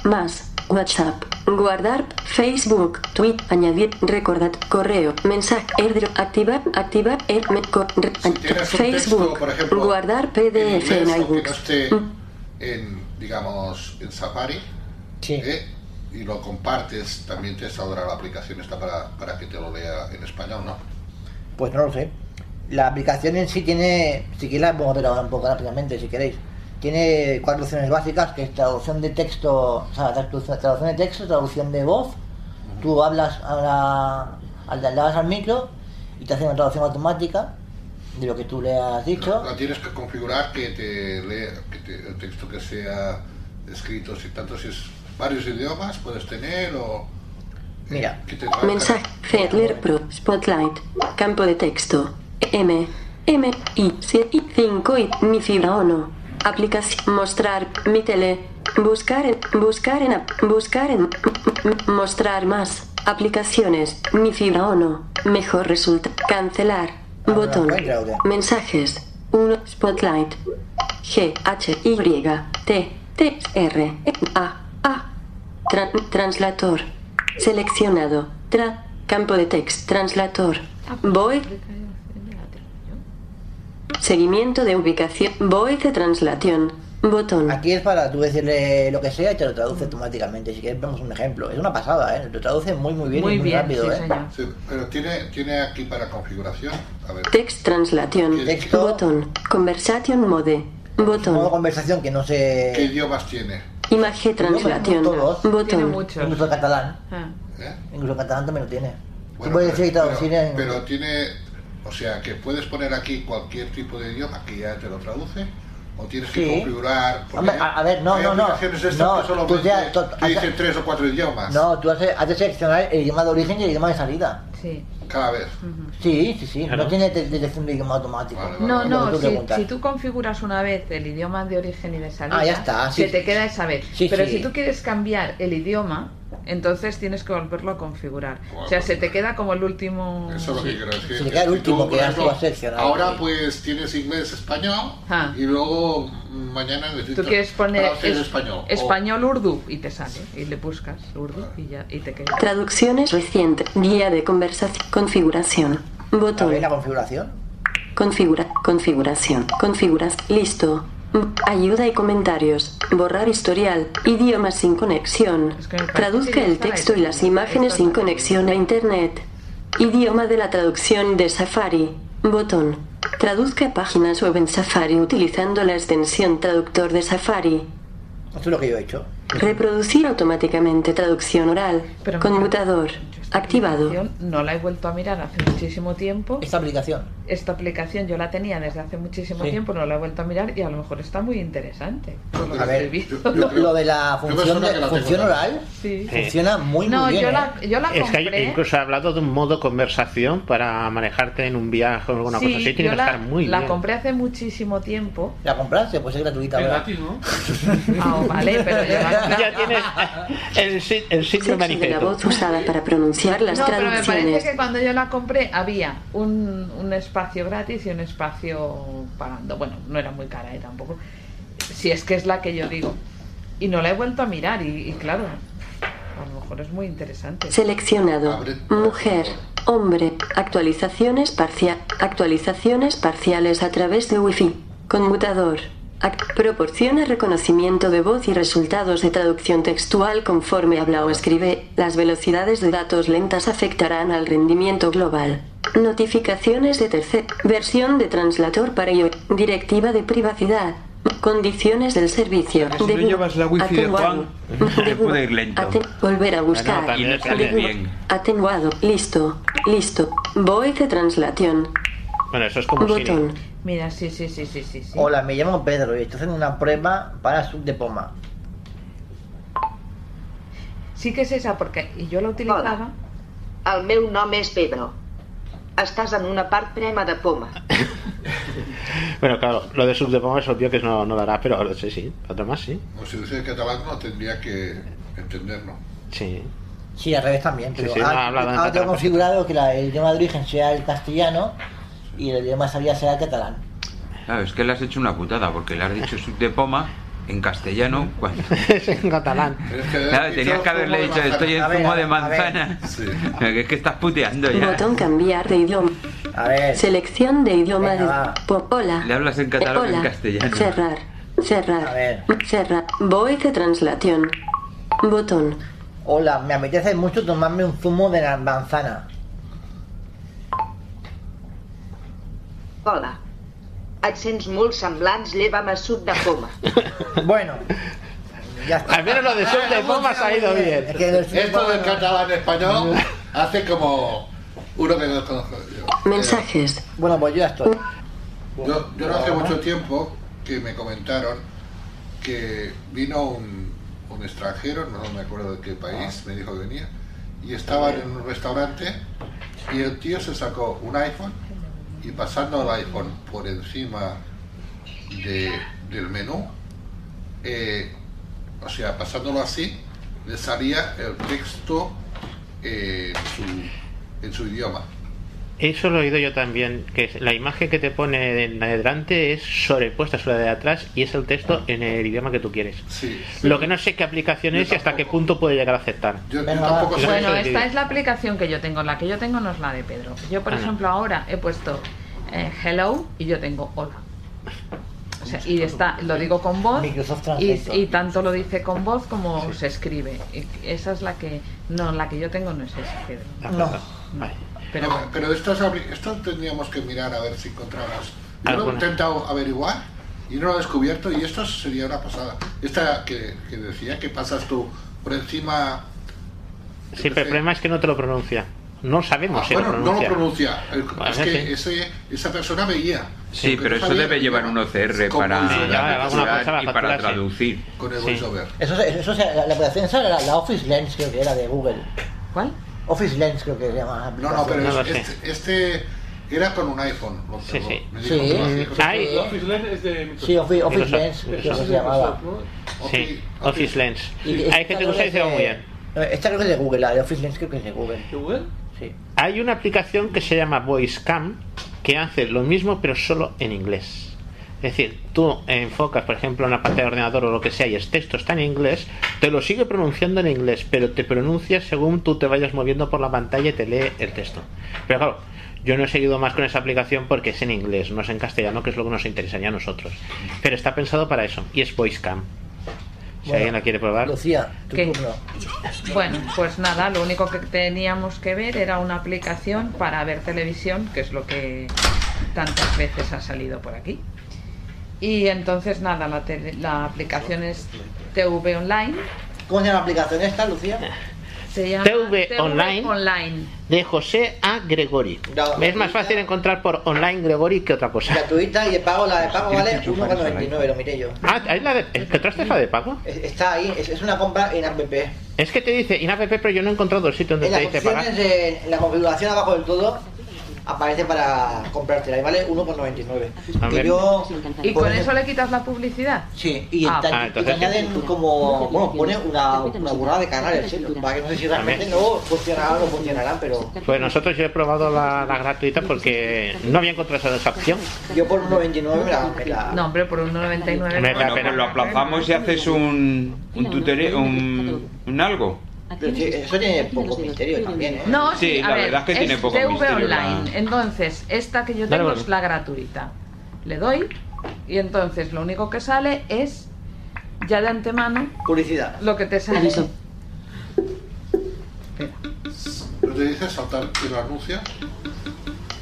Más. WhatsApp. Guardar. Facebook. Tweet. Añadir. Recordar. Correo. Mensaje. Airdrop. Activar. Activar. Air- me- co- re-
tienes un
Facebook.
texto, por ejemplo,
guardar
en
PDF en
inglés, aunque no
iBooks.
esté en, digamos, en Safari, ¿eh? y lo compartes, también te saldrá la aplicación esta para, para que te lo lea en español, ¿no?
pues no lo sé. La aplicación en sí tiene, si queréis la podemos ver ahora un poco rápidamente, si queréis. Tiene cuatro opciones básicas, que es traducción de texto, o sea, traducción traducción de texto, traducción de voz. Tú hablas a la, al, le das al micro y te hace una traducción automática de lo que tú le has dicho.
La tienes que configurar que te lea que te- el texto que sea escrito, si tanto si es varios idiomas puedes tener o
Mira.
que te traduzca.
Mensaje. Fedler Pro. Spotlight. Campo de texto. M. M. I. 5. Y mi fibra o no. Aplicación. Mostrar. Mi tele. Buscar en. Buscar en. app, Buscar en. Mostrar más. Aplicaciones. Mi fibra o no. Mejor resulta. Cancelar. Botón. Mensajes. 1. Spotlight. G. H. Y. T. T. R. E, A. A. Tran- translator. Seleccionado. Tra. Campo de text. Translator. Void. Seguimiento de ubicación. Void de translación. Botón.
Aquí es para tú decirle lo que sea y te lo traduce automáticamente. Si quieres vemos un ejemplo. Es una pasada, ¿eh? Lo traduce muy muy bien y muy rápido, ¿eh?
Sí, pero tiene, tiene aquí para configuración, a ver,
Text translación. Botón. Conversation mode. Botón.
conversación que no sé.
¿qué idiomas tiene?
Imagen translación. Botón.
Incluso el catalán. Incluso el catalán también lo tiene. tú puedes decir y traducir en...
Pero tiene, o sea, que puedes poner aquí cualquier tipo de idioma que ya te lo traduce o tienes que
Sí.
configurar porque
Hombre, a, a ver, no,
hay
no, no.
aplicaciones estas
No,
que solo
tú
ven
ya-
que-
to-
que
hace-
dicen tres o cuatro idiomas
No, tú has, has de seleccionar el idioma de origen y el idioma de salida.
Sí.
cada vez.
Mm. Sí, sí, sí. No tiene de- detección de idioma automático.
Mm. No, no,
Tú
si,
preguntas.
si tú configuras una vez el idioma de origen y de salida,
Ah, ya está, sí.
se te queda esa vez.
Sí,
Pero
sí.
si tú quieres cambiar el idioma, entonces tienes que volverlo a configurar. o sea, se te queda como el último...
Eso es lo que quiero decir.
Se te queda el
Si
último,
tú,
que
por
ya
ejemplo,
lo has seleccionado.
Ahora pues tienes inglés, español y luego mm, mañana necesitas
Ah. Tú quieres poner
traducir
es-
español.
español urdu y te sale y le buscas urdu y ya y te queda.
Traducciones reciente. Guía de conversación. Configuración. Botón.
la configuración?
Configura. Configuración. Configuras. Listo. M- Ayuda y comentarios. Borrar historial. Idiomas sin conexión. Traduzca el texto y las imágenes sin conexión a Internet. Idioma de la traducción de Safari. Botón. Traduzca páginas web en Safari utilizando la extensión Traductor de Safari.
Esto es lo que yo he hecho.
Reproducir automáticamente traducción oral.
Pero me-
Conmutador. Activado.
No la he vuelto a mirar hace muchísimo tiempo.
Esta aplicación.
Esta aplicación yo la tenía desde hace muchísimo
Sí.
tiempo, no la he vuelto a mirar y a lo mejor está muy interesante. por lo
A
que
ver,
estoy viendo.
lo, lo de la
Yo me
función,
suena
de-
que la tengo
función
también.
oral
Sí.
funciona muy,
No,
muy bien.
yo
¿eh?
la- yo la
Es que hay-
compré.
incluso ha hablado de un modo conversación para manejarte en un viaje o alguna
Sí,
cosa así. Tiene
yo
que
la,
estar muy
la
bien.
compré hace muchísimo tiempo.
¿La compraste? Pues es gratuita.
Es
¿verdad?
gratis,
Ah, vale, pero lleva-
ya tienes el, si- el signo
Sexo de la
manifiesto.
voz usada para pronunciar las
no, pero me
traducciones.
parece que cuando yo la compré había un, un espacio gratis y un espacio pagando. Bueno, no era muy cara ¿eh? tampoco. Si es que es la que yo digo. Y no la he vuelto a mirar y, y claro, a lo mejor es muy interesante.
Seleccionado. Mujer. Hombre. Actualizaciones parcia- Actualizaciones parciales a través de Wi-Fi. Conmutador. Ac- proporciona reconocimiento de voz y resultados de traducción textual conforme habla o escribe. Las velocidades de datos lentas afectarán al rendimiento global. Notificaciones de tercer. Versión de translator para ello. Directiva de privacidad. Condiciones del servicio.
Si no
Debug.
llevas la wifi de
Atenuado.
Juan,
<laughs>
te puede ir lento.
Aten- volver a buscar.
Claro, también sale
Debug.
bien.
Atenuado. Listo. Listo. Voice translation.
Bueno, eso es
como Siri. Botón.
Mira, sí, sí, sí, sí, sí. sí.
Hola, me llamo Pedro y estoy haciendo una prueba para sub de poma.
Sí que es esa, porque y yo la utilizaba.
El meu nom és Pedro. Estàs en una part prema de poma.
Bueno, claro, lo de subdepoma es obvio que no, no lo hará, pero ahora sí, sí. Otro más, sí.
O si dice catalán no tendría que entenderlo.
Sí.
Sí, al revés también, pero
Sí, sí, no,
ahora,
habla de
ahora tengo
catalán.
configurado que la- el idioma de origen sea el castellano y el idioma de salida será el catalán.
Claro, es que le has hecho una putada porque le has dicho sub de poma en castellano
<laughs>
cuando...
es en catalán.
Eh,
Claro, tenías que haberle dicho estoy en zumo de manzana. <laughs> Es que estás puteando ya.
Botón cambiar de idioma. Selección de idioma de. Po- hola.
Le hablas en catalán o en
Hola.
castellano.
Cerrar. Cerrar. Cerrar. Voice translation. Botón.
Hola, me apetece mucho tomarme un zumo de la manzana.
Hola. Et sents molt semblants, lleva'm a suc de poma.
Bueno.
Al menos lo Ah, de
Ah,
sub de poma se ha ido bien.
Esto del catalán
<laughs>
español hace como uno que no conozco yo.
Mensajes.
Bueno, pues yo ya estoy.
Yo, yo no hace mucho tiempo que me comentaron que vino un, un extranjero, no me acuerdo de qué país, me dijo que venía, y estaban en un restaurante y el tío se sacó un iPhone y pasando el iPhone por encima de- del menú, eh, o sea, pasándolo así, le salía el texto eh, en, su, en su idioma.
Eso lo he oído yo también, que es- la imagen que te pone en la de delante es sobrepuesta sobre la de atrás y es el texto en el idioma que tú quieres. Lo que no sé qué aplicación es y hasta qué punto puede llegar a aceptar.
Bueno, esta es la aplicación que yo tengo. La que yo tengo no es la de Pedro. Yo, por
Ah, no.
ejemplo, ahora he puesto eh, hello y yo tengo hola. O sea, y está, lo digo con voz y,
Translate.
y tanto lo dice con voz como se escribe. Y esa es la que no, la que yo tengo no es esa, Pedro.
Pero, pero estos, abri- estos tendríamos que mirar a ver si encontramos. Yo lo he
Alguna.
intentado averiguar y no lo he descubierto y esto sería una pasada. Esta que, que decía que pasas tú por encima...
Sí, pero el problema es que no te lo pronuncia. No sabemos si
Ah, bueno,
lo
no lo pronuncia.
pronuncia.
El-
Bueno,
es
sí.
que ese- esa persona veía.
Sí,
Aunque
pero
no
eso
sabía
debe
el
llevar
idioma.
un OCR
Con
para
voiceover.
Ah,
capturar y para traducir.
Con el
Sí.
voiceover.
Eso, es- eso es la, la aplicación esa era la, la Office Lens, creo que era de Google.
¿Cuál?
Office Lens, creo que se llama. la
No,
aplicación.
no, pero es- este, este era con un iPhone. lo-
Sí,
lo-
sí.
me dijo
Sí.
que lo hacía con-
Ay.
El Office Lens es de Microsoft.
Sí, Office- Office
Microsoft.
Lens, creo que
Eso es
se
de
llamaba.
Microsoft,
Sí, Office Lens.
Y
Hay
esta
gente que
creo
usa y se va
es
muy
de-
bien.
no, Esta creo que es de Google, la de Office Lens creo que es de Google.
¿De Google?
Sí.
Hay una aplicación que se llama VoiceCam que hace lo mismo pero solo en inglés. Es decir, tú enfocas, por ejemplo, una pantalla de ordenador o lo que sea y el texto está en inglés, te lo sigue pronunciando en inglés, pero te pronuncia según tú te vayas moviendo por la pantalla y te lee el texto. Pero claro, yo no he seguido más con esa aplicación porque es en inglés, no es en castellano, que es lo que nos interesaría a nosotros. Pero está pensado para eso y es VoiceCam. Si alguien la quiere probar.
Lucía, tu
¿Qué?
turno.
Bueno, pues nada, lo único que teníamos que ver era una aplicación para ver televisión, que es lo que tantas veces ha salido por aquí. Y entonces nada, la, tele- la aplicación es TV Online.
¿Cómo se llama la aplicación esta, Lucía?
Se llama
TV Online.
Online.
De José A. Gregori. es más fácil encontrar por online Gregori que otra cosa.
Gratuita y de pago, la de pago vale 1,99, lo miré yo.
Ah, ¿es la de, ¿encontraste la de pago?
Es- Está ahí, es, es una compra en app. En
Es que te dice inapp, pero yo no he encontrado el sitio donde
las
te dice pagar.
opciones, de- en la configuración abajo del todo, aparece para comprártela y vale 1,99.
A
Que
ver.
yo-
¿Y con
pues,
eso le quitas la publicidad?
Sí, y,
Ah,
te-
ah,
y
entonces
te
sí.
añaden como, bueno, pone una, una burrada de canales, ¿eh? para que no sé si realmente
Amén.
luego funcionará o no funcionará, pero
Pues nosotros yo he probado la, la gratuita porque no había encontrado esa opción.
yo por 1,99 me la, me la-
No, hombre, por un
Me
99.
Bueno,
da pena.
pues lo aplazamos y haces un, un tutorial, un, un algo.
pero sí, eso tiene poco misterio también, ¿eh?
No,
Sí,
sí, a
la
ver,
verdad es que tiene poco
TV
misterio la-
Online. Entonces, esta que yo
Dale,
tengo
vale.
es la gratuita. Le doy y entonces lo único que sale es ya de antemano
publicidad.
lo que te sale.
¿No te dice saltar y lo anuncia?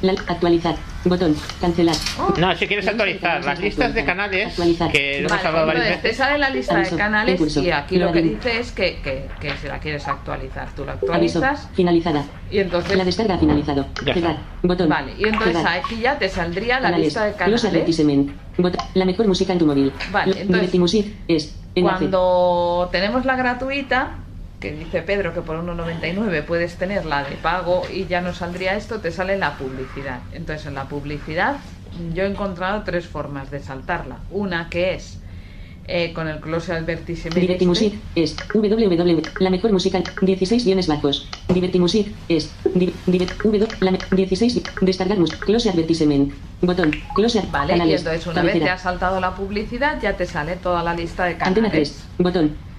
La- actualizar. Botón. Cancelar.
No, si quieres actualizar las listas de canales que lo hemos
Vale,
hablado varias
entonces te
veces.
sale la lista de
Aviso,
canales
impulso,
y aquí lo que
loading.
dice es que, que, que si la quieres actualizar, tú la
Aviso.
actualizas
Finalizada.
y entonces...
La descarga ha finalizado. Ya está. Cerrar. Botón.
Vale, y entonces
Cerrar.
aquí ya te saldría la
Canales.
lista de
Los
canales.
advertisement. Botón. La mejor música en tu móvil.
Vale,
Lo-
entonces-
Direct Music es. Enlace.
Cuando tenemos la gratuita, que dice Pedro que por 1,99 puedes tener la de pago y ya no saldría esto, te sale la publicidad. Entonces en la publicidad yo he encontrado tres formas de saltarla. Una que es eh, con el close advertisement.
Divertimusic es www. La mejor música. 16 guiones bajos. Divertimusic es. Di, divert- w, la, me- 16. di- Descargar mus. Close advertisement. Botón. Close ad-
Vale, y
canales.
entonces una vez
Cabecera.
te has saltado la publicidad ya te sale toda la lista de
Antena
canales.
3. Botón.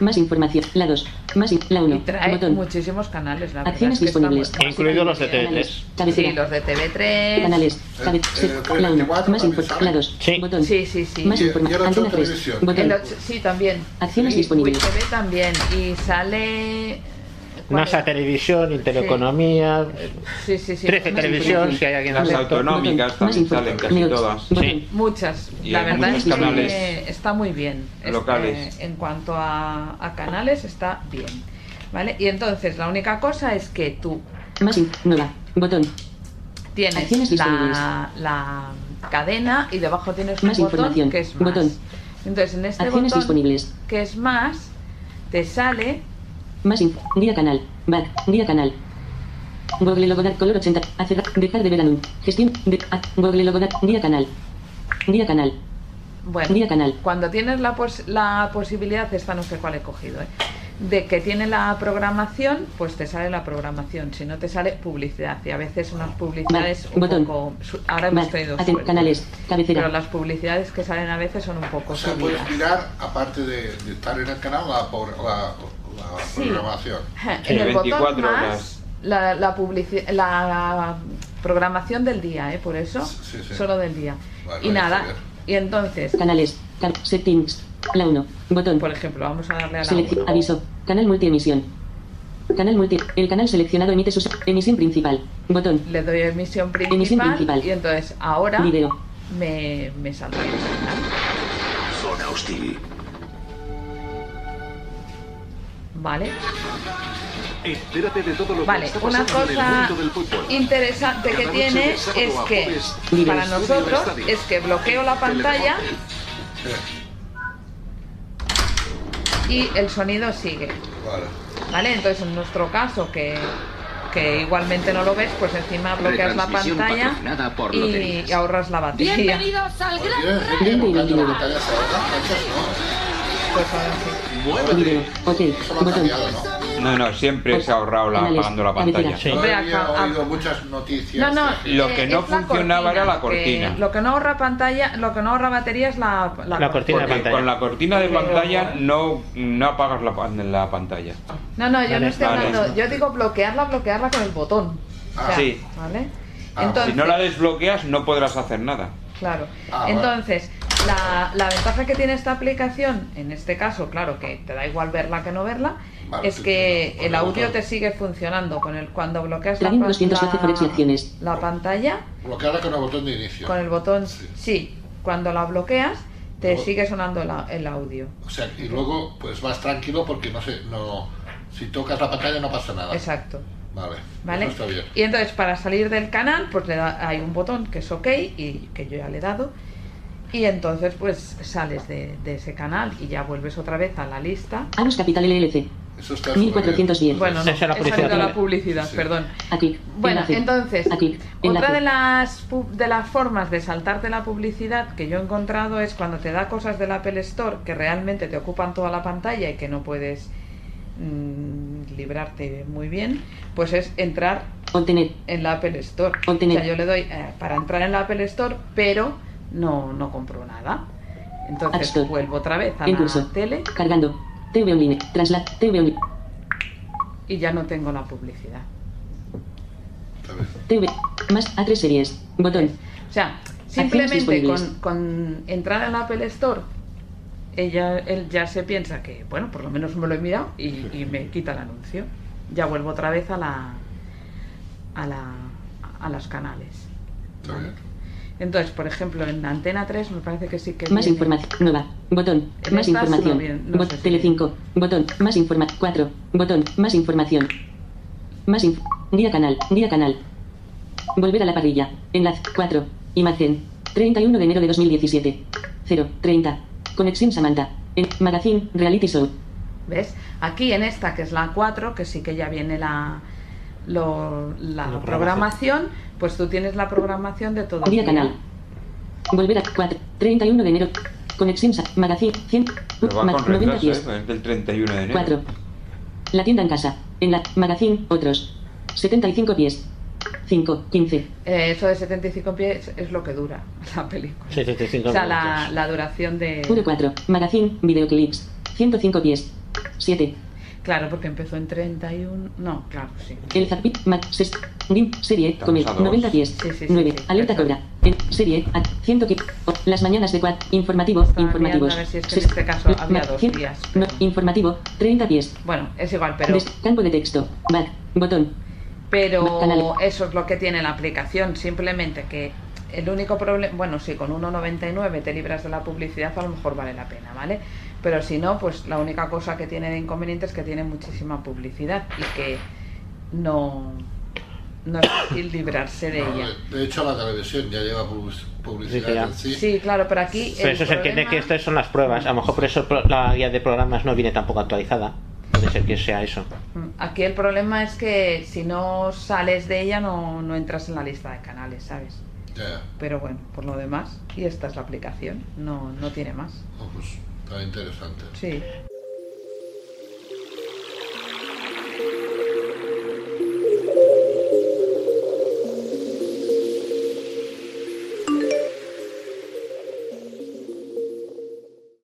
Más información. La 2. Más in- la 1.
Trae
Botón.
muchísimos canales, la verdad.
Acciones
es que está muy-
disponibles.
Incluidos los de
Canales.
TV3.
Sí,
Cabecera.
los de TV3.
Canales. Cabe- set- la 1. Más información. La 2. Botón.
Sí, sí, sí.
Más información. Antena 3.
El
Botón.
ocho- sí, también.
Acciones
Y
disponibles.
WTV también. Y sale.
NASA Televisión, Intereconomía,
Sí, sí, sí.
13
muchas-
Televisión, si hay alguien
Las
abierto.
autonómicas también salen casi todas.
Sí.
Muchas.
Y
la
hay
verdad
muchos
es que
canales
está muy bien. Este,
locales.
en cuanto a, a canales, está bien. ¿Vale? Y entonces, la única cosa es que tú
Más in- Nueva. Botón.
Este
Acciones
tienes
disponibles.
la, la cadena y debajo tienes un
Más
botón
información.
que es más.
Botón.
Entonces, en este
Acciones
botón
disponibles.
que es más, te sale
Más info. Día canal. Back. Día canal. Google Logodat color 80. Hacer. Dejar de ver anuncio. Gestión. De, a- Google Logodat. Día canal. Día canal.
Bueno,
Día canal.
cuando tienes la, pos- la posibilidad, esta no sé cuál he cogido, ¿eh? de que tiene la programación, pues te sale la programación, si no te sale publicidad. Y a veces unas publicidades un
Botón.
poco... su- Ahora hemos
Back.
tenido
Aten-
suerte,
canales. Cabecera.
pero las publicidades que salen a veces son un poco
O sea,
subidas.
puedes mirar, aparte de, de estar en el canal, la, por- la- la
Sí. <laughs>
programación.
En el botón más, la, la, publici- la programación del día, ¿eh? por eso,
sí.
solo del día.
Vale,
y
vale,
nada,
joder.
y entonces,
Canales. Can- settings. La 1. Botón.
por ejemplo, vamos a darle a la
Selecci-
uno.
aviso. Canal multiemisión. Canal multi. El canal seleccionado emite su emisión principal. Botón.
Le doy emisión principal,
Emisión principal.
y entonces ahora
Video.
me, me saldrá.
Zona hostil.
Vale.
Entérate de todo lo que
Vale,
está
una
pasando en pues el
cosa
mundo del fútbol.
interesante que
Cada noche
tiene
de sábado
es
a
que
jueves,
para
desde
nosotros
el estadio.
es que bloqueo la pantalla y el sonido sigue.
Vale.
¿Vale? Entonces en nuestro caso que, que igualmente no lo ves, pues encima bloqueas la
Retransmisión
pantalla
patrocinada por
y
Loterías.
ahorras la batería.
al
Pues
Video. Ok. Botón.
No, no, siempre se ha ahorrado la,
Canales.
apagando la pantalla.
Cabecera.
Yo
Hombre,
había
acá- ah.
oído muchas noticias.
No, no,
de-
Lo
eh,
que no
es la
funcionaba era la
lo que-
cortina.
lo que no ahorra pantalla, lo que no ahorra batería es la, la
Porque Con la cortina de pantalla no, no apagas la, pan- la pantalla.
No, no, yo
Vale,
no estoy
vale.
hablando. Yo digo bloquearla, bloquearla con el botón. O sea,
Sí. Ah,
¿Vale?
si
Entonces,
no la desbloqueas no podrás hacer nada.
claro.
Ah, vale.
Entonces, La, la ventaja que tiene esta aplicación, en este caso, claro que te da igual verla que no verla,
Vale,
es
sí,
que
sí,
el
no,
audio
no.
te sigue funcionando. con el Cuando bloqueas la,
Plugin
pan-
212 Forex y acciones.
la pantalla,
Bloquearla con el botón de inicio.
con el botón sí, cuando la bloqueas, te sigue sonando el au- el audio.
O sea, y luego pues vas tranquilo porque no sé, no, si tocas la pantalla no pasa nada.
Exacto.
Vale.
¿Vale?
Eso está bien.
Y entonces para salir del canal, pues le da- hay un botón que es OK y que yo ya le he dado. Y entonces pues sales de, de ese canal y ya vuelves otra vez a la lista.
Anus Capital LLC.
Eso
1410.
Bueno, no, he salido la publicidad, perdón.
Aquí.
Bueno,
enlace.
entonces,
Aquí.
otra
Enlace.
de las, pu- de las formas de saltarte la publicidad que yo he encontrado es cuando te da cosas del Apple Store que realmente te ocupan toda la pantalla y que no puedes mm, librarte muy bien, pues es entrar en la Apple Store.
Obtener.
O sea, yo le doy eh, para entrar en la Apple Store, pero no, no compro nada.
App
Entonces
Store.
vuelvo otra vez a
En
la
curso.
tele
Cargando. TV online. Trasla. TV online.
y ya no tengo la publicidad.
TV. Más A3 series. Botón.
O sea,
Acciones
simplemente
disponibles.
con, con entrar en la Apple Store, ella, él ya se piensa que, bueno, por lo menos me lo he mirado y, y me quita el anuncio. Ya vuelvo otra vez a la a la a los canales.
Está bien.
Entonces, por ejemplo, en Antena 3 me parece que sí que
Más
viene.
información. Nueva. Botón.
En
Más
estas no
información.
viene, no
Bot-
sé si
Telecinco. Botón. Más información. 4. Botón. Más información. Más inf Guía canal. Guía canal. Volver a la parrilla. Enlace. 4. Imagen. 31 de enero de 2017. 0. 30. Conexión Samantha. En Magazine. Reality Show.
¿Ves? Aquí en esta, que es la 4, que sí que ya viene la, lo- la
La programación.
programación, pues tú tienes la programación de todo el
Guía
día.
canal. Volver a 4. 31 de enero. Conexión Sa- Magazine. 100.
Pero va
Ma-
con retraso,
10.
¿eh? Es del 31 de enero.
4. La tienda en casa. En la magazine, otros. 75 pies. 5, 15.
Eh, eso de 75 pies es lo que dura <laughs> la película.
75
O sea, la,
pues.
la duración de...
4. Magazine, videoclips. 105 pies. 7.
Claro, porque empezó en 31... No, claro, sí.
El Zapit, Mac, ses, Dim, serie,
Estamos
comer,
a dos.
90 pies.
Sí, sí, sí,
9.
sí,
Alerta cobra. En serie, a, 115. Las mañanas de 4. Informativo, informativos.
mirando a ver si es que en
Ses-
este caso había
Mac,
dos
cien-
días,
no, informativo, 30 pies.
Bueno, es igual, pero...
Des- campo de texto. Back. Botón.
Pero eso es lo que tiene la aplicación, simplemente que el único problema, bueno, si con 1,99 te libras de la publicidad, a lo mejor vale la pena, ¿vale? Pero si no, pues la única cosa que tiene de inconveniente es que tiene muchísima publicidad y que no, no es fácil librarse de ella.
De hecho la televisión ya lleva public-
Sí, sí, ya.
publicidad en sí.
Sí, claro, pero aquí...
Pero
el
eso se entiende
problema-
que estas son las pruebas. A lo mejor por eso pro- la guía de programas no viene tampoco actualizada. Puede ser que sea eso.
Aquí el problema es que si no sales de ella no, no entras en la lista de canales, ¿sabes?
Ya,
Pero bueno, por lo demás, y esta es la aplicación, no, no tiene más.
está interesante.
Sí.